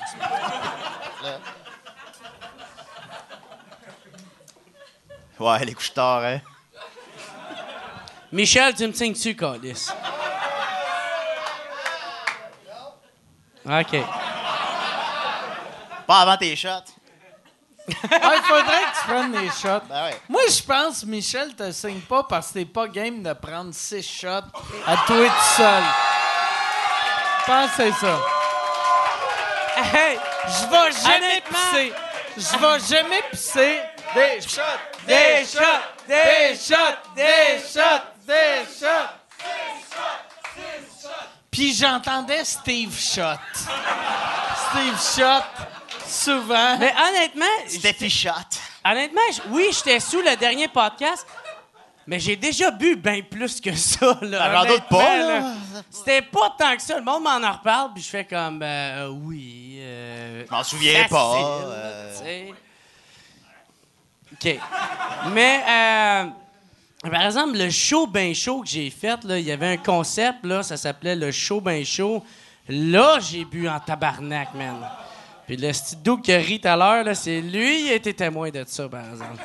S4: Ouais, les couche-tards, hein.
S5: Michel, tu me signes-tu, Calis? OK.
S4: Pas avant tes shots.
S2: Ah, il faudrait que tu prennes des shots.
S4: Ben ouais.
S2: Moi, je pense, Michel, te signe pas parce que t'es pas game de prendre six shots à toi tout seul. Je pense que c'est ça.
S5: Hey!
S2: Je vais jamais
S5: Honnêtement.
S2: pisser. Je vais jamais pisser.
S1: Des shots!
S2: Des shots, des shots, des shots, des shots. Puis j'entendais Steve Shot. Steve Shot, souvent.
S5: Mais honnêtement,
S4: C'était tes shots.
S5: Honnêtement, j- oui, j'étais sous le dernier podcast, mais j'ai déjà bu bien plus que ça. Là,
S4: Ah, j'en doute
S5: honnêtement,
S4: pas, là.
S5: C'était pas tant que ça. Le monde m'en en reparle, puis je fais comme, euh, oui. euh,
S4: Je m'en souviens pas,
S5: facile,
S4: euh.
S5: tu sais. OK. Mais, euh, par exemple, le show ben chaud que j'ai fait, là, il y avait un concept, là, ça s'appelait le show ben chaud. Là, j'ai bu en tabarnak, man. Puis le petit doux qui a ri tout à l'heure, là, c'est lui qui a été témoin de ça, par exemple.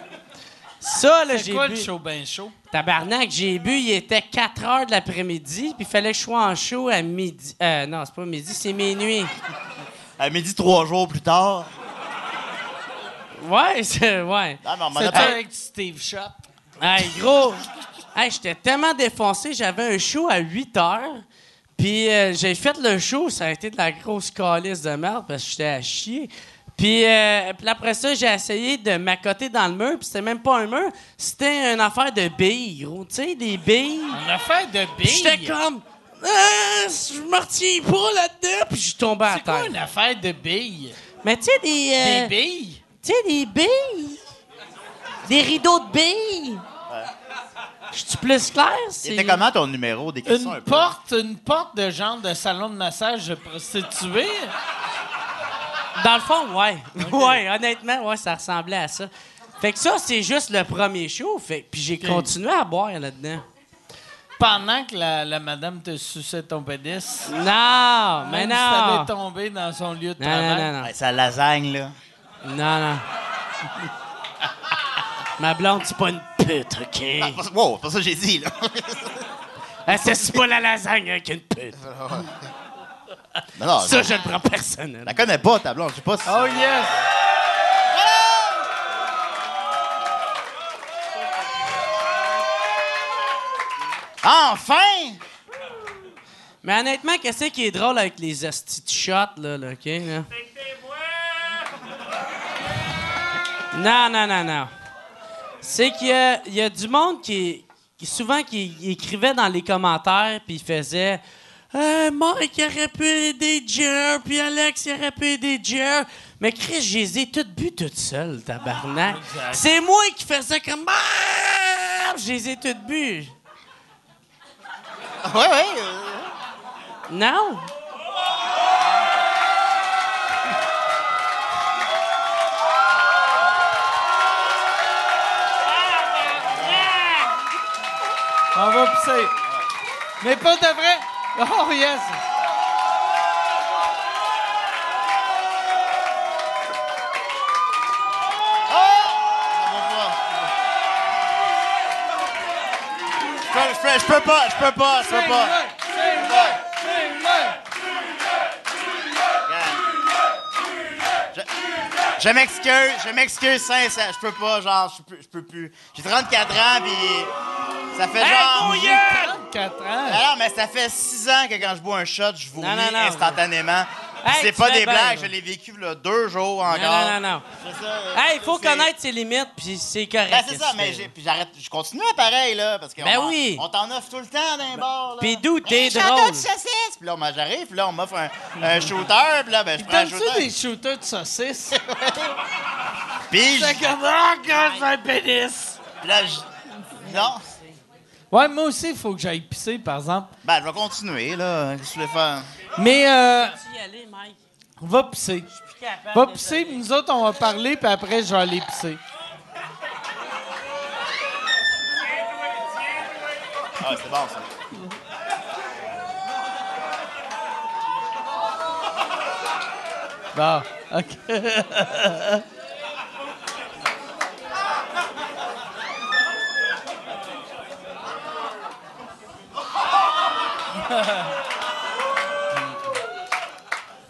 S5: Ça, là,
S2: C'est
S5: j'ai
S2: quoi
S5: bu...
S2: le show ben chaud?
S5: Tabarnak, j'ai bu, il était 4 heures de l'après-midi, puis il fallait que je sois en show à midi. Euh, non, c'est pas midi, c'est minuit.
S4: À midi, trois jours plus tard.
S5: Ouais, c'est. Ouais.
S4: Ah, mais on m'en a
S2: C'était
S4: parlé.
S2: avec Steve Shot.
S5: Hey, gros! Hey, j'étais tellement défoncé, j'avais un show à 8 heures. Puis euh, j'ai fait le show, ça a été de la grosse calice de merde parce que j'étais à chier. Puis, euh, puis après ça, j'ai essayé de m'accoter dans le mur, puis c'était même pas un mur, c'était une affaire de billes, gros. Tu sais, des billes.
S2: Une affaire de
S5: Puis j'étais
S2: billes.
S5: comme. Ah, je me retiens pas là-dedans, puis je suis tombé à
S2: C'est quoi
S5: terre.
S2: une affaire de billes?
S5: Mais tu sais, des.
S2: Des
S5: euh,
S2: billes?
S5: tu sais, des billes. Des rideaux de billes. Je suis plus clair? c'est-
S4: C'était comment ton numéro? Des questions un
S2: Une
S4: peu.
S2: porte, une porte de genre de salon de massage de prostituée?
S5: Dans le fond, ouais. Ouais, honnêtement, ouais, ça ressemblait à ça. Fait que ça, c'est juste le premier show. Fait, puis j'ai continué à boire là-dedans.
S2: Pendant que la, la madame te suçait ton pénis?
S5: Non, mais
S2: Même si t'avais
S5: non.
S2: tombé dans son lieu de
S5: Non, non,
S2: travail.
S5: non, non.
S4: Ouais, c'est la lasagne, là.
S5: Non, non. Ma blonde, c'est pas une pute, OK?
S4: Ah, pas- Wow, c'est pas ça que j'ai dit, là.
S5: Elle c'est pas la lasagne avec une pute.
S4: Mais non,
S5: Ça,
S4: je
S5: je le prends personnel.
S4: la connais pas, ta blonde. Je sais pas si...
S2: Oh yes!
S4: Enfin!
S5: Mais honnêtement, qu'est-ce qui est drôle avec les hosties de shots, là, là, OK? là? Non, non, non, non. C'est qu'il y a, il y a du monde qui, qui souvent qui écrivait dans les commentaires, puis il faisait euh, Mike il aurait pu aider Jer, puis Alex il aurait pu aider Jer. Mais Chris, je les ai toutes bu toutes seules, tabarnak. C'est moi qui faisais comme Ah! Je les ai toutes bu.
S4: Ouais, ouais. euh,
S5: Non?
S2: On va pisser. Mais pas de vrai. Oh yes!
S4: ça va pas. Je peux- Je peux, je peux pas, je peux pas, je peux pas. Je m'excuse, je m'excuse sincère, je peux pas, genre, je peux, je peux plus. J'ai 34 ans, puis ça fait genre...
S5: Hey, mon gueule!
S2: 4 ans.
S4: Alors, mais ça fait six ans que quand je bois un shot, je vomis
S5: Non, non, non.
S4: instantanément.
S5: Hey,
S4: c'est
S5: tu
S4: pas
S5: fais
S4: des
S5: bien,
S4: blagues,
S5: là.
S4: je l'ai vécu là, deux jours encore.
S5: Non, non, non, non.
S4: C'est ça, euh,
S5: Hey, il faut
S4: c'est-
S5: connaître ses limites, puis c'est correct.
S4: Ben, c'est ça, mais
S5: c'est-
S4: j'ai- puis j'arrête, je continue pareil, là, parce qu'on
S5: Ben
S4: m'en-
S5: oui.
S4: on t'en offre tout le temps d'un bar.
S5: Puis d'où t'es
S4: J'entends
S5: drôle.
S4: de saucisse! Puis là, moi, j'arrive, puis là, on m'offre un, un shooter, puis là, ben, je prends un
S2: Donnes-tu des
S4: shooter.
S2: shooters de saucisses?
S4: Puis je-
S2: C'est comme, ah, God, c'est un pénis!
S4: puis là, je... Non.
S2: Ouais, moi aussi, il faut que j'aille pisser, par exemple.
S4: Ben, je vais continuer, là. Qu'est-ce que tu voulais faire?
S2: Mais, euh,
S5: Tu y aller, Mike.
S2: va pisser.
S5: Je suis capable,
S2: Va
S5: désolé.
S2: pisser, puis nous autres, on va parler, puis après, je vais aller pisser.
S4: Ah, c'est bon, ça.
S2: Bon, OK.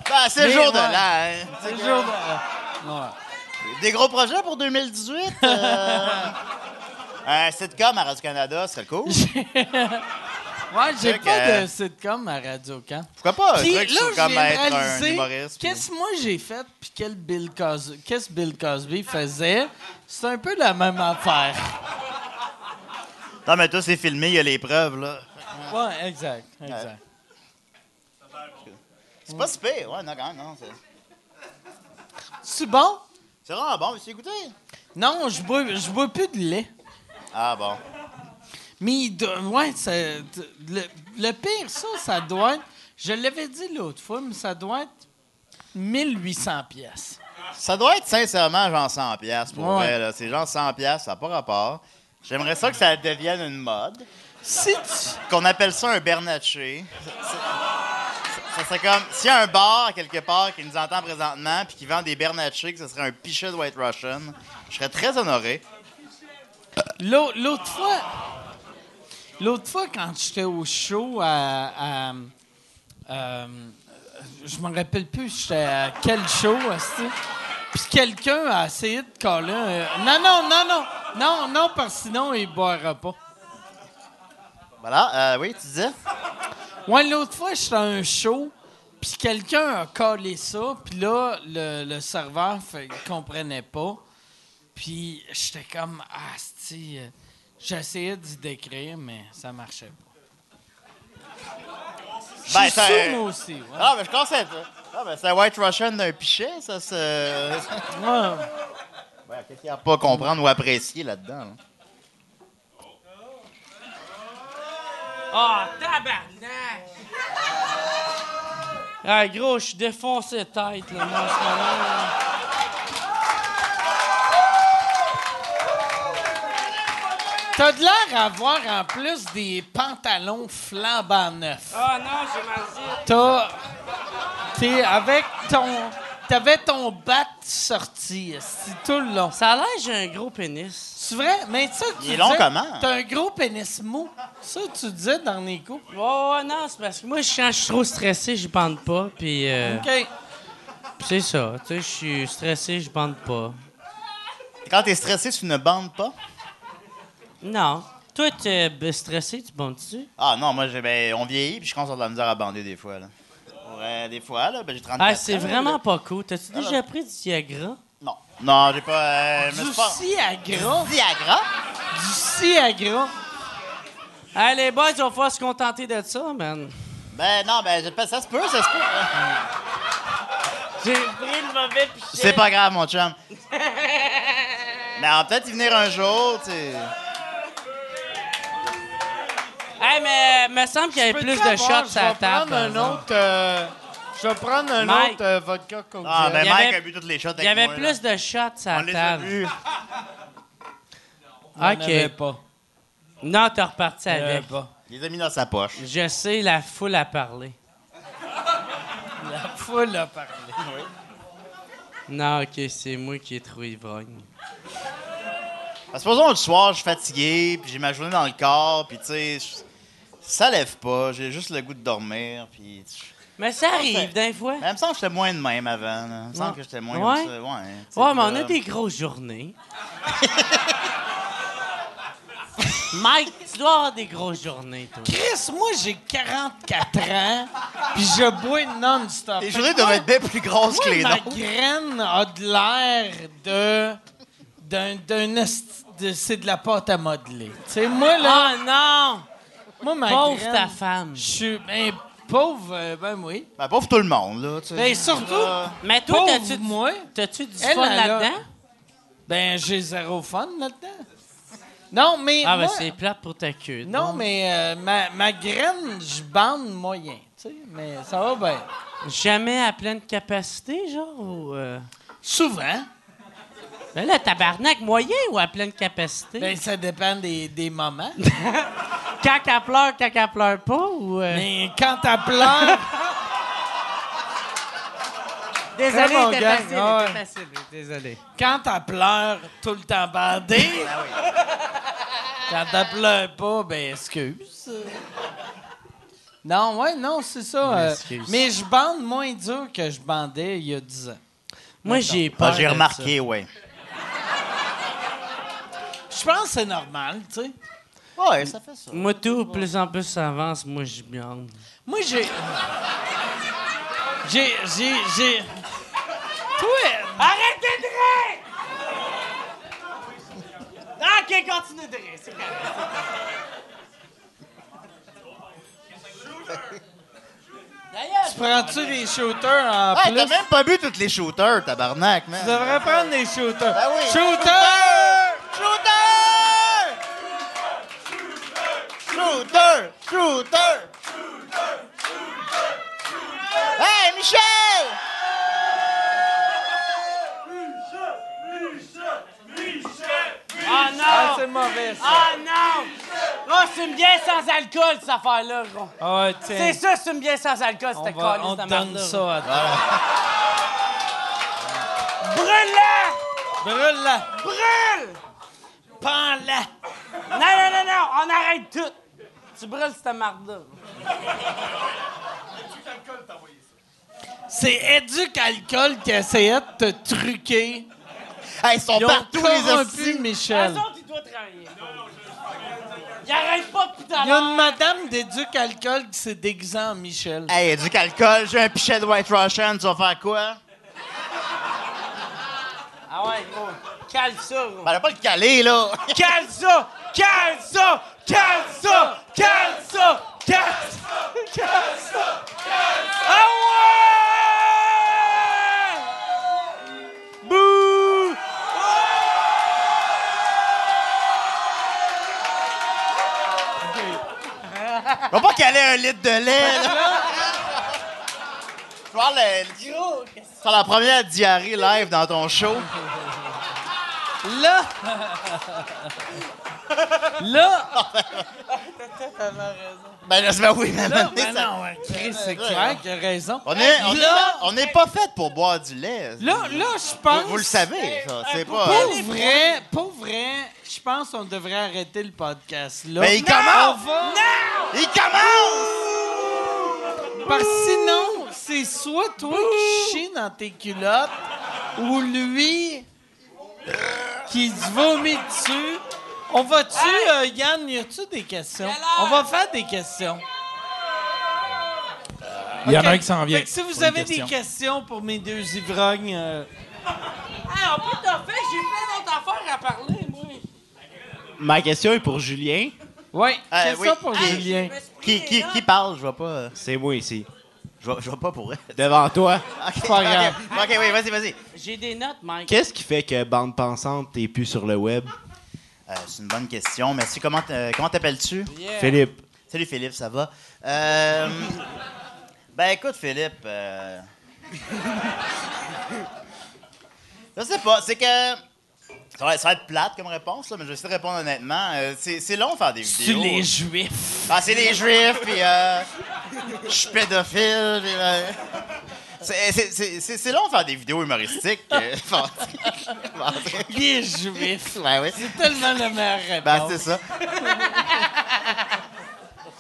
S4: Ben, c'est le
S2: Mais,
S4: jour de
S2: ouais.
S4: l'air.
S2: C'est le jour de-
S4: Des gros projets pour 2018? euh, un sitcom à Radio-Canada, ce serait cool.
S2: Ouais, j'ai
S4: Check,
S2: pas
S4: euh,
S2: de sitcom à Radio-Can.
S4: Pourquoi pas?
S2: Puis
S4: un
S2: là,
S4: truc sur
S2: j'ai
S4: comme être un
S2: réalisé
S4: humoriste. puis-
S2: qu'est-ce que moi j'ai fait puis quel Bill Cosby, qu'est-ce que Bill Cosby faisait. C'est un peu la même affaire.
S4: Non, mais toi, c'est filmé, il y a les preuves, là.
S2: Ouais, exact, exact.
S4: Euh, C'est pas si pire. Ouais, non, quand même, non. C'est
S2: C'est bon?
S4: c'est vraiment bon, mais tu écouté?
S2: Non, je bois, je bois plus de lait.
S4: Ah, bon.
S2: Mais il doit- ouais, ça- le, le pire, ça, ça doit être. Je l'avais dit l'autre fois, mais ça doit être 1800 pièces.
S4: Ça doit être sincèrement genre 100 pièces pour
S2: Ouais.
S4: vrai, là. C'est genre 100 pièces, ça n'a pas rapport. J'aimerais ça que ça devienne une mode.
S2: Si tu.
S4: Qu'on appelle ça un Bernatché. Ça serait comme s'il y a un bar quelque part qui nous entend présentement puis qui vend des Bernatché, que ce serait un pichet de White Russian. Je serais très honoré.
S2: l'au- L'autre fois. L'autre fois, quand j'étais au show à. à- euh, je me rappelle plus, j'étais à quel show, esti. Puis quelqu'un a essayé de coller. un- Non, non, non, non. Non, non, parce que sinon, il ne boira pas.
S4: Voilà, euh, oui, tu disais?
S2: Ouais, l'autre fois, j'étais à un show, puis quelqu'un a collé ça, puis là, le, le serveur fait, il comprenait pas. Puis j'étais comme, ah, c'ti, euh, j'essayais d'y décrire, mais ça marchait pas. Je
S4: Ben,
S2: suis
S4: ça-
S2: sourd, moi aussi. Ouais.
S4: Ah, mais je conseille ça. Ah, ben, c'est un White Russian d'un pichet, ça se.
S2: Ouais.
S4: Ouais, qu'est-ce qu'il n'y a pas à comprendre ou apprécier là-dedans? là?
S5: Ah, tabarnak! Ah, gros, je suis défoncé de tête, là, moi, en ce moment. là.
S2: T'as de l'air à avoir en plus des pantalons flambant neufs.
S5: Ah non, j'ai mal dit.
S2: T'as. T'es avec ton. T'avais ton bat sorti, esti, tout le long.
S5: Ça a l'air que j'ai un gros pénis.
S2: C'est vrai? Mais ça, tu
S4: Il est long
S2: disais,
S4: comment?
S2: T'as un gros pénis mou. Ça, tu disais dans les coups.
S5: Ouais, ouais, non, c'est parce que moi, quand je suis trop stressé, je bande pas, puis euh,
S2: OK.
S5: c'est ça. Tu sais, je suis stressé, je bande pas.
S4: Quand t'es stressé, tu ne bandes pas?
S5: Non. Toi, t'es b- stressé, tu bandes-tu?
S4: Ah non, moi, j'ai- ben, on vieillit, puis je commence à avoir de la misère à bander des fois. Là. Ouais, des fois, là, ben, j'ai 34
S5: Ah, c'est
S4: ans, là.
S5: vraiment pas cool. T'as-tu déjà pris du Viagra?
S4: Non, non, j'ai pas... Euh, je me
S2: Du
S4: suis pas...
S2: Viagra.
S4: Viagra?
S2: Du Viagra.
S5: Ah, les boys, on va falloir se contenter de ça, man.
S4: Ben non, ben j'ai pas- ça se peut, ça se peut. Euh,
S5: J'ai pris le mauvais pichet.
S4: C'est pas grave, mon chum. Mais on va peut-être y venir un jour, tu sais.
S5: Hey, mais me semble qu'il y avait plus de shots à la table.
S2: Je vais prendre un
S5: par exemple.
S2: autre. euh, je vais prendre un
S5: Mike.
S2: autre euh, vodka coke
S4: Ah,
S2: Zero.
S4: ben
S5: Il y
S4: Mike
S5: avait-
S4: a bu toutes les shots avec
S5: Il y avait
S4: moi,
S5: plus de shots
S4: là. On
S5: à la
S4: les a
S5: table.
S4: bu.
S2: Il y en avait
S5: OK.
S2: pas.
S5: Non, t'es reparti
S2: Il y en avait
S5: avec.
S2: pas.
S4: Il les a mis dans sa poche.
S5: Je sais, la foule a parlé.
S2: La foule a parlé.
S5: Non, ok, c'est moi qui ai trop ivrogne.
S4: Ben, supposons le soir, je suis fatigué, puis j'ai ma journée dans le corps, puis tu sais, je- ça lève pas, j'ai juste le goût de dormir, puis...
S5: Mais ça arrive des fois.
S4: Mais il me semble que j'étais moins de même avant. Là. Il me semble que j'étais moins
S5: Ouais.
S4: comme ça. Ouais, tu sais,
S5: Ouais, mais on
S4: puis
S5: a
S4: là-
S5: des grosses journées. Mike, tu dois avoir des grosses journées, toi.
S2: Chris, moi, j'ai 44 ans, puis je bois non-stop. Fait
S4: Les
S2: que
S4: journées doivent
S2: moi,
S4: être bien plus grosses que
S2: moi,
S4: les
S2: ma
S4: nôtres.
S2: graine a de l'air de... d'un... d'un esti- de- c'est de la pâte à modeler. Tu sais, moi, là...
S5: Oh non!
S2: moi, ma
S5: Pauvre
S2: graine,
S5: ta femme.
S2: Je suis... Ben, pauvre, euh, ben oui.
S4: Ben, pauvre tout le monde, là. tu sais.
S2: Ben, surtout...
S5: Mais toi,
S2: pauvre
S5: t'as-tu
S2: moi,
S5: t'as-tu du
S2: Elle,
S5: fun
S2: elle a-
S5: là-dedans?
S2: ben, j'ai zéro fun là-dedans. Non, mais...
S5: Ah, ben
S2: moi-
S5: c'est plate pour ta queue.
S2: Non,
S5: donc.
S2: mais euh, ma, ma graine, je bande moyen, tu sais, mais ça va bien.
S5: Jamais à pleine capacité, genre? Ou, euh,
S2: Souvent,
S5: Ben là, tabarnak, moyen ou à pleine capacité?
S2: ben, ça dépend des, des moments.
S5: Quand elle pleure, quand elle pleure pas? Ou, euh,
S2: Mais quand t'as pleuré,
S5: Désolé,
S2: Vraiment,
S5: t'es
S2: gang,
S5: facile,
S2: ah
S5: t'es
S2: ouais.
S5: facile, oui, désolé.
S2: quand t'as pleure tout le temps bandé,
S5: Ben
S2: quand t'as pleure pas, ben excuse. Non, ouais, non, c'est ça. euh,
S5: Excuse.
S2: mais je bande moins dur que je bandais il y a 10 ans.
S5: Moi, j'ai peur.
S4: Ah, j'ai
S5: de
S4: remarqué, ouais.
S2: Je pense que c'est normal, tu sais.
S4: Ouais, ça fait ça.
S5: ça. Moi, tout, plus en plus ça avance, moi, je blonde.
S2: Moi, j'ai. J'ai. J'ai. J'ai. Ah, Toi! Arrête de rire!
S5: OK, continue de rire, c'est correct.
S2: Tu prends-tu des shooters en
S4: Hey,
S2: plus?
S4: t'as même pas bu toutes les shooters, tabarnak, man.
S2: Tu devrais prendre des shooters.
S4: Ben oui.
S2: Shooter!
S4: Shooter! Shooter! Shooter! Hey, Michel!
S5: Ah
S2: Ah,
S5: non!
S2: c'est mauvais, ça.
S5: Ah non! Oh, c'est une bière sans alcool, cette affaire-là, gros.
S2: Ah, ouais, tiens.
S5: C'est ça, c'est une bière sans alcool,
S2: On,
S5: c'était
S2: va,
S5: calice,
S2: on
S5: ta
S2: te donne
S5: merde-là.
S2: ça à toi.
S5: Brûle-la!
S2: Brûle-la!
S5: Brûle!
S2: Pends-la!
S5: Non, non, non, non, on arrête tout. Tu brûles cette marde-là.
S2: C'est Éduc Alcool qui essayait de te truquer.
S4: Hey, ils sont
S2: Ils ont
S4: partout, les
S2: corrompu
S4: hosties!
S2: Michel.
S5: Eux autres, ils doivent travailler. Ils arrêtent pas depuis tout à
S2: Il y a
S5: l'heure.
S2: une madame d'Éduc Alcool qui s'est déguisée en Michel.
S4: Hey, du alcool, j'ai un pichet de White Russian, tu vas faire quoi?
S5: Ah ouais, gros. Cale ça, gros.
S4: Ben, elle a pas le caler, là!
S5: Cale ça! Cale ça! Cale ça! Cale ça! Cale ça! Cale ça! Ah ouais! Bouh!
S4: On va pas caler un litre de lait, là! Je vais avoir le- C'est la première diarrhée live dans ton show.
S2: Là! là!
S4: Ben, là, ben oui, mais
S2: Là,
S4: maintenant,
S2: ben
S4: ça-
S2: non, ouais, Chris, c'est hein? clair qu'il a raison.
S4: On est, on, est-
S2: Là-
S4: on n'est pas fait pour boire du lait.
S2: Là, hein? là, je
S4: vous,
S2: pense.
S4: vous le savez, ça. C'est pas.
S2: Pour vrai, pour vrai, je pense qu'on devrait arrêter le podcast là.
S4: Mais il
S2: On
S4: commence!
S2: va-
S4: Il commence!
S2: Parce que sinon, c'est soit toi qui chies dans tes culottes ou lui qui se vomit dessus. On va-tu, euh, Yann, y a-tu des questions? On va faire des questions.
S3: Il y en
S2: Ok.
S3: a un qui s'en vient.
S2: Fait que si
S3: pour
S2: vous
S3: une
S2: avez
S3: question.
S2: des questions pour mes deux ivrognes, euh,
S5: Hey, Ah, on peut t'en faire, j'ai plein d'autres affaires à parler, moi.
S7: Ma question est pour Julien.
S2: ouais,
S4: Euh,
S2: question
S4: oui.
S2: pour
S5: Hey,
S2: Julien.
S5: je me suis pris
S4: Qui,
S5: des
S4: qui,
S5: notes.
S4: qui parle? Je vois pas. euh,
S7: C'est moi ici.
S4: Je vois, je vois pas pour elle.
S7: Devant toi.
S4: Ok,
S2: pas
S4: ok.
S2: grave.
S4: Ok, oui, vas-y, vas-y.
S5: J'ai des notes, Mike.
S7: Qu'est-ce qui fait que Bande Pensante, t'es plus sur le web?
S4: Euh, c'est une bonne question. Merci. Comment t'- euh, comment t'appelles-tu?
S5: Euh,
S7: Philippe.
S4: Salut Philippe, ça va? Euh, ben écoute Philippe, euh, je sais pas, c'est que ça va, ça va être plate comme réponse, là, mais je vais essayer de répondre honnêtement. Euh, c'est c'est long de faire des
S2: Tu
S4: vidéos.
S2: les juifs.
S4: Ah, c'est les juifs, puis euh, je suis pédophile. puis, euh, c'est- c'est- c'est c'est- c'est long de faire des vidéos humoristiques. euh, bon,
S2: Les juifs.
S4: ben oui.
S2: Tellement la meilleure
S4: Ben,
S2: réponse.
S4: c'est ça.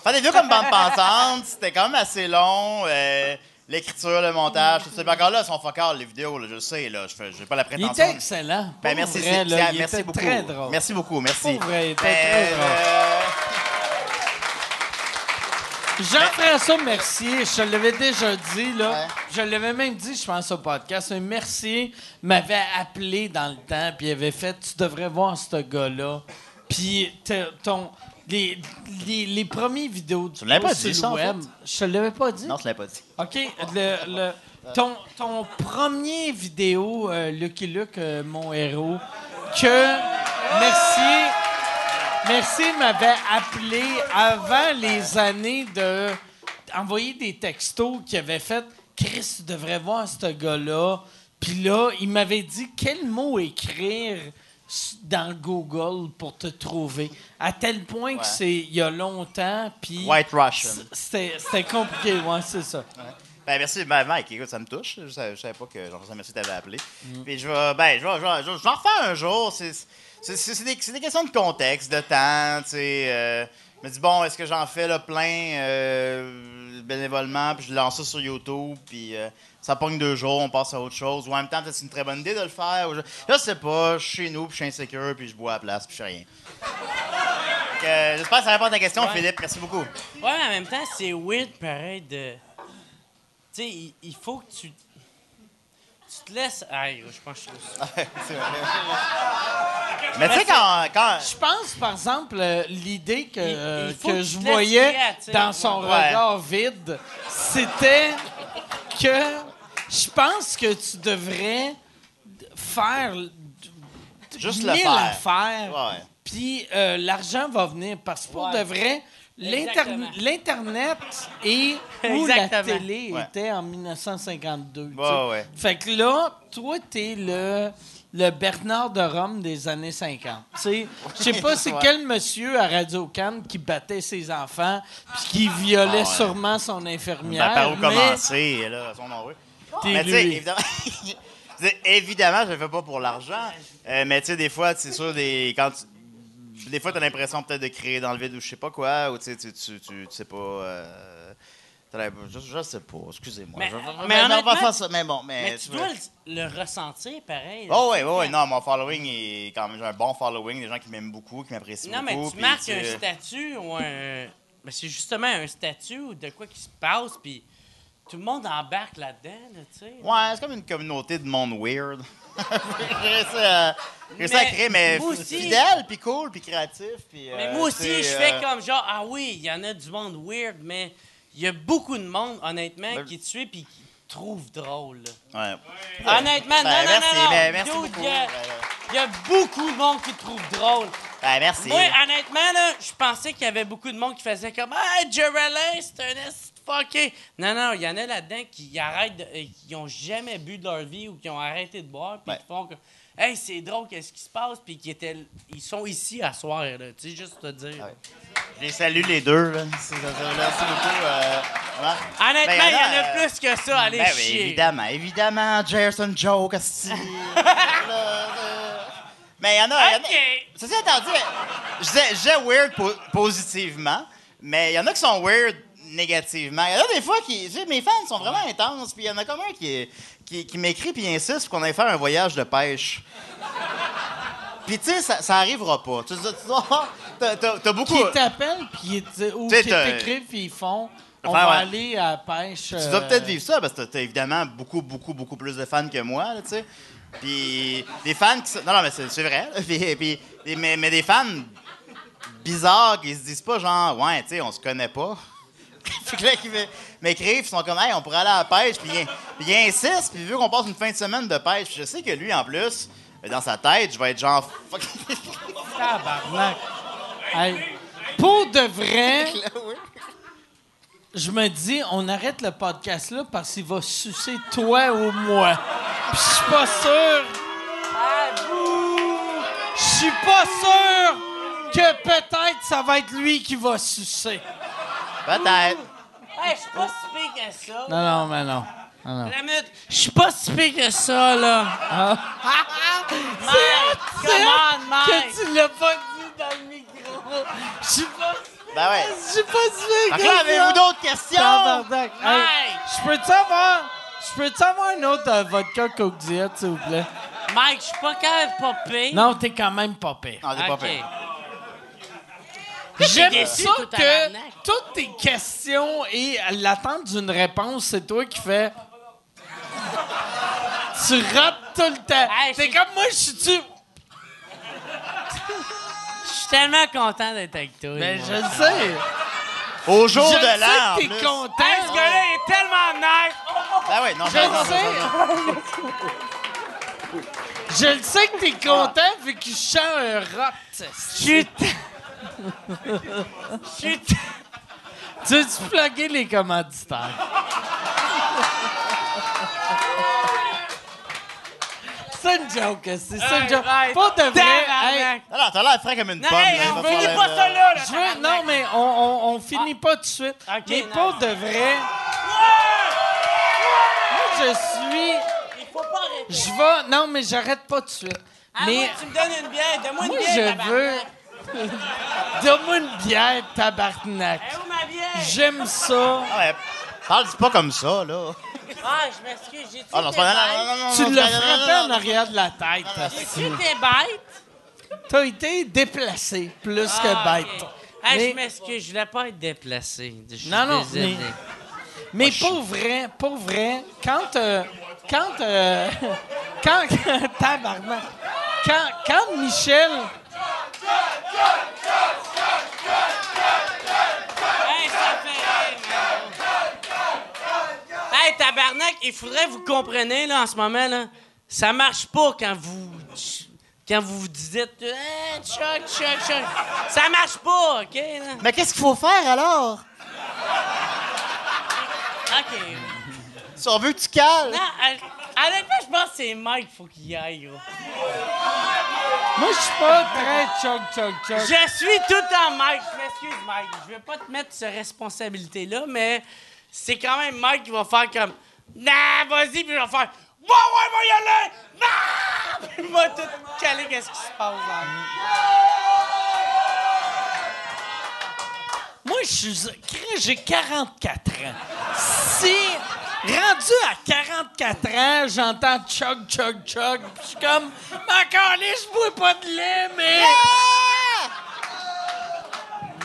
S4: Faire des vidéos comme bande pensante, c'était quand même assez long. euh, l'écriture, le montage, tout ça. Mais encore là, ils sont focales, les vidéos, là, je le sais, là. Je fais- j'ai pas la
S2: Il
S4: prétention.
S2: était excellent.
S4: Ben,
S2: Pour
S4: merci,
S2: vrai,
S4: c'est-
S2: là,
S4: c'est-
S2: il
S4: merci
S2: était
S4: beaucoup.
S2: Très drôle.
S4: Merci beaucoup, merci.
S2: Pour vrai, il était
S4: Ben,
S2: très drôle.
S4: euh,
S2: Jean-François Mercier, je te l'avais déjà dit, là.
S4: Ouais.
S2: Je l'avais même dit, je pense, au podcast. Un Mercier m'avait appelé dans le temps, puis il avait fait Tu devrais voir ce gars-là. Puis te- ton. Les, les, les premiers vidéos du
S4: Tu l'avais
S2: post
S4: pas dit,
S2: sur
S4: ça, en
S2: le web. Je te l'avais pas dit.
S4: non, je l'ai pas dit.
S2: OK. Le, le- ton, ton premier vidéo, euh, Lucky Luke, euh, mon héros, que Mercier, Mercier m'avait appelé avant les années de envoyer des textos qui avaient fait Chris, tu devrais voir ce gars-là. Puis là, il m'avait dit quel mot écrire s- dans Google pour te trouver. À tel point que
S4: Ouais.
S2: c'est il y a longtemps. Puis
S4: White Russian.
S2: c'était c'était compliqué, ouais, c'est ça.
S4: Ben, merci, ben, Mike, écoute, ça me touche. Je savais, je savais pas que Jean-François Mercier t'avait appelé. Puis je vais, ben, je vais, je vais- je vais- je vais en refaire un jour. C'est, c'est, c'est- c'est des, c'est des questions de contexte, de temps, tu sais. euh, je me dis, bon, est-ce que j'en fais le plein euh, bénévolement, puis je lance ça sur YouTube, puis euh, ça pogne deux jours, on passe à autre chose. Ou en même temps, peut-être c'est une très bonne idée de le faire. Ou je, je sais pas, je suis chez nous, puis je suis insécure, puis je bois à la place, puis je fais rien. Donc, euh, j'espère que ça répond à ta question, Philippe. Merci beaucoup.
S5: Ouais, mais en même temps, c'est weird pareil de. Tu sais, il, il faut que tu. Tu te laisses. Aïe, je pense que je suis-
S4: C'est vrai. Mais tu sais, quand. quand
S2: Je pense, par exemple, euh, l'idée que,
S5: Il- il
S2: euh,
S5: faut
S2: que
S5: que tu
S2: je
S5: te laisses
S2: voyais
S5: guider, tu sais.
S2: dans son
S4: Ouais.
S2: regard vide, c'était que je pense que tu devrais faire d- d-
S4: Juste le
S2: mille
S4: faire.
S2: affaires,
S4: Ouais, ouais.
S2: puis euh, l'argent va venir. Parce que pour
S5: Ouais.
S2: de vrai, l'inter-
S5: Exactement.
S2: l'Internet et où la
S5: Exactement.
S2: télé
S4: Ouais.
S2: était en 1952. tu
S4: Ouais,
S2: sais.
S4: ouais.
S2: Fait que là, toi, t'es le, le Bernard de Rome des années 50. Tu sais, je sais pas c'est
S4: Ouais.
S2: quel monsieur à radio cannes qui battait ses enfants puis qui violait
S4: Ah ouais.
S2: sûrement son infirmière.
S4: Ben, par où
S2: mais
S4: commencer, là, sont nombreux.
S2: T'es
S4: Mais tu sais,
S2: lui.
S4: évidemment, je veux dire, évidemment, je le fais pas pour l'argent. Euh, mais tu sais, des fois, c'est sûr, des, quand tu- des fois, t'as l'impression peut-être de créer dans le vide ou je sais pas quoi, ou tu sais, tu, tu, tu, tu sais pas. euh, t'as la- je, je sais pas, excusez-moi. Je-
S5: Mais-
S4: je-
S5: mais
S4: on va
S5: honnêtement,
S4: faire ça. Mais bon, mais.
S5: Mais tu
S4: veux-
S5: dois le, le ressentir pareil.
S4: Oh oui, oui, oui. Non, mon following est quand même. J'ai un bon following, des gens qui m'aiment beaucoup, qui m'apprécient
S5: Non, mais
S4: beaucoup.
S5: tu
S4: puis
S5: marques
S4: tu-
S5: un statut ou un. Mais c'est justement un statut ou de quoi qui se passe, puis tout le monde embarque là-dedans, là, tu sais.
S4: Ouais, c'est comme une communauté de monde weird. J'ai réussi à- j'ai réussi à
S5: Mais
S4: créer, mais
S5: moi
S4: f-
S5: aussi-
S4: fidèle, puis cool, puis créatif. puis,
S5: Mais
S4: euh,
S5: moi
S4: tu sais,
S5: aussi, je
S4: euh,
S5: fais comme genre, ah oui, il y en a du monde weird, mais il y a beaucoup de monde, honnêtement,
S4: Ben-
S5: qui te suit puis qui te trouve drôle. là.
S4: Ouais.
S5: Honnêtement, non,
S4: Ben,
S5: non,
S4: merci,
S5: non, non.
S4: ben, merci
S5: Dude,
S4: beaucoup.
S5: Il y,
S4: Ben,
S5: a- il y a beaucoup de monde qui te trouve drôle.
S4: ben, merci.
S5: Moi, honnêtement, là, je pensais qu'il y avait beaucoup de monde qui faisait comme Ah, Jerry Lynn, c'est un esti de fucké. Non, non, il y en a là-dedans qui arrêtent, de- euh, qui ont jamais bu de leur vie ou qui ont arrêté de boire, puis
S4: Ouais.
S5: qui font comme Hey, c'est drôle, qu'est-ce qui se passe, puis qui étaient, ils sont ici à soir, là. Tu sais, juste te dire.
S4: Ah Ouais. Je les salue les deux. Là. C'est- c'est- c'est- Merci beaucoup. euh, voilà.
S5: Honnêtement,
S4: Ben,
S5: il y en a
S4: euh,
S5: plus que ça, allez
S4: ben, oui,
S5: chier.
S4: évidemment, évidemment, Jerson Joke, asti. Là, là. Mais il y en a. il y en a-
S5: OK.
S4: Ceci étant dit, je disais, je disais weird po- positivement, mais il y en a qui sont weird négativement. Il y en a des fois qui. tu sais, mes fans sont vraiment intenses, puis il y en a comme un qui, est- qui, qui m'écrit puis il insiste qu'on aille faire un voyage de pêche. Puis tu sais, ça, ça arrivera pas. Tu tu- tu vas voir, t'as- t'as t'as beaucoup.
S2: Qui t'appellent puis ils te- ou
S4: Tu sais,
S2: qui
S4: t'as-
S2: t'écrivent puis ils font on
S4: Enfin,
S2: va
S4: ouais.
S2: aller à la pêche. euh,
S4: Tu dois peut-être vivre ça parce que t'as évidemment beaucoup, beaucoup, beaucoup plus de fans que moi, là, tu sais. Puis des fans qui sont- Non, non, mais c'est c'est vrai. là. Puis, puis- des- mais, mais des fans bizarres qui se disent pas genre, ouais, tu sais, on se connaît pas. Fait que là, qui me- m'écrivent, ils sont comme, hey, on pourrait aller à la pêche. Puis ils- puis ils insistent, puis vu qu'on passe une fin de semaine de pêche, puis je sais que lui, en plus, dans sa tête, je vais être genre. Fuck.
S2: Tabarnak. Hey, pour de vrai, je me dis, on arrête le podcast là parce qu'il va sucer toi ou moi. Puis je suis pas sûr. Je suis pas sûr que peut-être ça va être lui qui va sucer.
S4: Peut-être.
S5: Hey, je suis pas si pire que ça.
S2: Non, non, mais non.
S5: La minute, je suis pas si pire que ça, là. Mike,
S4: Ah.
S2: C'est
S5: come on, Mike.
S2: Que tu l'as pas dit dans le micro. Je suis pas sûr.
S4: Ben ouais.
S2: J'ai pas dit
S4: Fait que là, avez-vous d'autres questions?
S2: Tabarnak. Hey, je peux-tu avoir... Je peux-tu avoir un autre euh, vodka Coke Diet, s'il vous plaît?
S5: Mike, je suis pas quand même pas pire.
S2: Non, t'es quand même pas pire.
S4: Non, c'est pas
S5: Ok.
S4: fait.
S2: J'aime
S5: déçu,
S2: ça
S5: toi,
S2: que
S5: tabarnak.
S2: toutes tes questions et l'attente d'une réponse, c'est toi qui fais... tu rates tout le temps.
S5: Hey,
S2: T'es
S5: je-
S2: comme moi, je suis-tu...
S5: Je suis tellement content d'être avec toi.
S2: Ben,
S5: moi.
S2: je le sais.
S4: Au jour
S2: je le
S4: de l'an. en
S2: sais que t'es
S4: plus.
S2: content.
S5: Hey, ce gars-là est tellement nice!
S4: Ben ouais, non,
S2: Je
S4: j'adore
S2: le
S4: ça, j'adore.
S2: sais. Je le sais que t'es content vu que je sens un rot.
S5: Chut! Chut!
S2: Tu veux-tu plugger les commanditaires? c'est une joke, c'est c'est une joke.
S5: Hey,
S2: Pas de vrai. hey,
S5: Tabarnak!
S4: Non, non, t'as l'air frais comme une
S5: Non,
S4: pomme.
S5: hey,
S4: là,
S5: on
S4: je vais
S5: finit
S4: faire
S5: pas
S4: le-
S5: ça là, là!
S2: je veux, non, mais on, on, on finit pas tout de suite.
S5: Ah, Ok,
S2: mais
S5: nice.
S2: pas de vrai. Moi, je
S5: Il faut pas arrêter.
S2: suis. Je vais. Non, mais j'arrête pas tout de suite.
S5: Ah,
S2: mais
S5: moi, tu me donnes une bière, donne-moi une
S2: moi,
S5: bière,
S2: je
S5: tabarnak.
S2: veux. Donne-moi une bière, tabarnak.
S5: Elle est Eh, où ma bière?
S2: J'aime ça.
S4: Ah ouais, Parle pas comme ça, là.
S5: Ah, je m'excuse, j'ai-tu
S4: Ah non,
S5: été
S4: c'est pas... non, non,
S5: bête?
S4: non, non, non,
S2: Tu
S4: non,
S2: l'as
S4: non, non,
S2: frappé
S4: non,
S2: en
S4: non.
S2: arrière de la tête.
S5: J'ai-tu
S4: Mm.
S5: été bête?
S2: T'as été déplacé plus
S5: Ah,
S2: que bête.
S5: ok. Hey,
S2: Mais-
S5: je m'excuse, je voulais pas être déplacé. Je suis
S2: Non, non,
S5: désolé.
S2: mais- Mais pour vrai, pour vrai, quand. euh, quand. euh, quand. tabarnak. Quand, quand Michel.
S5: Hey, ça fait rire, man. Hey, tabarnak, il faudrait que vous compreniez, là, en ce moment, là. Ça marche pas quand vous... Quand vous vous dites... Hey, choc, choc, choc. Ça marche pas, OK, là?
S4: Mais qu'est-ce qu'il faut faire alors?
S5: OK.
S4: Si on veut que tu cales.
S5: Non, à- honnêtement, je pense que c'est Mike qu'il faut qu'il y aille, là.
S2: Moi, je suis pas très chug chug chug.
S5: Je suis tout en Mike. Je m'excuse, Mike. Je veux pas te mettre cette responsabilité-là, mais c'est quand même Mike qui va faire comme Nah, vas-y, puis je vais faire Ouais, ouais, moi, y aller! Nah! Puis il va tout caler, qu'est-ce qui se passe là.
S2: Moi, je suis. Crée, J'ai 44 ans. Si. Rendu à 44 ans, j'entends chug chug chug. puis Je suis comme. Ma calisse, je bois pas de lait, mais.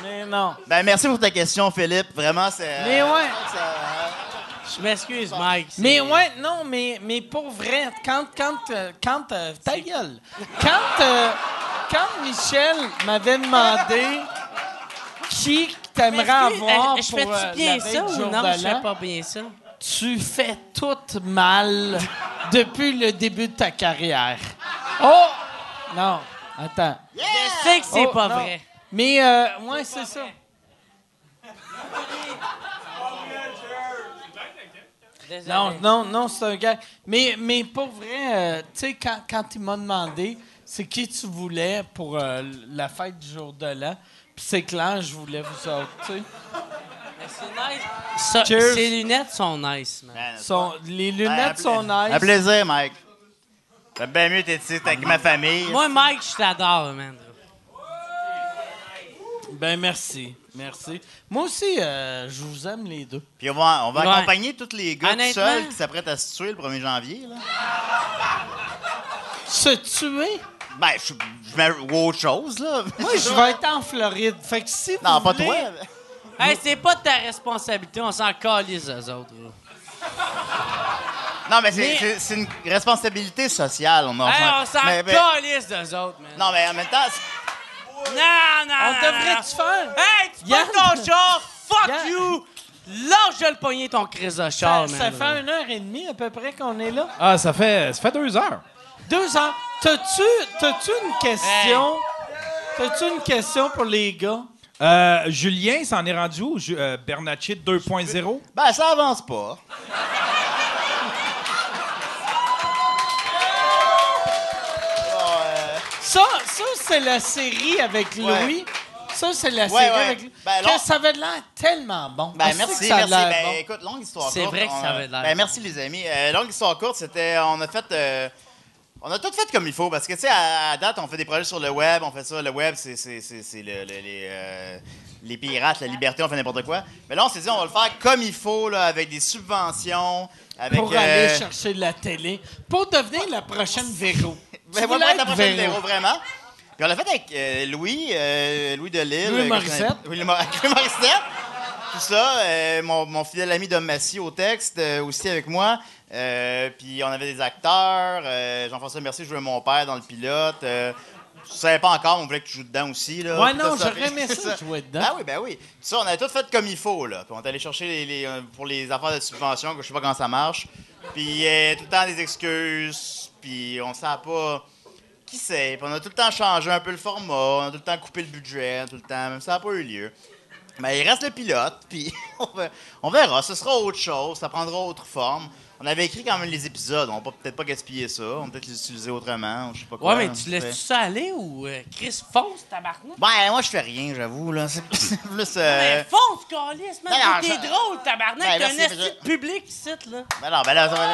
S2: Mais non.
S4: Ben merci pour ta question, Philippe. Vraiment, c'est. euh,
S2: Mais ouais.
S5: Je m'excuse, Mike. c'est-
S2: Mais ouais, non, mais, mais pour vrai, quand. quand, euh, quand euh, ta gueule! Quand, euh, quand Michel m'avait demandé qui
S5: Je
S2: t'aimerais
S5: m'excuse.
S2: avoir
S5: Euh, Je
S2: pour euh,
S5: fais-tu bien
S2: la veille
S5: ça
S2: du
S5: ou
S2: jour
S5: non?
S2: de
S5: Je
S2: l'an,
S5: fais pas bien ça.
S2: tu fais tout mal depuis le début de ta carrière. Oh! Non, attends.
S5: Je sais que c'est
S2: Oh,
S5: pas
S2: non.
S5: vrai.
S2: Mais, euh, ouais, c'est ça.
S5: Désolé.
S2: Non, non, non, c'est un gars. Mais, mais pour vrai, euh, tu sais, quand, quand il m'a demandé c'est qui tu voulais pour euh, la fête du jour de l'an, puis c'est clair, je voulais vous autres, tu sais.
S5: Mais c'est nice. Ça,
S2: Cheers.
S5: ses lunettes sont nice, man.
S2: Sont- Les lunettes sont
S4: Un
S2: nice.
S4: plaisir, Mike. J'aime bien mieux d'être ici t'es avec ma famille.
S5: Moi, Mike, je t'adore, man.
S2: Ben, merci. Merci. Moi aussi, euh, je vous aime les deux.
S4: Puis on va, on va
S5: Ouais.
S4: accompagner tous les gars tout
S5: Honnêtement-
S4: seuls qui s'apprêtent à se tuer le 1er janvier. Là.
S2: Se tuer?
S4: Ben, je, je mets ou autre chose, là.
S2: Moi, je vais être en Floride. Fait que si
S4: Non,
S2: vous
S4: pas
S2: voulez-
S4: toi.
S5: Hey, c'est pas de ta responsabilité, on s'en calise, eux autres. là.
S4: Non, mais c'est,
S5: Mais-
S4: c'est- c'est une responsabilité sociale. On, en-
S5: Hey, on s'en
S4: mais- mais-
S5: calisse d'eux autres, man.
S4: Non, mais en même temps, c'est-
S5: Non, non,
S2: On
S5: non, non.
S3: Ah.
S2: devrait-tu faire?
S5: Hey, tu
S2: Yann-
S5: prends ton char, fuck
S2: Yann-
S5: you! Lâche de le pogner ton crise de
S2: ça,
S5: char, man.
S2: ça fait une heure et demie à peu près qu'on est là.
S3: Ah, ça fait, ça fait deux heures.
S2: Deux ans. T'as-tu, t'as-tu une question? T'as-tu une question pour les gars?
S3: Euh, Julien, s'en est rendu où? Ju- euh, Bernatchez 2.0?
S4: ben, ça avance pas.
S2: Ça, ça c'est la série avec
S4: Ouais.
S2: Louis. Ça, c'est la
S4: Ouais,
S2: série
S4: ouais.
S2: avec Louis.
S4: Ben,
S2: Que
S4: non.
S2: ça avait l'air tellement bon.
S4: Ben,
S2: On sait que
S4: merci,
S2: ça a
S4: merci.
S2: l'air
S4: Ben,
S2: bon.
S4: écoute, longue histoire
S5: C'est
S4: courte.
S5: vrai que ça
S4: on a-
S5: avait l'air
S4: Ben,
S5: bon.
S4: merci, les amis. Euh, longue histoire courte, c'était. On a fait. euh, on a tout fait comme il faut parce que, tu sais, à, à date, on fait des projets sur le web, on fait ça. Le web, c'est c'est- c'est- c'est le- le- les, euh, les pirates, la liberté, on fait n'importe quoi. Mais là, on s'est dit, on va le faire comme il faut, là, avec des subventions, avec.
S2: pour
S4: euh,
S2: aller chercher de la télé, pour devenir la prochaine Véro.
S4: Ben,
S2: Tu
S4: voilà,
S2: voulais
S4: la
S2: être
S4: prochaine
S2: Véro.
S4: vidéo, vraiment. Puis on l'a fait avec euh, Louis, euh, Louis Delisle.
S2: Louis
S4: euh,
S2: Morissette.
S4: que je connais- Oui, Louis Mor- Louis Morissette. Tout ça, euh, mon, mon fidèle ami Dom Massy au texte, euh, aussi avec moi. Euh, puis on avait des acteurs. euh, Jean-François Mercier jouait mon père dans le pilote. Euh, je savais pas encore, on voulait que tu joues dedans aussi. Là,
S2: Ouais,
S4: Tout
S2: non,
S4: ça,
S2: j'aurais aimé
S4: c'est
S2: ça, jouer dedans.
S4: Ah oui, ben oui. Ça, on avait tout fait comme il faut. Là. Puis on est allé chercher les, les, euh, pour les affaires de subvention, que je sais pas comment ça marche. Puis euh, tout le temps des excuses. Puis on ne savait pas. Qui sait? Puis on a tout le temps changé un peu le format, on a tout le temps coupé le budget, tout le temps, même ça n'a pas eu lieu. Mais il reste le pilote, puis on, ver- on verra, ce sera autre chose, ça prendra autre forme. On avait écrit quand même les épisodes, on va peut-être pas gaspiller ça, on va peut-être les utiliser autrement, ou je sais pas quoi.
S5: Ouais, mais tu laisses-tu ça aller ou euh, Chris fonce, tabarnak?
S4: Ben, moi je fais rien, j'avoue, là. C'est c'est plus. euh,
S5: Mais fonce, câlisse, man!
S4: non, non,
S5: T'es
S4: ça-
S5: drôle, tabarnak!
S4: Ben,
S5: T'as un
S4: merci,
S5: esti de public ici, là!
S4: Ben non, ben là, ça va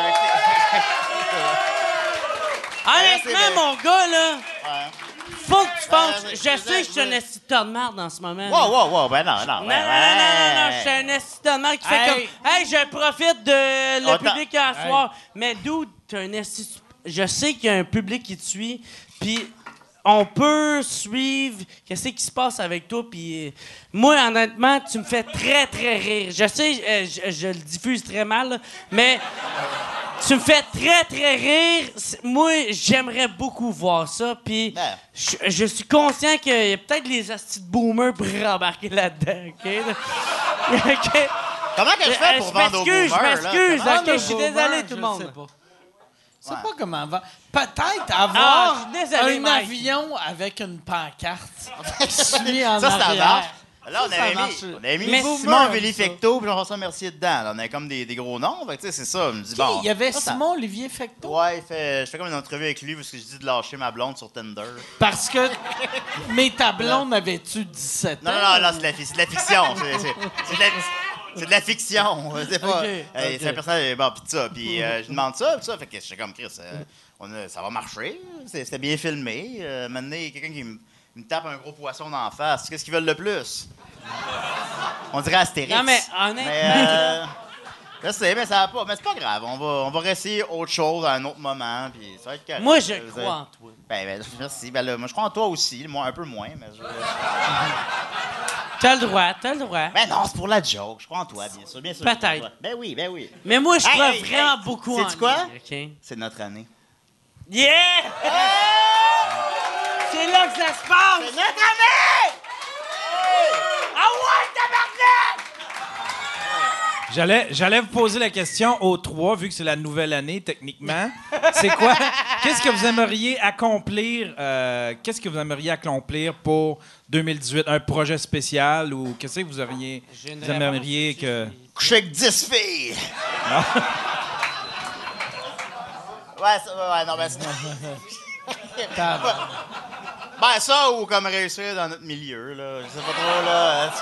S5: Honnêtement,
S4: merci,
S5: mon gars, là,
S4: Ouais.
S5: faut que tu fonces!
S4: Ben,
S5: Je
S4: je-
S5: sais
S4: je-
S5: que je suis un
S4: je-
S5: esti de tas de merde en ce moment. là.
S4: Wow, wow, wow, ben non, non.
S5: Non,
S4: ben,
S5: non, non, non, non, non, je suis
S4: ben.
S5: un esti de tas de merde qui fait
S2: Hey.
S5: comme. Hey, je profite de le
S4: Attends.
S5: public à soir. Mais d'où t'es un esti. Je sais qu'il y a un public qui te suit, puis on peut suivre qu'est-ce qui se passe avec toi, puis euh, moi, honnêtement, tu me fais très, très rire. Je sais, euh, je, je le diffuse très mal, là, mais. Tu me fais très, très rire. C'est- Moi, j'aimerais beaucoup voir ça. Puis,
S4: Ben.
S5: je, je suis conscient qu'il y a peut-être les astis de boomers pour embarquer là-dedans. OK?
S4: Ah.
S5: OK?
S4: Comment que je fais pour
S5: Euh, je
S4: vendre aux boomers,
S5: m'excuse, je
S4: là?
S5: m'excuse.
S4: Comment-
S5: Ok, je suis désolé, tout le monde.
S2: Ah, Je sais pas. Je sais
S4: Ouais.
S2: pas comment va. Peut-être
S5: Ah,
S2: avoir
S5: je suis désolé,
S2: un
S5: Mike.
S2: avion avec une pancarte qui suit en
S4: ça, ça
S2: arrière.
S4: marche. Là, on
S2: Ça, ça
S4: avait
S2: marche.
S4: mis, on avait mis
S5: Mais
S4: Simon
S2: Boomer,
S4: Villifecto puis Jean-François Mercier dedans. Là, on avait comme des, des gros noms. Fait que, tu sais, c'est ça. Je me dis, bon.
S2: Il y avait
S4: ça, ça-
S2: Simon Olivier Fecteau.
S4: Ouais, il fait- je fais comme une entrevue avec lui parce que je dis de lâcher ma blonde sur Tinder.
S2: Parce que mes tablons n'avaient-tu 17 ans?
S4: Non, non, non, non, c'est de la, fi- c'est de la fiction. C'est c'est- c'est de la. C'est de la fiction, c'est pas.
S2: Ok,
S4: Hey,
S2: ok.
S4: C'est un personnage. Bon, pis ça, pis euh, je demande ça, pis ça. Fait que je suis comme Chris, euh, on a- ça va marcher. c'est- C'était bien filmé. Euh, maintenant, il y a quelqu'un qui me- me tape un gros poisson d'en face. Qu'est-ce qu'ils veulent le plus? On dirait Astérix.
S5: Non, mais honnêtement-
S4: Mais, euh, je sais, mais ça va pas. Mais c'est pas grave. On va, on va réessayer autre chose à un autre moment, puis ça va être correct.
S5: Moi, je
S4: Euh,
S5: crois en toi.
S4: Ben, ben, merci. Ben là, moi, je crois en toi aussi. Moi, un peu moins, mais je.
S5: T'as le droit, t'as le droit.
S4: Ben non, c'est pour la joke. Je crois en toi, bien sûr. Bien sûr
S5: Peut-être.
S4: Ben oui, ben oui.
S5: Mais moi, je
S4: Hey,
S5: crois
S4: hey,
S5: vraiment
S4: hey,
S5: beaucoup en
S4: sais-tu quoi?
S5: lui, OK?
S4: C'est notre année.
S5: Yeah! C'est là que ça se passe!
S4: Notre année!
S5: Ah ouais, tabarnak!
S3: J'allais, j'allais vous poser la question aux trois, vu que c'est la nouvelle année, techniquement. C'est quoi? Qu'est-ce que vous aimeriez accomplir? euh, qu'est-ce que vous aimeriez accomplir pour 2018? Un projet spécial ou qu'est-ce que vous auriez?
S5: une
S3: Vous aimeriez que.
S4: Coucher avec 10 filles! ouais, ça, ouais, ouais, non, ben c'est. ben ça, ou comme réussir dans notre milieu, là. Je sais pas trop, là.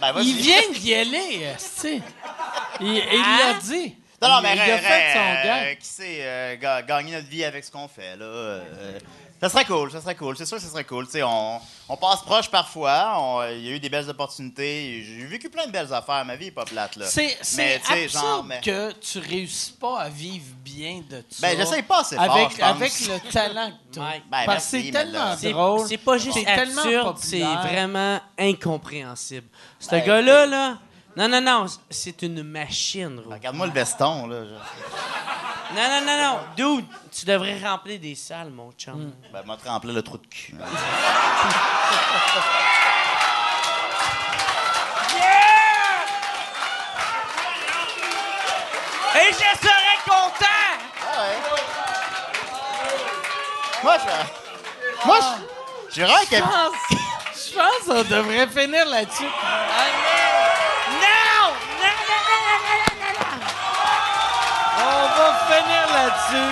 S4: ben vas-y.
S2: Il vient d'y aller, tu Il, il
S5: Hein?
S2: l'a dit.
S4: Non, non,
S2: Il-
S4: mais
S2: il, a
S4: ré-
S2: fait
S4: ré-
S2: son gars.
S4: euh, Qui sait, euh, ga- gagner notre vie avec ce qu'on fait, là. euh, ça serait cool, ça serait cool. C'est sûr que ça serait cool. Tu sais, on, on passe proche parfois. on- Il y a eu des belles opportunités. J'ai vécu plein de belles affaires. Ma vie est pas plate, là.
S2: C'est c'est
S4: Mais, tu sais,
S2: absurde
S4: genre, mais-
S2: que tu réussisses pas à vivre bien de ça.
S4: Ben, j'essaye pas assez fort,
S2: avec,
S4: je pense.
S2: avec le talent que tu
S5: Mike.
S4: Ben,
S2: Parce que
S4: merci,
S2: c'est
S4: mais
S2: tellement
S4: là-
S5: C'est-
S2: drôle.
S5: C'est pas juste
S2: C'est tellement
S5: absurde, c'est
S2: populaire.
S5: vraiment incompréhensible. Ce
S4: Ouais.
S5: gars-là, là. Non, non, non, c'est une machine, Roux.
S4: Regarde-moi le veston, là. je-
S5: Non, non, non, non. Dude, tu devrais remplir des salles, mon chum.
S4: Ben, m'a tremplé le trou de cul. hein.
S5: Et je serais content!
S4: Ah ouais. Moi, je. Moi, je. J'ai vraiment
S2: Je
S4: que-
S2: pense, je pense qu'on devrait finir là-dessus.
S5: Ah, Non! Non, non, non, non, non, non, non,
S2: On
S5: non!
S2: va finir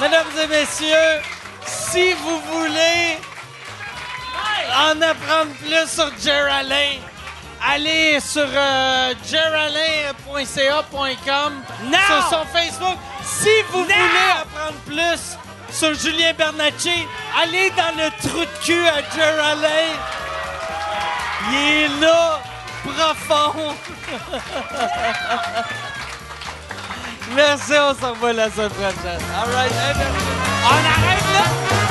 S2: là-dessus. Mesdames et messieurs, si vous voulez en apprendre plus sur Geraldine, allez sur euh, geraldine.ca.com,
S5: Non!
S2: sur son Facebook. Si vous voulez apprendre plus
S5: sur Julien Bernatchez. Allez dans le trou de cul à Geraldine. Il est là, profond. merci, on s'en va la semaine prochaine. All right, hey, merci. On arrête là?